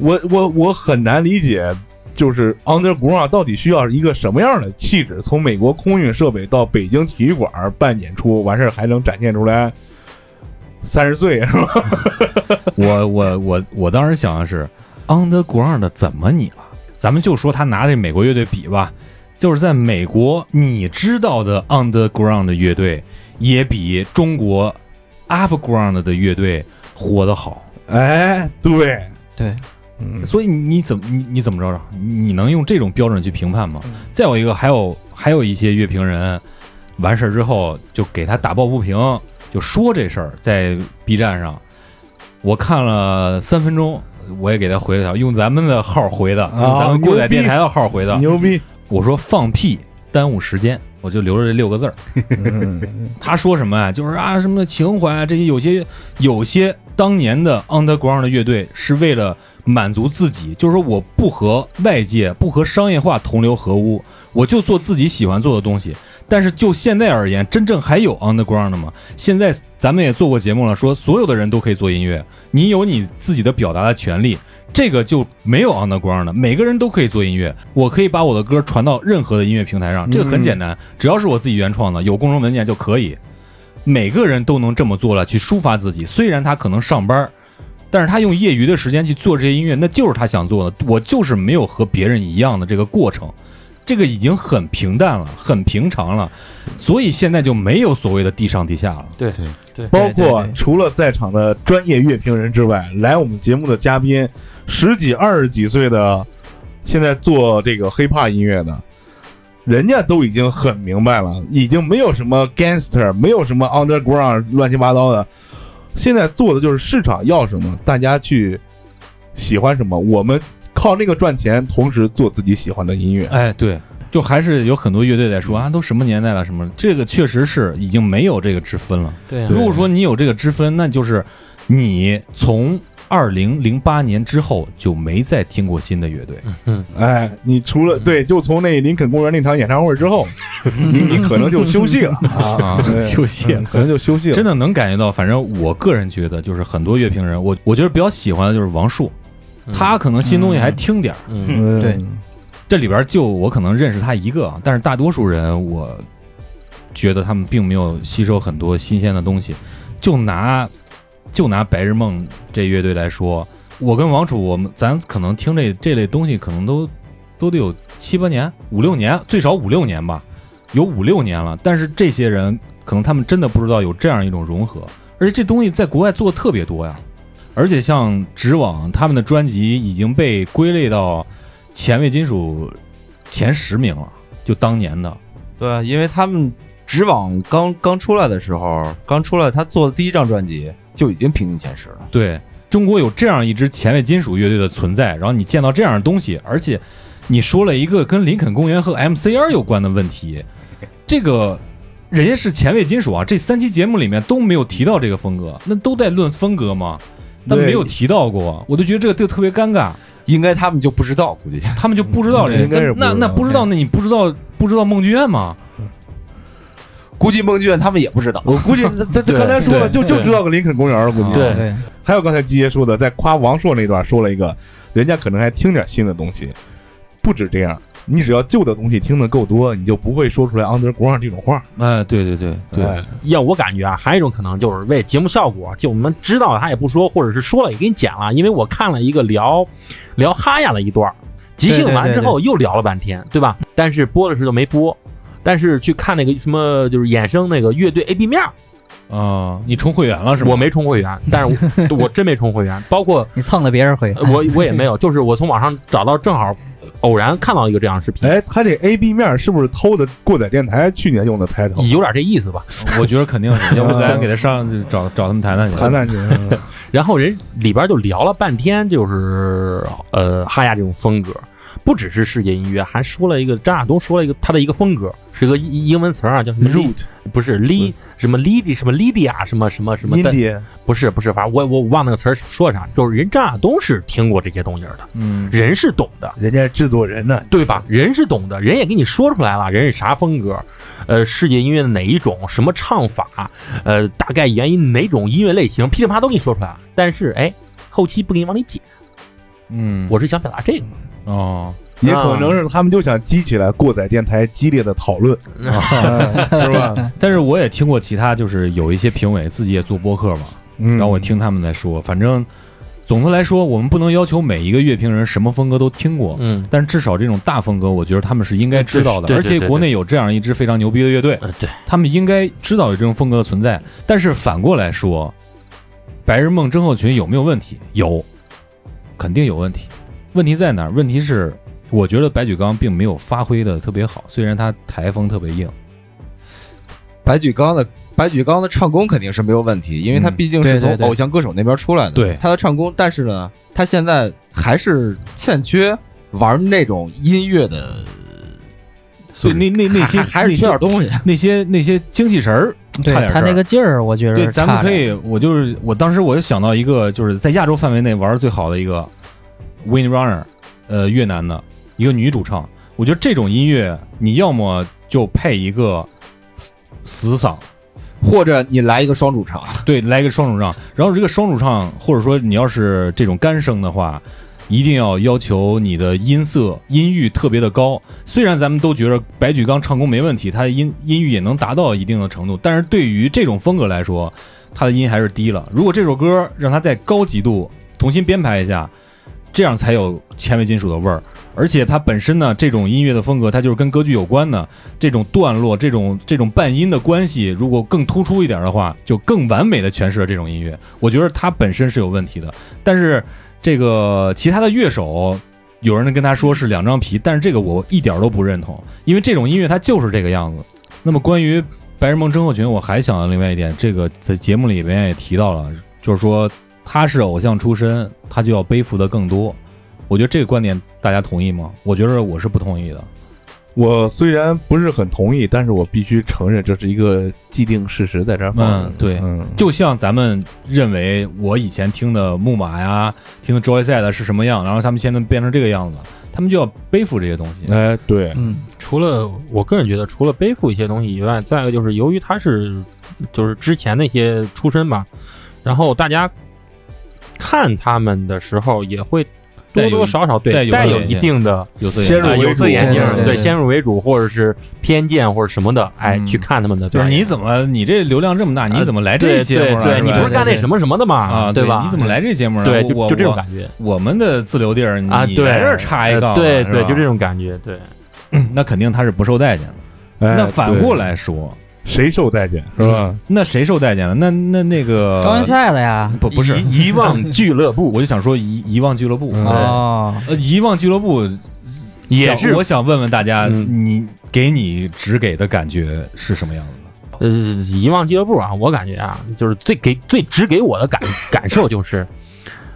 Speaker 5: 我我我很难理解，就是 underground 到底需要一个什么样的气质，从美国空运设备到北京体育馆办演出，完事儿还能展现出来三十岁 是吧？
Speaker 6: 我我我我当时想的是 on the ground 的怎么你了？咱们就说他拿这美国乐队比吧，就是在美国你知道的 on the ground 的乐队，也比中国 up ground 的乐队活得好。
Speaker 5: 哎，对，
Speaker 7: 对，
Speaker 5: 嗯，
Speaker 6: 所以你怎么你你怎么着着？你能用这种标准去评判
Speaker 5: 嗯
Speaker 6: 吗？再有一个，还有还有一些乐评人完事儿之后就给他打抱不平，就说这事儿在 B 站上，我看了三分钟，我也给他回了条，用咱们的号回的，
Speaker 5: 啊
Speaker 6: 用咱们过载
Speaker 5: 牛逼
Speaker 6: 电台的号回的，
Speaker 5: 牛逼，
Speaker 6: 我说放屁，耽误时间，我就留着这六个字儿。
Speaker 5: 嗯
Speaker 6: 他说什么啊？就是啊，什么情怀啊，这些有些有些当年的 underground 的乐队是为了满足自己，就是说我不和外界、不和商业化同流合污，我就做自己喜欢做的东西。但是就现在而言，真正还有 underground 的吗？现在咱们也做过节目了，说所有的人都可以做音乐，你有你自己的表达的权利。这个就没有 underground 的，每个人都可以做音乐。我可以把我的歌传到任何的音乐平台上，这个很简单，只要是我自己原创的，有共同文件就可以。每个人都能这么做了，去抒发自己。虽然他可能上班，但是他用业余的时间去做这些音乐，那就是他想做的。我就是没有和别人一样的这个过程，这个已经很平淡了，很平常了，所以现在就没有所谓的地上地下了。
Speaker 8: 对
Speaker 9: 对
Speaker 8: 对，
Speaker 5: 包
Speaker 7: 对
Speaker 5: 括
Speaker 7: 对
Speaker 5: 除了在场的专业乐评人之外，来我们节目的嘉宾，十几、二十几岁的，现在做这个 hiphop 音乐的，人家都已经很明白了，已经没有什么 gangster，没有什么 underground 乱七八糟的，现在做的就是市场要什么，大家去喜欢什么，我们靠那个赚钱，同时做自己喜欢的音乐。
Speaker 6: 哎，对，就还是有很多乐队在说啊，都什么年代了，什么这个确实是已经没有这个之分了。
Speaker 8: 对啊
Speaker 6: 如果说你有这个之分，那就是你从二零零八年之后就没再听过新的乐队。
Speaker 5: 哎，你除
Speaker 8: 嗯
Speaker 5: 了对，就从那林肯公园那场演唱会之后，你你可能就休息 了 啊，对
Speaker 6: 休息了
Speaker 5: 嗯可能就休息了。
Speaker 6: 真的能感觉到，反正我个人觉得，就是很多乐评人，我我觉得比较喜欢的就是王朔，他可能新东西还听点儿，
Speaker 8: 嗯
Speaker 5: 嗯，
Speaker 7: 对
Speaker 6: 这里边就我可能认识他一个啊，但是大多数人我觉得他们并没有吸收很多新鲜的东西。就拿就拿白日梦这乐队来说，我跟王楚，我们咱可能听这这类东西，可能都都得有七八年、五六年，最少五六年吧，有五六年了。但是这些人可能他们真的不知道有这样一种融合，而且这东西在国外做的特别多呀。而且像直网他们的专辑已经被归类到前卫金属前十名了，就当年的。
Speaker 9: 对啊，因为他们直网刚刚出来的时候，刚出来他做的第一张专辑就已经平进前十了。
Speaker 6: 对中国有这样一支前卫金属乐队的存在，然后你见到这样的东西，而且你说了一个跟林肯公园和 MCR 有关的问题，这个人家是前卫金属啊，这三期节目里面都没有提到这个风格，那都在论风格嘛，但
Speaker 5: 对
Speaker 6: 没有提到过，我就觉得这个就特别尴尬，
Speaker 9: 应该他们就不知道，估计
Speaker 6: 他们就不知道这
Speaker 5: 应该
Speaker 6: 个
Speaker 5: 是，
Speaker 6: 那那
Speaker 5: 不
Speaker 6: 不
Speaker 5: 知
Speaker 6: 知
Speaker 5: 道
Speaker 6: 道，那你不知道不知道梦剧院吗？
Speaker 9: 估计梦剧院他们也不知道。
Speaker 5: 我估计他他
Speaker 8: 对
Speaker 5: 刚才说了，
Speaker 8: 对
Speaker 5: 就就
Speaker 8: 对
Speaker 5: 知道个林肯公园了，估计。
Speaker 6: 嗯
Speaker 8: 对
Speaker 7: 对，
Speaker 5: 还有刚才季爷说的，在夸王朔那段说了一个，人家可能还听点新的东西。不止这样，你只要旧的东西听得够多，你就不会说出来 underground 这种话。
Speaker 6: 哎，对对对对，
Speaker 5: 哎，
Speaker 8: 要我感觉啊，还有一种可能就是为节目效果，就我们知道了他也不说，或者是说了也给你剪了。因为我看了一个聊聊哈雅的一段儿，即兴完之后又聊了半天，对吧？但是播的时候就没播。但是去看那个什么，就是衍生那个乐队 A B 面儿，
Speaker 6: 啊，你充会员了是吗？
Speaker 8: 我没充会员，但是我 我真没充会员，包括
Speaker 7: 你蹭的别人会
Speaker 8: 呃我我也没有，就是我从网上找到，正好偶然看到一个这样的视频，
Speaker 5: 哎，他这 A B 面是不是偷的过载电台去年用的 title？
Speaker 8: 有点这意思吧。
Speaker 6: 我觉得肯定是，要不
Speaker 8: 嗯
Speaker 6: 咱给他上去找找他们谈谈去。
Speaker 5: 谈谈去，
Speaker 8: 然后人里边就聊了半天，就是呃哈亚这种风格，不只是世界音乐，还说了一个张亚东说了一个他的一个风格，是一个英英文词儿啊，叫什么
Speaker 5: Root
Speaker 8: 不是 Li 什么 Lidi 什么 Lydia 什么什么什么
Speaker 5: 印
Speaker 8: 的，
Speaker 5: 第
Speaker 8: 不是不是，反正我我我忘那个词儿说啥，就是人张亚东是听过这些东西儿的，
Speaker 6: 嗯，
Speaker 8: 人是懂的。
Speaker 5: 人家是制作人呢，
Speaker 8: 对吧？人是懂的，人也给你说出来了，人是啥风格，呃，世界音乐的哪一种，什么唱法，呃，大概源于哪种音乐类型，噼里啪啦都给你说出来了。但是，哎，后期不给你往里剪，
Speaker 6: 嗯，
Speaker 8: 我是想表达这个。
Speaker 6: 哦，
Speaker 5: 也可能
Speaker 8: 啊
Speaker 5: 是他们就想激起来过载电台激烈的讨论，
Speaker 8: 啊
Speaker 5: 嗯 是吧？
Speaker 6: 但是我也听过其他，就是有一些评委自己也做播客嘛，
Speaker 5: 嗯
Speaker 6: 然后我听他们在说，反正总的来说，我们不能要求每一个乐评人什么风格都听过，
Speaker 8: 嗯，
Speaker 6: 但是至少这种大风格，我觉得他们是应该知道的。
Speaker 8: 对
Speaker 6: 而
Speaker 8: 对对
Speaker 6: 且国内有这样一支非常牛逼的乐队，
Speaker 8: 呃，对，
Speaker 6: 他们应该知道有这种风格的存在。但是反过来说，白日梦症候群有没有问题？有，肯定有问题。问题在哪儿？问题是，我觉得白举纲并没有发挥的特别好，虽然他台风特别硬。
Speaker 9: 白举纲的白举纲的唱功肯定是没有问题，因为他
Speaker 6: 嗯
Speaker 9: 毕竟是
Speaker 7: 对
Speaker 9: 从
Speaker 7: 对对
Speaker 9: 偶像歌手那边出来的，
Speaker 6: 对
Speaker 9: 他的唱功，但是呢，他现在还是欠缺玩那种音乐的，
Speaker 6: 对，那那那些
Speaker 9: 还还是缺点东西。
Speaker 6: 那些那些精气神儿，
Speaker 7: 对
Speaker 6: 差点事
Speaker 7: 他
Speaker 6: 儿
Speaker 7: 那个劲儿，我觉得
Speaker 6: 对，
Speaker 7: 是
Speaker 6: 咱们
Speaker 7: 差
Speaker 6: 可
Speaker 7: 着
Speaker 6: 以，我就是我当时我就想到一个，就是在亚洲范围内玩的最好的一个 Windrunner，呃，越南的一个女主唱。我觉得这种音乐，你要么就配一个死死嗓，
Speaker 9: 或者你来一个双主唱，
Speaker 6: 对，来一个双主唱。然后这个双主唱，或者说你要是这种干声的话，一定要要求你的音色音域特别的高。虽然咱们都觉得白举纲唱功没问题，他的音音域也能达到一定的程度，但是对于这种风格来说，他的音还是低了。如果这首歌让他在高几度重新编排一下，这样才有前卫金属的味儿。而且它本身呢，这种音乐的风格，它就是跟歌剧有关的。这种段落、这种这种半音的关系，如果更突出一点的话，就更完美的诠释了这种音乐。我觉得它本身是有问题的，但是这个其他的乐手，有人跟他说是两张皮，但是这个我一点都不认同，因为这种音乐它就是这个样子。那么关于《白日梦症候群》，我还想到另外一点，这个在节目里面也提到了，就是说他是偶像出身，他就要背负的更多。我觉得这个观点大家同意吗？我觉得我是不同意的。
Speaker 5: 我虽然不是很同意，但是我必须承认这是一个既定事实，在这儿放着。
Speaker 6: 嗯对
Speaker 5: 嗯，
Speaker 6: 就像咱们认为我以前听的木马呀、听的 Joy 赛的是什么样，然后他们现在变成这个样子，他们就要背负这些东西。
Speaker 5: 哎，对，
Speaker 7: 嗯，
Speaker 8: 除了我个人觉得，除了背负一些东西以外，再一个就是由于他是就是之前那些出身吧，然后大家看他们的时候也会多
Speaker 6: 带有
Speaker 8: 多少少
Speaker 6: 带
Speaker 8: 对
Speaker 6: 有
Speaker 8: 带
Speaker 6: 一
Speaker 8: 有
Speaker 6: 点
Speaker 8: 一定的。
Speaker 6: 有色
Speaker 5: 先
Speaker 6: 眼
Speaker 8: 啊，
Speaker 5: 入为
Speaker 6: 镜，
Speaker 8: 有
Speaker 5: 主
Speaker 8: 色眼镜儿，
Speaker 7: 对对
Speaker 8: 对，
Speaker 7: 对
Speaker 8: 先入为主，或者是偏见或者什么的，哎，
Speaker 6: 嗯
Speaker 8: 去看他们的表
Speaker 6: 就是
Speaker 8: 演，
Speaker 6: 你怎么你这流量这么大，你怎么来这
Speaker 8: 对
Speaker 6: 节
Speaker 8: 对
Speaker 6: 目了？
Speaker 8: 呃
Speaker 6: 啊
Speaker 8: 对，
Speaker 6: 是
Speaker 8: 你
Speaker 6: 吧
Speaker 8: 不是干那什么什么的嘛，
Speaker 6: 啊，
Speaker 8: 吧？
Speaker 6: 你怎么来这节目了？
Speaker 8: 对，就
Speaker 6: 我
Speaker 8: 就这种
Speaker 6: 我
Speaker 8: 感觉
Speaker 6: 我们的自留地儿，你
Speaker 8: 啊，
Speaker 6: 来
Speaker 8: 对，
Speaker 6: 这儿插一
Speaker 8: 呃
Speaker 6: 杠啊，
Speaker 8: 对
Speaker 6: 是
Speaker 8: 对，
Speaker 6: 吧
Speaker 8: 就这种感觉，对，
Speaker 6: 那肯定他是不受待见的。
Speaker 5: 哎
Speaker 6: 那反过
Speaker 5: 对
Speaker 6: 来说，
Speaker 5: 谁受待见是
Speaker 8: 嗯
Speaker 5: 吧？
Speaker 6: 那谁受待见了？那那那个
Speaker 7: 招人赛了呀。
Speaker 6: 不不是
Speaker 8: 遗遗忘
Speaker 6: 俱乐部，我就想说遗遗忘俱乐部。
Speaker 5: 嗯对
Speaker 7: 哦，。
Speaker 9: 啊
Speaker 6: 呃，遗忘俱乐部
Speaker 8: 也
Speaker 6: 想
Speaker 8: 是
Speaker 6: 我想问问大家，
Speaker 8: 嗯
Speaker 6: 你给你只给的感觉是什么样子的？
Speaker 8: 呃，遗忘俱乐部啊，我感觉啊，就是最给最直给我的感 感受就是，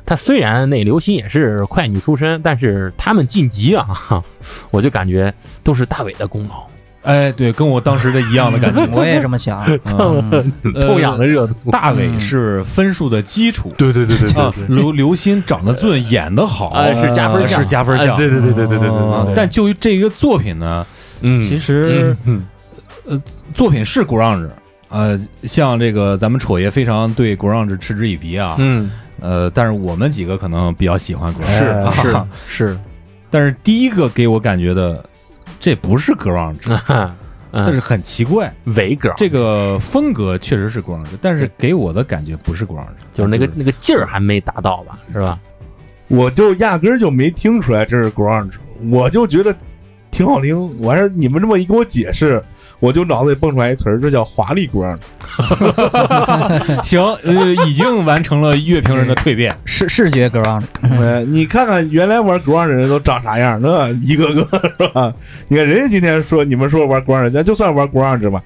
Speaker 8: 他虽然那刘鑫也是快女出身，但是他们晋级啊， 哈我就感觉都是大伟的功劳，
Speaker 6: 哎，对，跟我当时的一样的感 觉
Speaker 7: 我也这么想。
Speaker 6: 嗯
Speaker 7: 嗯
Speaker 8: 痛痒的热度，
Speaker 6: 大伟是分数的基础。
Speaker 8: 对对对对
Speaker 6: 啊，刘刘鑫长得俊，演得好，啊
Speaker 8: 哎是加分项哎
Speaker 6: 是加分项。
Speaker 8: 对对对对对对对
Speaker 6: 啊
Speaker 8: 对，
Speaker 6: 但就于这个作品呢，
Speaker 8: 嗯
Speaker 6: 其实
Speaker 8: 嗯
Speaker 6: 作品是 grunge，呃，像这个咱们楚爷非常对 grunge 嗤之以鼻啊，
Speaker 8: 嗯，哎
Speaker 6: 呃，但是我们几个可能比较喜欢 grunge，
Speaker 5: 是
Speaker 6: 啊
Speaker 8: 是是，
Speaker 6: 但是第一个给我感觉的，这不是
Speaker 8: 嗯
Speaker 6: grunge，但
Speaker 8: 但
Speaker 6: 是很奇怪，
Speaker 8: 伪梗，
Speaker 6: 这个风格确实是 grunge，但是给我的感觉不是 grunge，
Speaker 8: 就是那个那个劲儿还没达到吧，是吧？
Speaker 5: 我就压根儿就没听出来这是 grunge，我就觉得挺好听。完事儿你们这么一给我解释，我就脑子里蹦出来一词儿，这叫华丽 grunge。
Speaker 6: 行，呃，已经完成了乐评人的 蜕变，
Speaker 7: 视视觉啊 ground，
Speaker 5: 哎，你看看原来玩 grunge 的人都长啥样，那一个个是吧？你看人家今天说你们说玩 grunge，那就算玩 grunge 吧，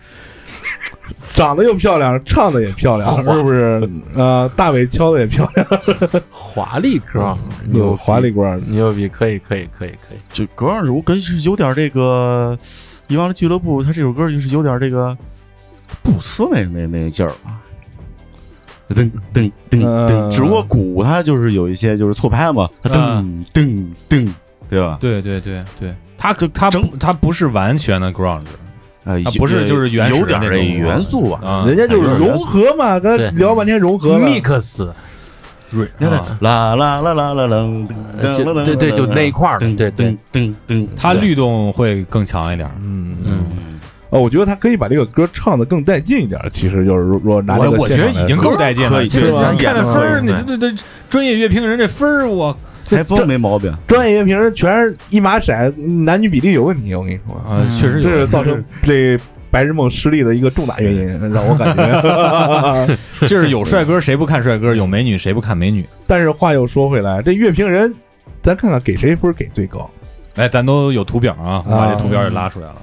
Speaker 5: 长得又漂亮，唱的也漂亮，是不是？呃，大尾敲的也漂亮，
Speaker 8: 华丽哥，
Speaker 5: 有华丽 grunge。
Speaker 8: 啊牛嗯逼，可以可以可以可以，
Speaker 10: 就 grunge，我感觉是有点这个《遗忘的俱乐部》，他这首歌就是有点这个布斯那那那劲儿吧。噔噔噔
Speaker 5: 嗯
Speaker 10: 噔，只不过鼓它就是有一些就是错拍嘛，它噔噔噔，对吧？
Speaker 6: 对对对对，
Speaker 10: 它可
Speaker 6: 它
Speaker 10: 整
Speaker 6: 不它不是完全的 grunge，
Speaker 10: 呃
Speaker 6: 它不是就是原始
Speaker 10: 有
Speaker 6: 的
Speaker 10: 点
Speaker 6: 那
Speaker 10: 这
Speaker 6: 种
Speaker 10: 元素吧？
Speaker 6: 啊，
Speaker 5: 人家就是融合嘛，咱
Speaker 8: 对
Speaker 5: 聊半天融合了，
Speaker 8: mix，
Speaker 6: 瑞
Speaker 10: 你看
Speaker 8: 啊
Speaker 10: 啦啦啦啦啦啦，噔噔
Speaker 8: 呃就
Speaker 10: 噔
Speaker 8: 对对，
Speaker 10: 噔
Speaker 8: 就那一块儿的，
Speaker 10: 噔
Speaker 8: 对对
Speaker 10: 噔，噔噔，
Speaker 6: 它律动会更强一点。
Speaker 8: 嗯嗯，
Speaker 5: 呃，我觉得他可以把这个歌唱的更带劲一点儿。其实就是如如果拿这
Speaker 6: 我
Speaker 5: 个
Speaker 6: 我觉
Speaker 5: 现
Speaker 6: 得
Speaker 5: 场来
Speaker 6: 已经够带劲
Speaker 10: 可
Speaker 6: 了，
Speaker 10: 以
Speaker 6: 这
Speaker 5: 是
Speaker 6: 个
Speaker 5: 吧
Speaker 6: 你看这分儿，你
Speaker 10: 对
Speaker 6: 这这这专业乐评人这分儿，我
Speaker 10: 台风没毛病。
Speaker 5: 专业乐评人全是一码色，男女比例有问题。我跟你说，
Speaker 6: 啊确实
Speaker 5: 这是
Speaker 6: 有，
Speaker 5: 造成这白日梦失利的一个重大原因，让我感觉。
Speaker 6: 这是有帅哥谁不看帅哥，有美女谁不看美女。
Speaker 5: 但是话又说回来，这乐评人，咱看看给谁分儿给最高。
Speaker 6: 哎，咱都有图表啊，我把这图表也拉出来了。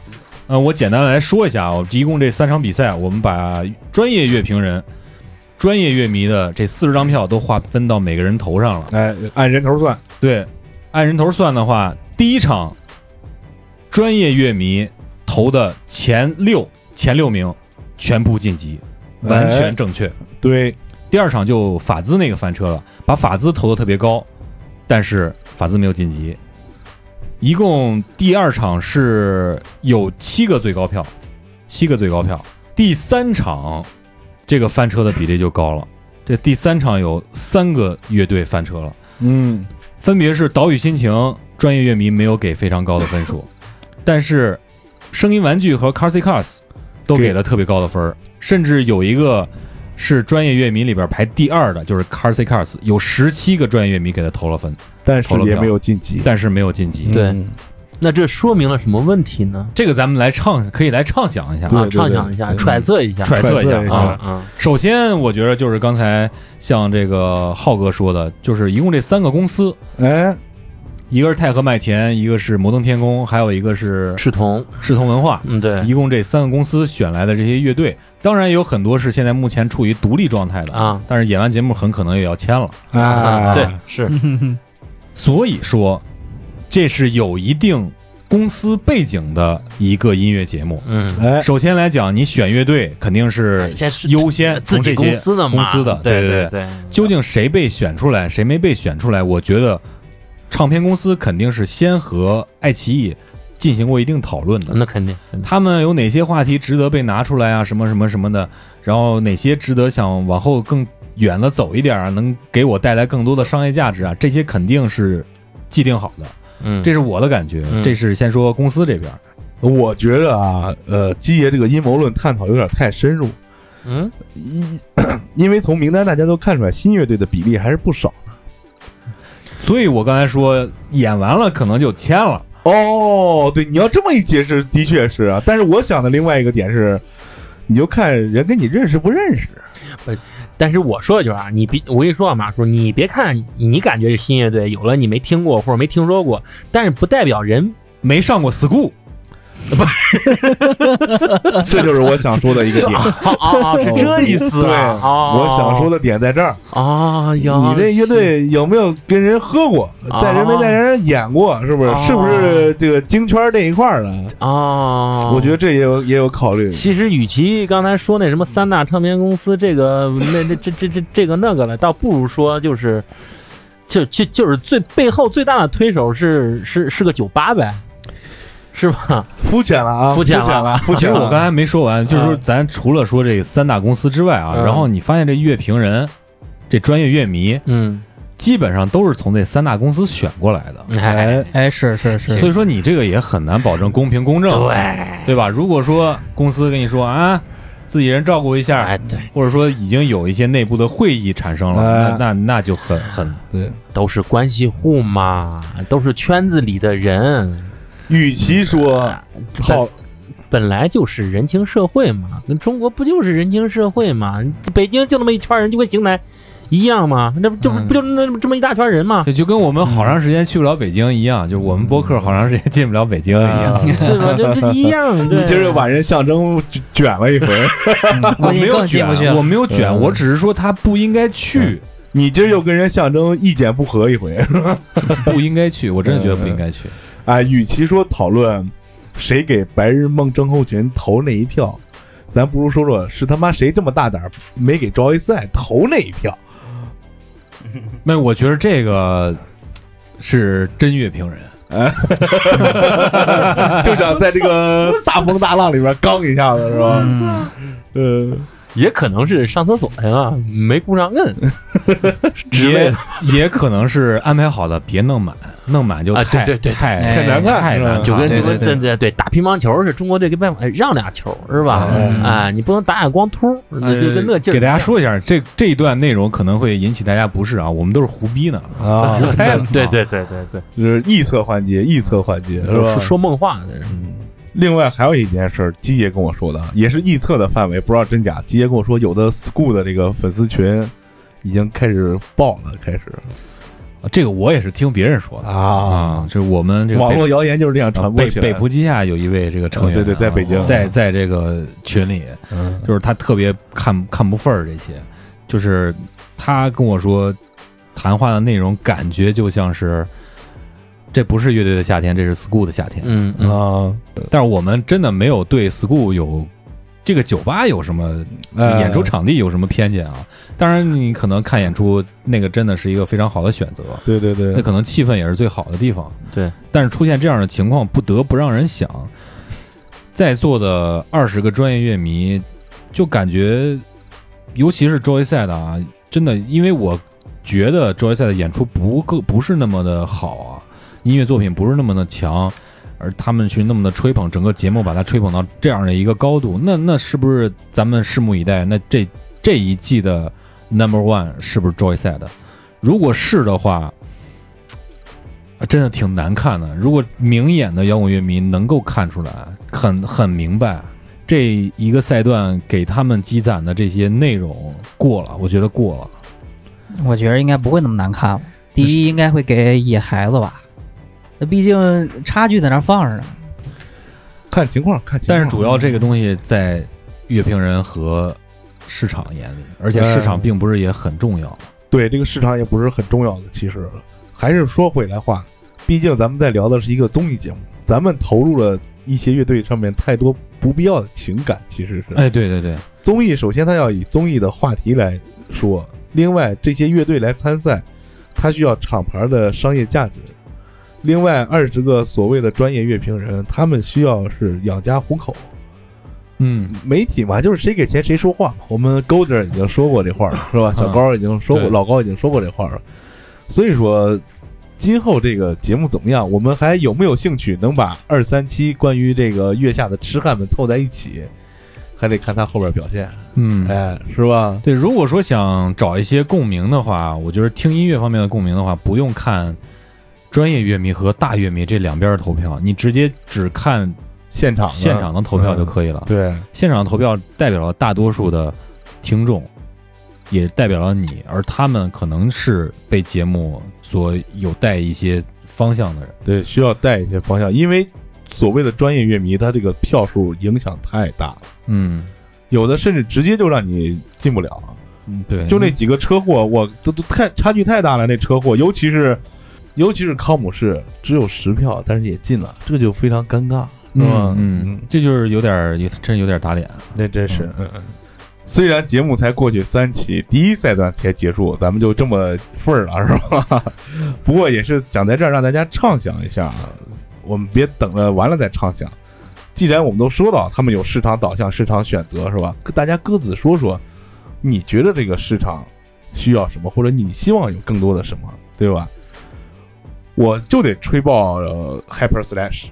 Speaker 6: 呃，我简单来说一下啊，我一共这三场比赛，我们把专业乐评人、专业乐迷的这四十张票都划分到每个人头上了。
Speaker 5: 哎，按人头算，
Speaker 6: 对，按人头算的话，第一场专业乐迷投的前六前六名全部晋级，完全正确。
Speaker 5: 哎对，
Speaker 6: 第二场就法兹那个翻车了，把法兹投的特别高，但是法兹没有晋级。一共第二场是有七个最高票，七个最高票。第三场这个翻车的比例就高了，这第三场有三个乐队翻车了。
Speaker 5: 嗯，
Speaker 6: 分别是岛屿心情，专业乐迷没有给非常高的 分数，但是声音玩具和 Carsy Cars 都给了特别高的分儿，甚至有一个是专业乐迷里边排第二的，就是 Carsy Cars，有十七个专业乐迷给他投了分，
Speaker 5: 但是
Speaker 6: 投了
Speaker 5: 也
Speaker 6: 票
Speaker 5: 没有晋级。
Speaker 6: 但是没有晋级。
Speaker 8: 对
Speaker 5: 嗯
Speaker 8: 那这说明了什么问题呢？
Speaker 6: 这个咱们来畅可以来畅想一下啊。
Speaker 8: 啊，
Speaker 5: 对对
Speaker 8: 畅想一下，
Speaker 5: 对
Speaker 8: 揣测一下，
Speaker 6: 揣测
Speaker 5: 揣
Speaker 6: 一下
Speaker 5: 测一下嗯
Speaker 8: 啊
Speaker 6: 啊！
Speaker 8: 啊，
Speaker 6: 首先，我觉得就是刚才像这个浩哥说的，就是一共这三个公司，
Speaker 5: 哎，
Speaker 6: 一个是泰和麦田，一个是摩登天空，还有一个是
Speaker 8: 视同，
Speaker 6: 视同文化。
Speaker 8: 嗯，对
Speaker 6: 一共这三个公司选来的这些乐队，当然也有很多是现在目前处于独立状态的，
Speaker 8: 啊
Speaker 6: 但是演完节目很可能也要签了。
Speaker 5: 啊，
Speaker 8: 对，是
Speaker 6: 所以说，这是有一定公司背景的一个音乐节目。
Speaker 8: 嗯，
Speaker 5: 哎，
Speaker 6: 首先来讲，你选乐队肯定是
Speaker 8: 哎先是
Speaker 6: 优先
Speaker 8: 自
Speaker 6: 从
Speaker 8: 己
Speaker 6: 这
Speaker 8: 公
Speaker 6: 些
Speaker 8: 司的嘛，
Speaker 6: 公司的，
Speaker 8: 对
Speaker 6: 对
Speaker 8: 对对，
Speaker 6: 究竟谁被选出来，谁没被选出来？我觉得唱片公司肯定是先和爱奇艺进行过一定讨论的。
Speaker 8: 那肯定，
Speaker 6: 他们有哪些话题值得被拿出来啊？什么什么什么的，然后哪些值得想往后更远了走一点啊？能给我带来更多的商业价值啊？这些肯定是既定好的，
Speaker 8: 嗯，
Speaker 6: 这是我的感觉。
Speaker 8: 嗯
Speaker 6: 这是先说公司这边，
Speaker 5: 我觉着啊，呃，基爷这个阴谋论探讨有点太深入，
Speaker 8: 嗯
Speaker 5: 因 因为从名单大家都看出来，新乐队的比例还是不少。
Speaker 6: 所以我刚才说演完了可能就签了，
Speaker 5: 哦，对，你要这么一解释，的确是啊。但是我想的另外一个点是，你就看人跟你认识不认识。
Speaker 8: 但是我说一句啊，你别，我跟你说啊，马叔，你别看你感觉这新乐队有了你没听过或者没听说过，但是不代表人
Speaker 6: 没上过 school，
Speaker 5: 这就是我想 说的一个点。
Speaker 8: 啊啊呃啊是这意思啊！
Speaker 5: 哦对
Speaker 8: 啊
Speaker 5: 我想说的点在这儿，
Speaker 8: 啊呀，
Speaker 5: 你这乐队有没有跟人喝过，
Speaker 8: 啊
Speaker 5: 在人没在人演过，是不是？
Speaker 8: 啊
Speaker 5: 是不是这个京圈这一块儿的？
Speaker 8: 啊，
Speaker 5: 我觉得这也有也有考虑。
Speaker 8: 其实，与其刚才说那什么三大唱片公司这个那那这这这这个那个了，倒不如说就是，就就就是最背后最大的推手是是是个酒吧呗，是吧？
Speaker 5: 肤浅了啊，
Speaker 8: 肤浅了
Speaker 5: 了，肤
Speaker 6: 其
Speaker 5: 浅
Speaker 6: 实
Speaker 5: 了。
Speaker 6: 我刚才没说完，就是说咱除了说这三大公司之外啊，
Speaker 8: 嗯
Speaker 6: 然后你发现这乐评人，这专业乐迷
Speaker 8: 嗯，
Speaker 6: 基本上都是从这三大公司选过来的。
Speaker 8: 哎，
Speaker 7: 哎，是是是，
Speaker 6: 所以说你这个也很难保证公平公正，
Speaker 8: 对，
Speaker 6: 对吧？如果说公司跟你说啊，自己人照顾一下
Speaker 8: 哎，，对，
Speaker 6: 或者说已经有一些内部的会议产生了
Speaker 5: 哎，
Speaker 6: 那那那就很 很
Speaker 5: 对，
Speaker 8: 都是关系户嘛，都是圈子里的人，
Speaker 5: 与其说
Speaker 8: 哎
Speaker 5: 好，
Speaker 8: 本来就是人情社会嘛。那中国不就是人情社会嘛？北京就那么一圈人，就跟邢台一样嘛。那不就
Speaker 7: 嗯
Speaker 8: 不就那么这么一大圈人 嘛？
Speaker 6: 这就跟我们好长时间去不了北京一样，就是我们播客好长时间进不了北京一样。
Speaker 8: 对吧？就这一样。
Speaker 5: 你
Speaker 8: 对，
Speaker 5: 今儿又把人象征卷了 一回，
Speaker 7: 估
Speaker 6: 没
Speaker 7: 计
Speaker 6: 有
Speaker 7: 更进
Speaker 6: 卷啊
Speaker 7: 不去，了
Speaker 6: 我。没有卷，我只是说他不应该去，
Speaker 5: 你今儿又跟人象征意见不合一回。
Speaker 6: 不应该去，我真的觉得不应该去。
Speaker 5: 啊，与其说讨论谁给白日梦症候群投那一票，咱不如说说是他妈谁这么大胆儿没给 Joyce 爱投那一票。
Speaker 6: 那我觉得这个是真乐评人，
Speaker 5: 就想在这个大风大浪里边刚一下子，是吧？
Speaker 7: 嗯，
Speaker 5: 嗯，
Speaker 8: 也可能是上厕所去了，没顾上 摁。职位
Speaker 6: 也也可能是安排好的，别弄满，弄满就
Speaker 8: 啊
Speaker 6: 太
Speaker 8: 对对对
Speaker 6: 太
Speaker 7: 哎
Speaker 5: 很呃难看，
Speaker 6: 太
Speaker 5: 是吧
Speaker 6: 难看
Speaker 8: 就跟
Speaker 7: 对
Speaker 8: 就跟
Speaker 7: 对对
Speaker 8: 对对对打乒乓球是中国队跟外国让俩球是吧？啊，你不能打眼光秃，
Speaker 6: 呃
Speaker 8: 啊就跟那劲儿。
Speaker 6: 给大家，说一下，这这一段内容可能会引起大家不适啊，我们都是胡逼呢，
Speaker 5: 啊，
Speaker 6: 胡猜呢，
Speaker 8: 对对对对对，
Speaker 5: 就是臆测环节，臆测环节是
Speaker 8: 都是
Speaker 5: 吧？
Speaker 8: 说梦话的人。
Speaker 5: 另外还有一件事儿，基爷跟我说的，也是臆测的范围，不知道真假。基爷跟我说，有的 school 的这个粉丝群已经开始爆了，开始
Speaker 6: 啊这个我也是听别人说的啊，这我们这个
Speaker 5: 网
Speaker 6: 北
Speaker 5: 络谣言就是这样传播
Speaker 6: 北
Speaker 5: 起来。哦
Speaker 6: 北浦基亚有一位这个成员啊，
Speaker 5: 对对在北京
Speaker 6: 在在这个群里，
Speaker 5: 嗯
Speaker 6: 就是他特别看看不分儿这些，就是他跟我说谈话的内容，感觉就像是这不是乐队的夏天，这是 school 的夏天。
Speaker 8: 嗯嗯，
Speaker 5: 啊，
Speaker 6: 但是我们真的没有对 school 有这个酒吧有什么
Speaker 5: 哎
Speaker 6: 演出场地有什么偏见啊？当然，你可能看演出那个真的是一个非常好的选择，
Speaker 5: 对对对
Speaker 6: 那，可能气氛也是最好的地方。
Speaker 8: 对，
Speaker 6: 但是出现这样的情况，不得不让人想，在座的二十个专业乐迷，就感觉，尤其是 Joy 赛的啊，真的，因为我觉得 Joy 赛的演出不够，不是那么的好啊，音乐作品不是那么的强，而他们去那么的吹捧，整个节目把它吹捧到这样的一个高度，那那是不是咱们拭目以待？那这这一季的 Number One 是不是 Joy 赛的？如果是的话，啊，真的挺难看的。如果明眼的摇滚乐迷能够看出来，很很明白这一个赛段给他们积攒的这些内容过了，我觉得过了。
Speaker 7: 我觉得应该不会那么难看吧。第一，应该会给野孩子吧，那毕竟差距在那儿放着呢。
Speaker 5: 看情况，看情况。
Speaker 6: 但是主要这个东西在乐评人和市场眼里，而且市场并不是也很重要。
Speaker 5: 对这个市场也不是很重要的，其实还是说回来话，毕竟咱们在聊的是一个综艺节目，咱们投入了一些乐队上面太多不必要的情感，其实是。
Speaker 6: 哎，对对对，
Speaker 5: 综艺首先它要以综艺的话题来说，另外这些乐队来参赛，它需要厂牌的商业价值。另外二十个所谓的专业乐评人，他们需要是养家糊口。
Speaker 6: 嗯，
Speaker 5: 媒体嘛，就是谁给钱谁说话嘛。我们 Golder 已经说过这话 了，是吧？小高已经说过，
Speaker 6: 对
Speaker 5: 老高已经说过这话了。所以说，今后这个节目怎么样，我们还有没有兴趣能把二三期关于这个月下的痴汉们凑在一起，还得看他后边表现，
Speaker 6: 嗯，
Speaker 5: 哎，是吧？
Speaker 6: 对，如果说想找一些共鸣的话，我觉得听音乐方面的共鸣的话，不用看专业乐迷和大乐迷这两边的投票，你直接只看
Speaker 5: 现场呢
Speaker 6: 现场的投票就可以了。
Speaker 5: 对，
Speaker 6: 现场投票代表了大多数的听众，也代表了你，而他们可能是被节目所有带一些方向的人。
Speaker 5: 对，需要带一些方向，因为所谓的专业乐迷，他这个票数影响太大了，
Speaker 6: 嗯，
Speaker 5: 有的甚至直接就让你进不了。
Speaker 6: 对，
Speaker 5: 就那几个车祸，我都都太差距太大了。那车祸，尤其是尤其是康姆士，只有十票，但是也进了，这就非常尴尬，是吧
Speaker 6: 嗯？嗯，这就是有点儿有真有点儿打脸。
Speaker 5: 那真是
Speaker 6: 嗯。
Speaker 5: 嗯嗯虽然节目才过去三期，第一赛段才结束，咱们就这么份儿了，是吧？不过也是想在这儿让大家畅想一下，我们别等了完了再畅想。既然我们都说到他们有市场导向、市场选择，是吧？大家各自说说，你觉得这个市场需要什么，或者你希望有更多的什么，对吧？我就得吹爆、呃 Hyper Slash，、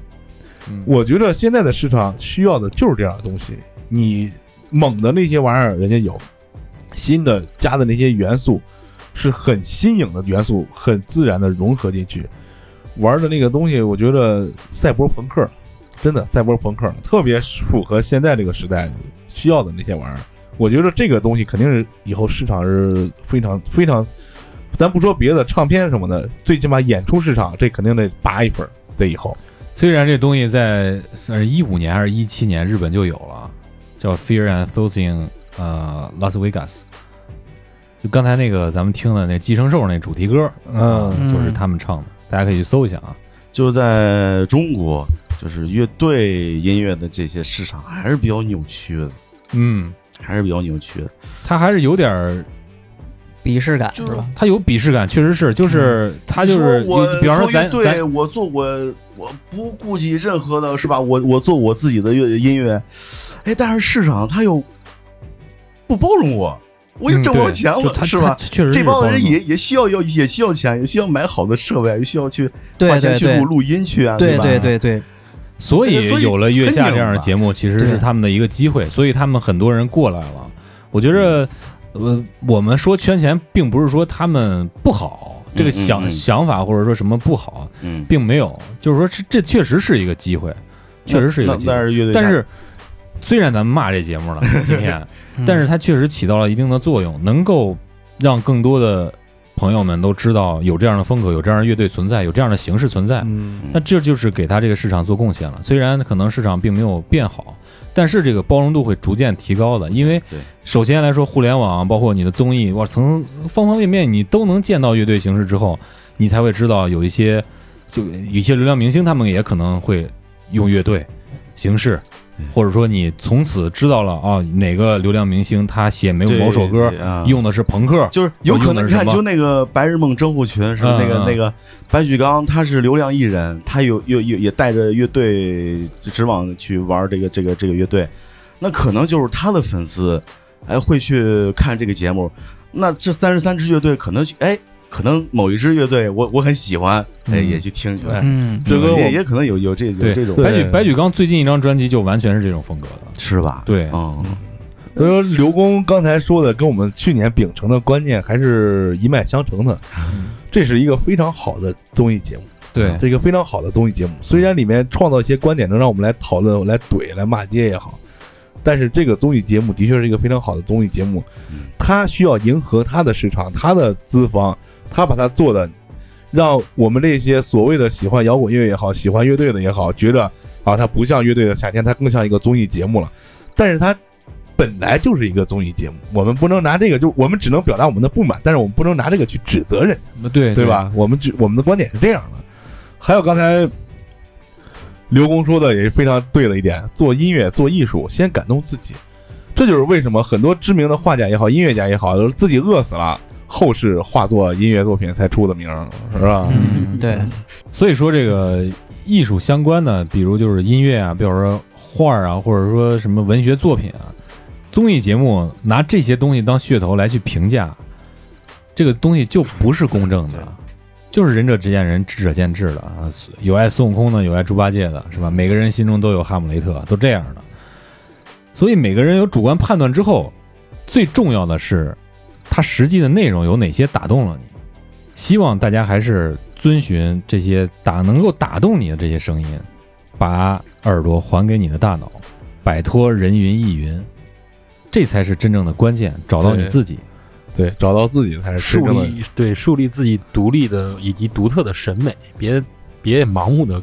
Speaker 6: 嗯
Speaker 5: 我觉得现在的市场需要的就是这样的东西。你猛的那些玩意儿，人家有新的加的那些元素，是很新颖的元素，很自然的融合进去。玩的那个东西，我觉得赛博朋克真的赛博朋克特别符合现在这个时代需要的那些玩意儿。我觉得这个东西肯定是以后市场是非常非常，咱不说别的，唱片什么的，最起码演出市场这肯定得拔一份儿。在以后，
Speaker 6: 虽然这东西在呃一五年还是一七年日本就有了，叫 Fear and Thoughts in 呃 Las Vegas，就刚才那个咱们听的那寄生兽那主题歌，
Speaker 5: 嗯
Speaker 6: 呃就是他们唱的，大家可以去搜一下啊。
Speaker 10: 就是在中国，就是乐队音乐的这些市场还是比较扭曲的，
Speaker 6: 嗯，
Speaker 10: 还是比较扭曲的。
Speaker 6: 他还是有点儿，
Speaker 7: 鄙视感
Speaker 10: 就是
Speaker 7: 吧？
Speaker 6: 他有鄙视感，确实是，就是他就是，
Speaker 10: 嗯你说我
Speaker 6: 你比方说
Speaker 10: 做乐
Speaker 6: 咱
Speaker 10: 队，
Speaker 6: 咱
Speaker 10: 我做我我不顾及任何的是吧？我我做我自己的乐音乐，哎，但是市场它又不包容我，我又
Speaker 6: 嗯
Speaker 10: 挣不着
Speaker 6: 对
Speaker 10: 钱
Speaker 6: 就
Speaker 10: 了，
Speaker 6: 他
Speaker 10: 是
Speaker 6: 他
Speaker 10: 吧？
Speaker 6: 确实
Speaker 10: 这
Speaker 6: 是
Speaker 10: 帮
Speaker 6: 包
Speaker 10: 人
Speaker 6: 容
Speaker 10: 也也需要要也需要钱，也需要买好的设备，也需要去花
Speaker 7: 对
Speaker 10: 钱
Speaker 7: 对
Speaker 10: 去
Speaker 7: 对
Speaker 10: 录录音去啊，
Speaker 7: 对
Speaker 10: 吧？
Speaker 7: 对对对，
Speaker 6: 所以有了月下这样的节目，其实
Speaker 7: 对
Speaker 6: 是他们的一个机会，所以他们很多人过来了。我觉着，呃，我们说圈钱，并不是说他们不好，这个
Speaker 10: 嗯嗯
Speaker 6: 想、
Speaker 10: 嗯
Speaker 6: 想法或者说什么不好，
Speaker 10: 嗯，
Speaker 6: 并没有，就是说这这确实是一个机会，确实是一个机
Speaker 10: 那但
Speaker 6: 会。
Speaker 10: 是乐队，啊
Speaker 6: 但是，虽然咱们骂这节目了今天，
Speaker 7: 嗯
Speaker 6: 但是它确实起到了一定的作用，能够让更多的朋友们都知道有这样的风格，有这样的乐队存在，有这样的形式存在。
Speaker 5: 嗯
Speaker 6: 那这就是给他这个市场做贡献了。虽然可能市场并没有变好，但是这个包容度会逐渐提高的，因为
Speaker 10: 对
Speaker 6: 首先来说，互联网包括你的综艺，哇，从方方面面你都能见到乐队形式之后，你才会知道有一些就有一些流量明星，他们也可能会用乐队形式。或者说，你从此知道了啊，哪个流量明星他写没有
Speaker 10: 对
Speaker 6: 某首歌
Speaker 10: 对啊
Speaker 6: 用的是朋克，
Speaker 10: 就是有可能，你看，
Speaker 6: 我用的是什么
Speaker 10: 就那个白日梦征服群，是吧？那
Speaker 6: 嗯
Speaker 10: 个
Speaker 6: 嗯
Speaker 10: 那个白举纲，他是流量艺人，他有有有也带着乐队直往去玩这个这个这个乐队，那可能就是他的粉丝，哎，会去看这个节目。那这三十三支乐队，可能哎，可能某一支乐队我我很喜欢，哎，
Speaker 6: 嗯
Speaker 10: 也去听去了。
Speaker 7: 嗯，
Speaker 5: 这跟我
Speaker 10: 也也可能有有这有
Speaker 6: 对
Speaker 10: 这种
Speaker 5: 对
Speaker 6: 白举白举纲最近一张专辑就完全是这种风格的，
Speaker 10: 是吧？
Speaker 6: 对，
Speaker 10: 哦，
Speaker 5: 所以说刘工刚才说的跟我们去年秉承的观念还是一脉相承的，这是一个非常好的综艺节目，啊
Speaker 6: 对
Speaker 5: 这是一个非常好的综艺节目。虽然里面创造一些观点能让我们来讨论、来怼、来骂街也好，但是这个综艺节目的确是一个非常好的综艺节目
Speaker 10: 嗯，
Speaker 5: 它需要迎合它的市场、它的资方，它把它做的，让我们这些所谓的喜欢摇滚乐也好、喜欢乐队的也好，觉得啊，它不像乐队的夏天，它更像一个综艺节目了。但是它本来就是一个综艺节目，我们不能拿这个，就我们只能表达我们的不满，但是我们不能拿这个去指责人，
Speaker 6: 哎对
Speaker 5: 对？吧？我们只我们的观点是这样的。还有刚才刘工说的也是非常对的一点，做音乐做艺术，先感动自己，这就是为什么很多知名的画家也好，音乐家也好，都是自己饿死了，后世画作音乐作品才出的名儿，是吧？
Speaker 7: 嗯对，
Speaker 6: 所以说这个艺术相关的，比如就是音乐啊，比如说画儿啊，或者说什么文学作品啊，综艺节目拿这些东西当噱头来去评价，啊这个东西就不是公正的，就是仁者见仁，智者见智的啊。有爱孙悟空的，有爱猪八戒的，是吧？每个人心中都有哈姆雷特，都这样的。所以每个人有主观判断之后，最重要的是，它实际的内容有哪些打动了你。希望大家还是遵循这些打能够打动你的这些声音，把耳朵还给你的大脑，摆脱人云亦云，这才是真正的关键，找到你
Speaker 5: 对
Speaker 6: 自己。
Speaker 5: 对，找到自己才是
Speaker 8: 树
Speaker 5: 真正的。
Speaker 8: 立对树立自己独立的以及独特的审美，别别盲目的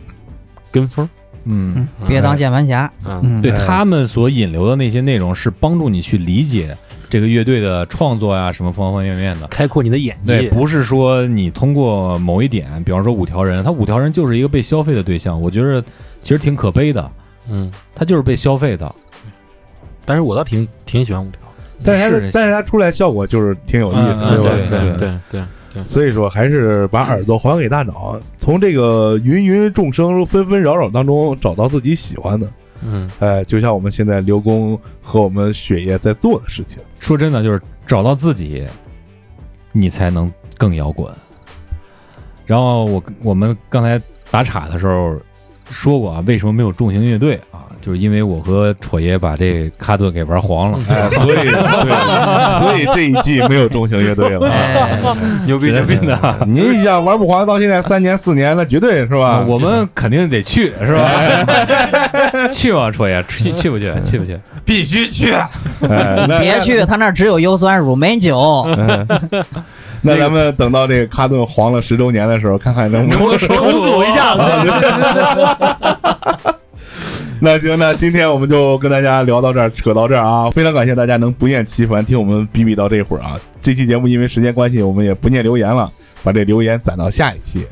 Speaker 8: 跟风。
Speaker 6: 嗯
Speaker 7: 嗯，别当键盘侠，
Speaker 8: 嗯，
Speaker 7: 嗯，
Speaker 6: 对
Speaker 5: 哎
Speaker 6: 他们所引流的那些内容是帮助你去理解这个乐队的创作呀、什么方方面面的。
Speaker 8: 开阔你的眼
Speaker 6: 对，
Speaker 8: 界。
Speaker 6: 不是说你通过某一点，比方说五条人，他五条人就是一个被消费的对象，我觉得其实挺可悲的，
Speaker 8: 嗯，
Speaker 6: 他就是被消费的。
Speaker 8: 但是我倒挺挺喜欢五条。
Speaker 5: 但是他
Speaker 6: 是
Speaker 5: 但是他出来效果就是挺有意思的，吧
Speaker 6: 嗯对
Speaker 8: 对
Speaker 5: 对
Speaker 8: 对对，对
Speaker 5: 所以说还是把耳朵还给大脑，从这个芸芸众生纷纷扰扰当中找到自己喜欢的。
Speaker 8: 嗯，
Speaker 5: 哎，就像我们现在刘工和我们雪夜在做的事情。
Speaker 6: 说真的，就是找到自己，你才能更摇滚。然后我我们刚才打岔的时候说过啊，为什么没有重型乐队啊？就是因为我和戳爷把这卡顿给玩黄 了。
Speaker 5: 哎，所以对，所以这一季没有中型乐队了。 哎
Speaker 7: 哎，
Speaker 6: 牛逼牛 逼的啊！
Speaker 5: 您一下玩不滑到现在三年四年了，绝对啊是吧？
Speaker 6: 我们肯定得去，是吧？去吗，戳爷？去去不去？去不去？
Speaker 9: 必须去。
Speaker 5: 哎那
Speaker 7: 别去，他那儿只有优酸乳没酒。
Speaker 5: 那咱们等到这个卡顿黄了十周年的时候，看看能不能
Speaker 6: 重组一下啊子。
Speaker 5: 那行，那今天我们就跟大家聊到这儿，扯到这儿啊！非常感谢大家能不厌其烦听我们逼逼到这会儿啊！这期节目因为时间关系，我们也不念留言了，把这留言攒到下一期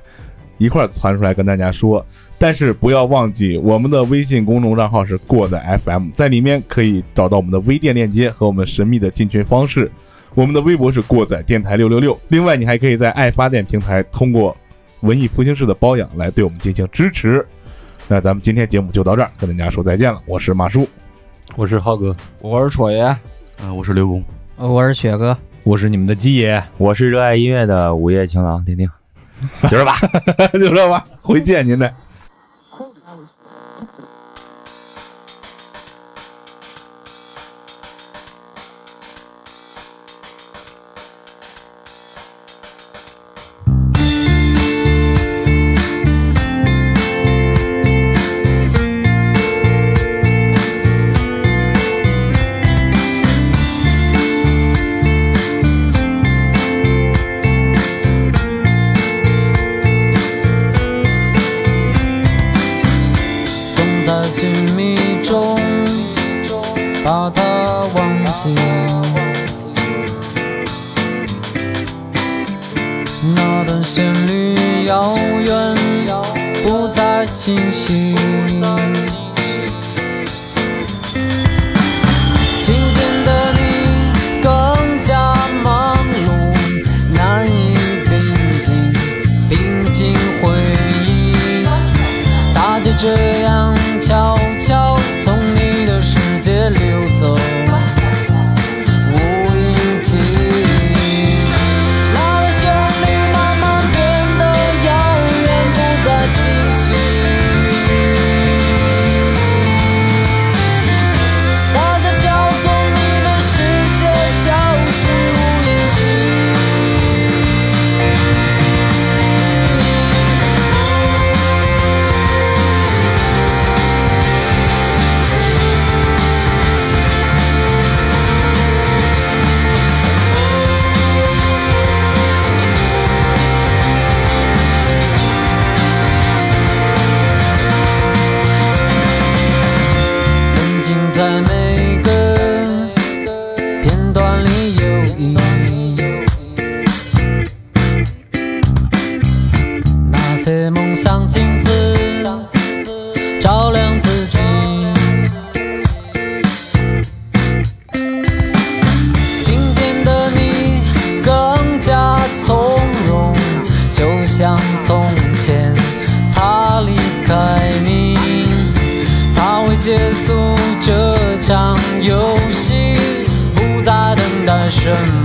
Speaker 5: 一块儿传出来跟大家说。但是不要忘记，我们的微信公众账号是过载 FM，在里面可以找到我们的微店链接和我们神秘的进群方式。我们的微博是过载电台六六六。另外，你还可以在爱发电平台通过文艺复兴式的包养来对我们进行支持。那咱们今天节目就到这儿，跟大家说再见了。我是马叔，
Speaker 8: 我是浩哥，
Speaker 9: 我是楚爷，
Speaker 10: 啊，我是刘工。
Speaker 7: 我是雪哥，
Speaker 6: 我是你们的鸡爷，
Speaker 1: 我是热爱音乐的午夜情郎丁丁。
Speaker 5: 就这吧，回见您嘞。
Speaker 2: 总在寻觅中把它忘记。那段旋律遥远，不再清晰。今天的你更加忙碌，难以平静，平静回忆。它就这样悄悄从你的世界溜走，无影迹。那段旋律慢慢变得遥远，不再清晰。它悄悄从你的世界消失，无影迹。曾经在每个片段里游弋，那些梦想镜子照亮自己。今天的你更加从容，就像从前他离开你。他会结束这场游戏，不再等待什么。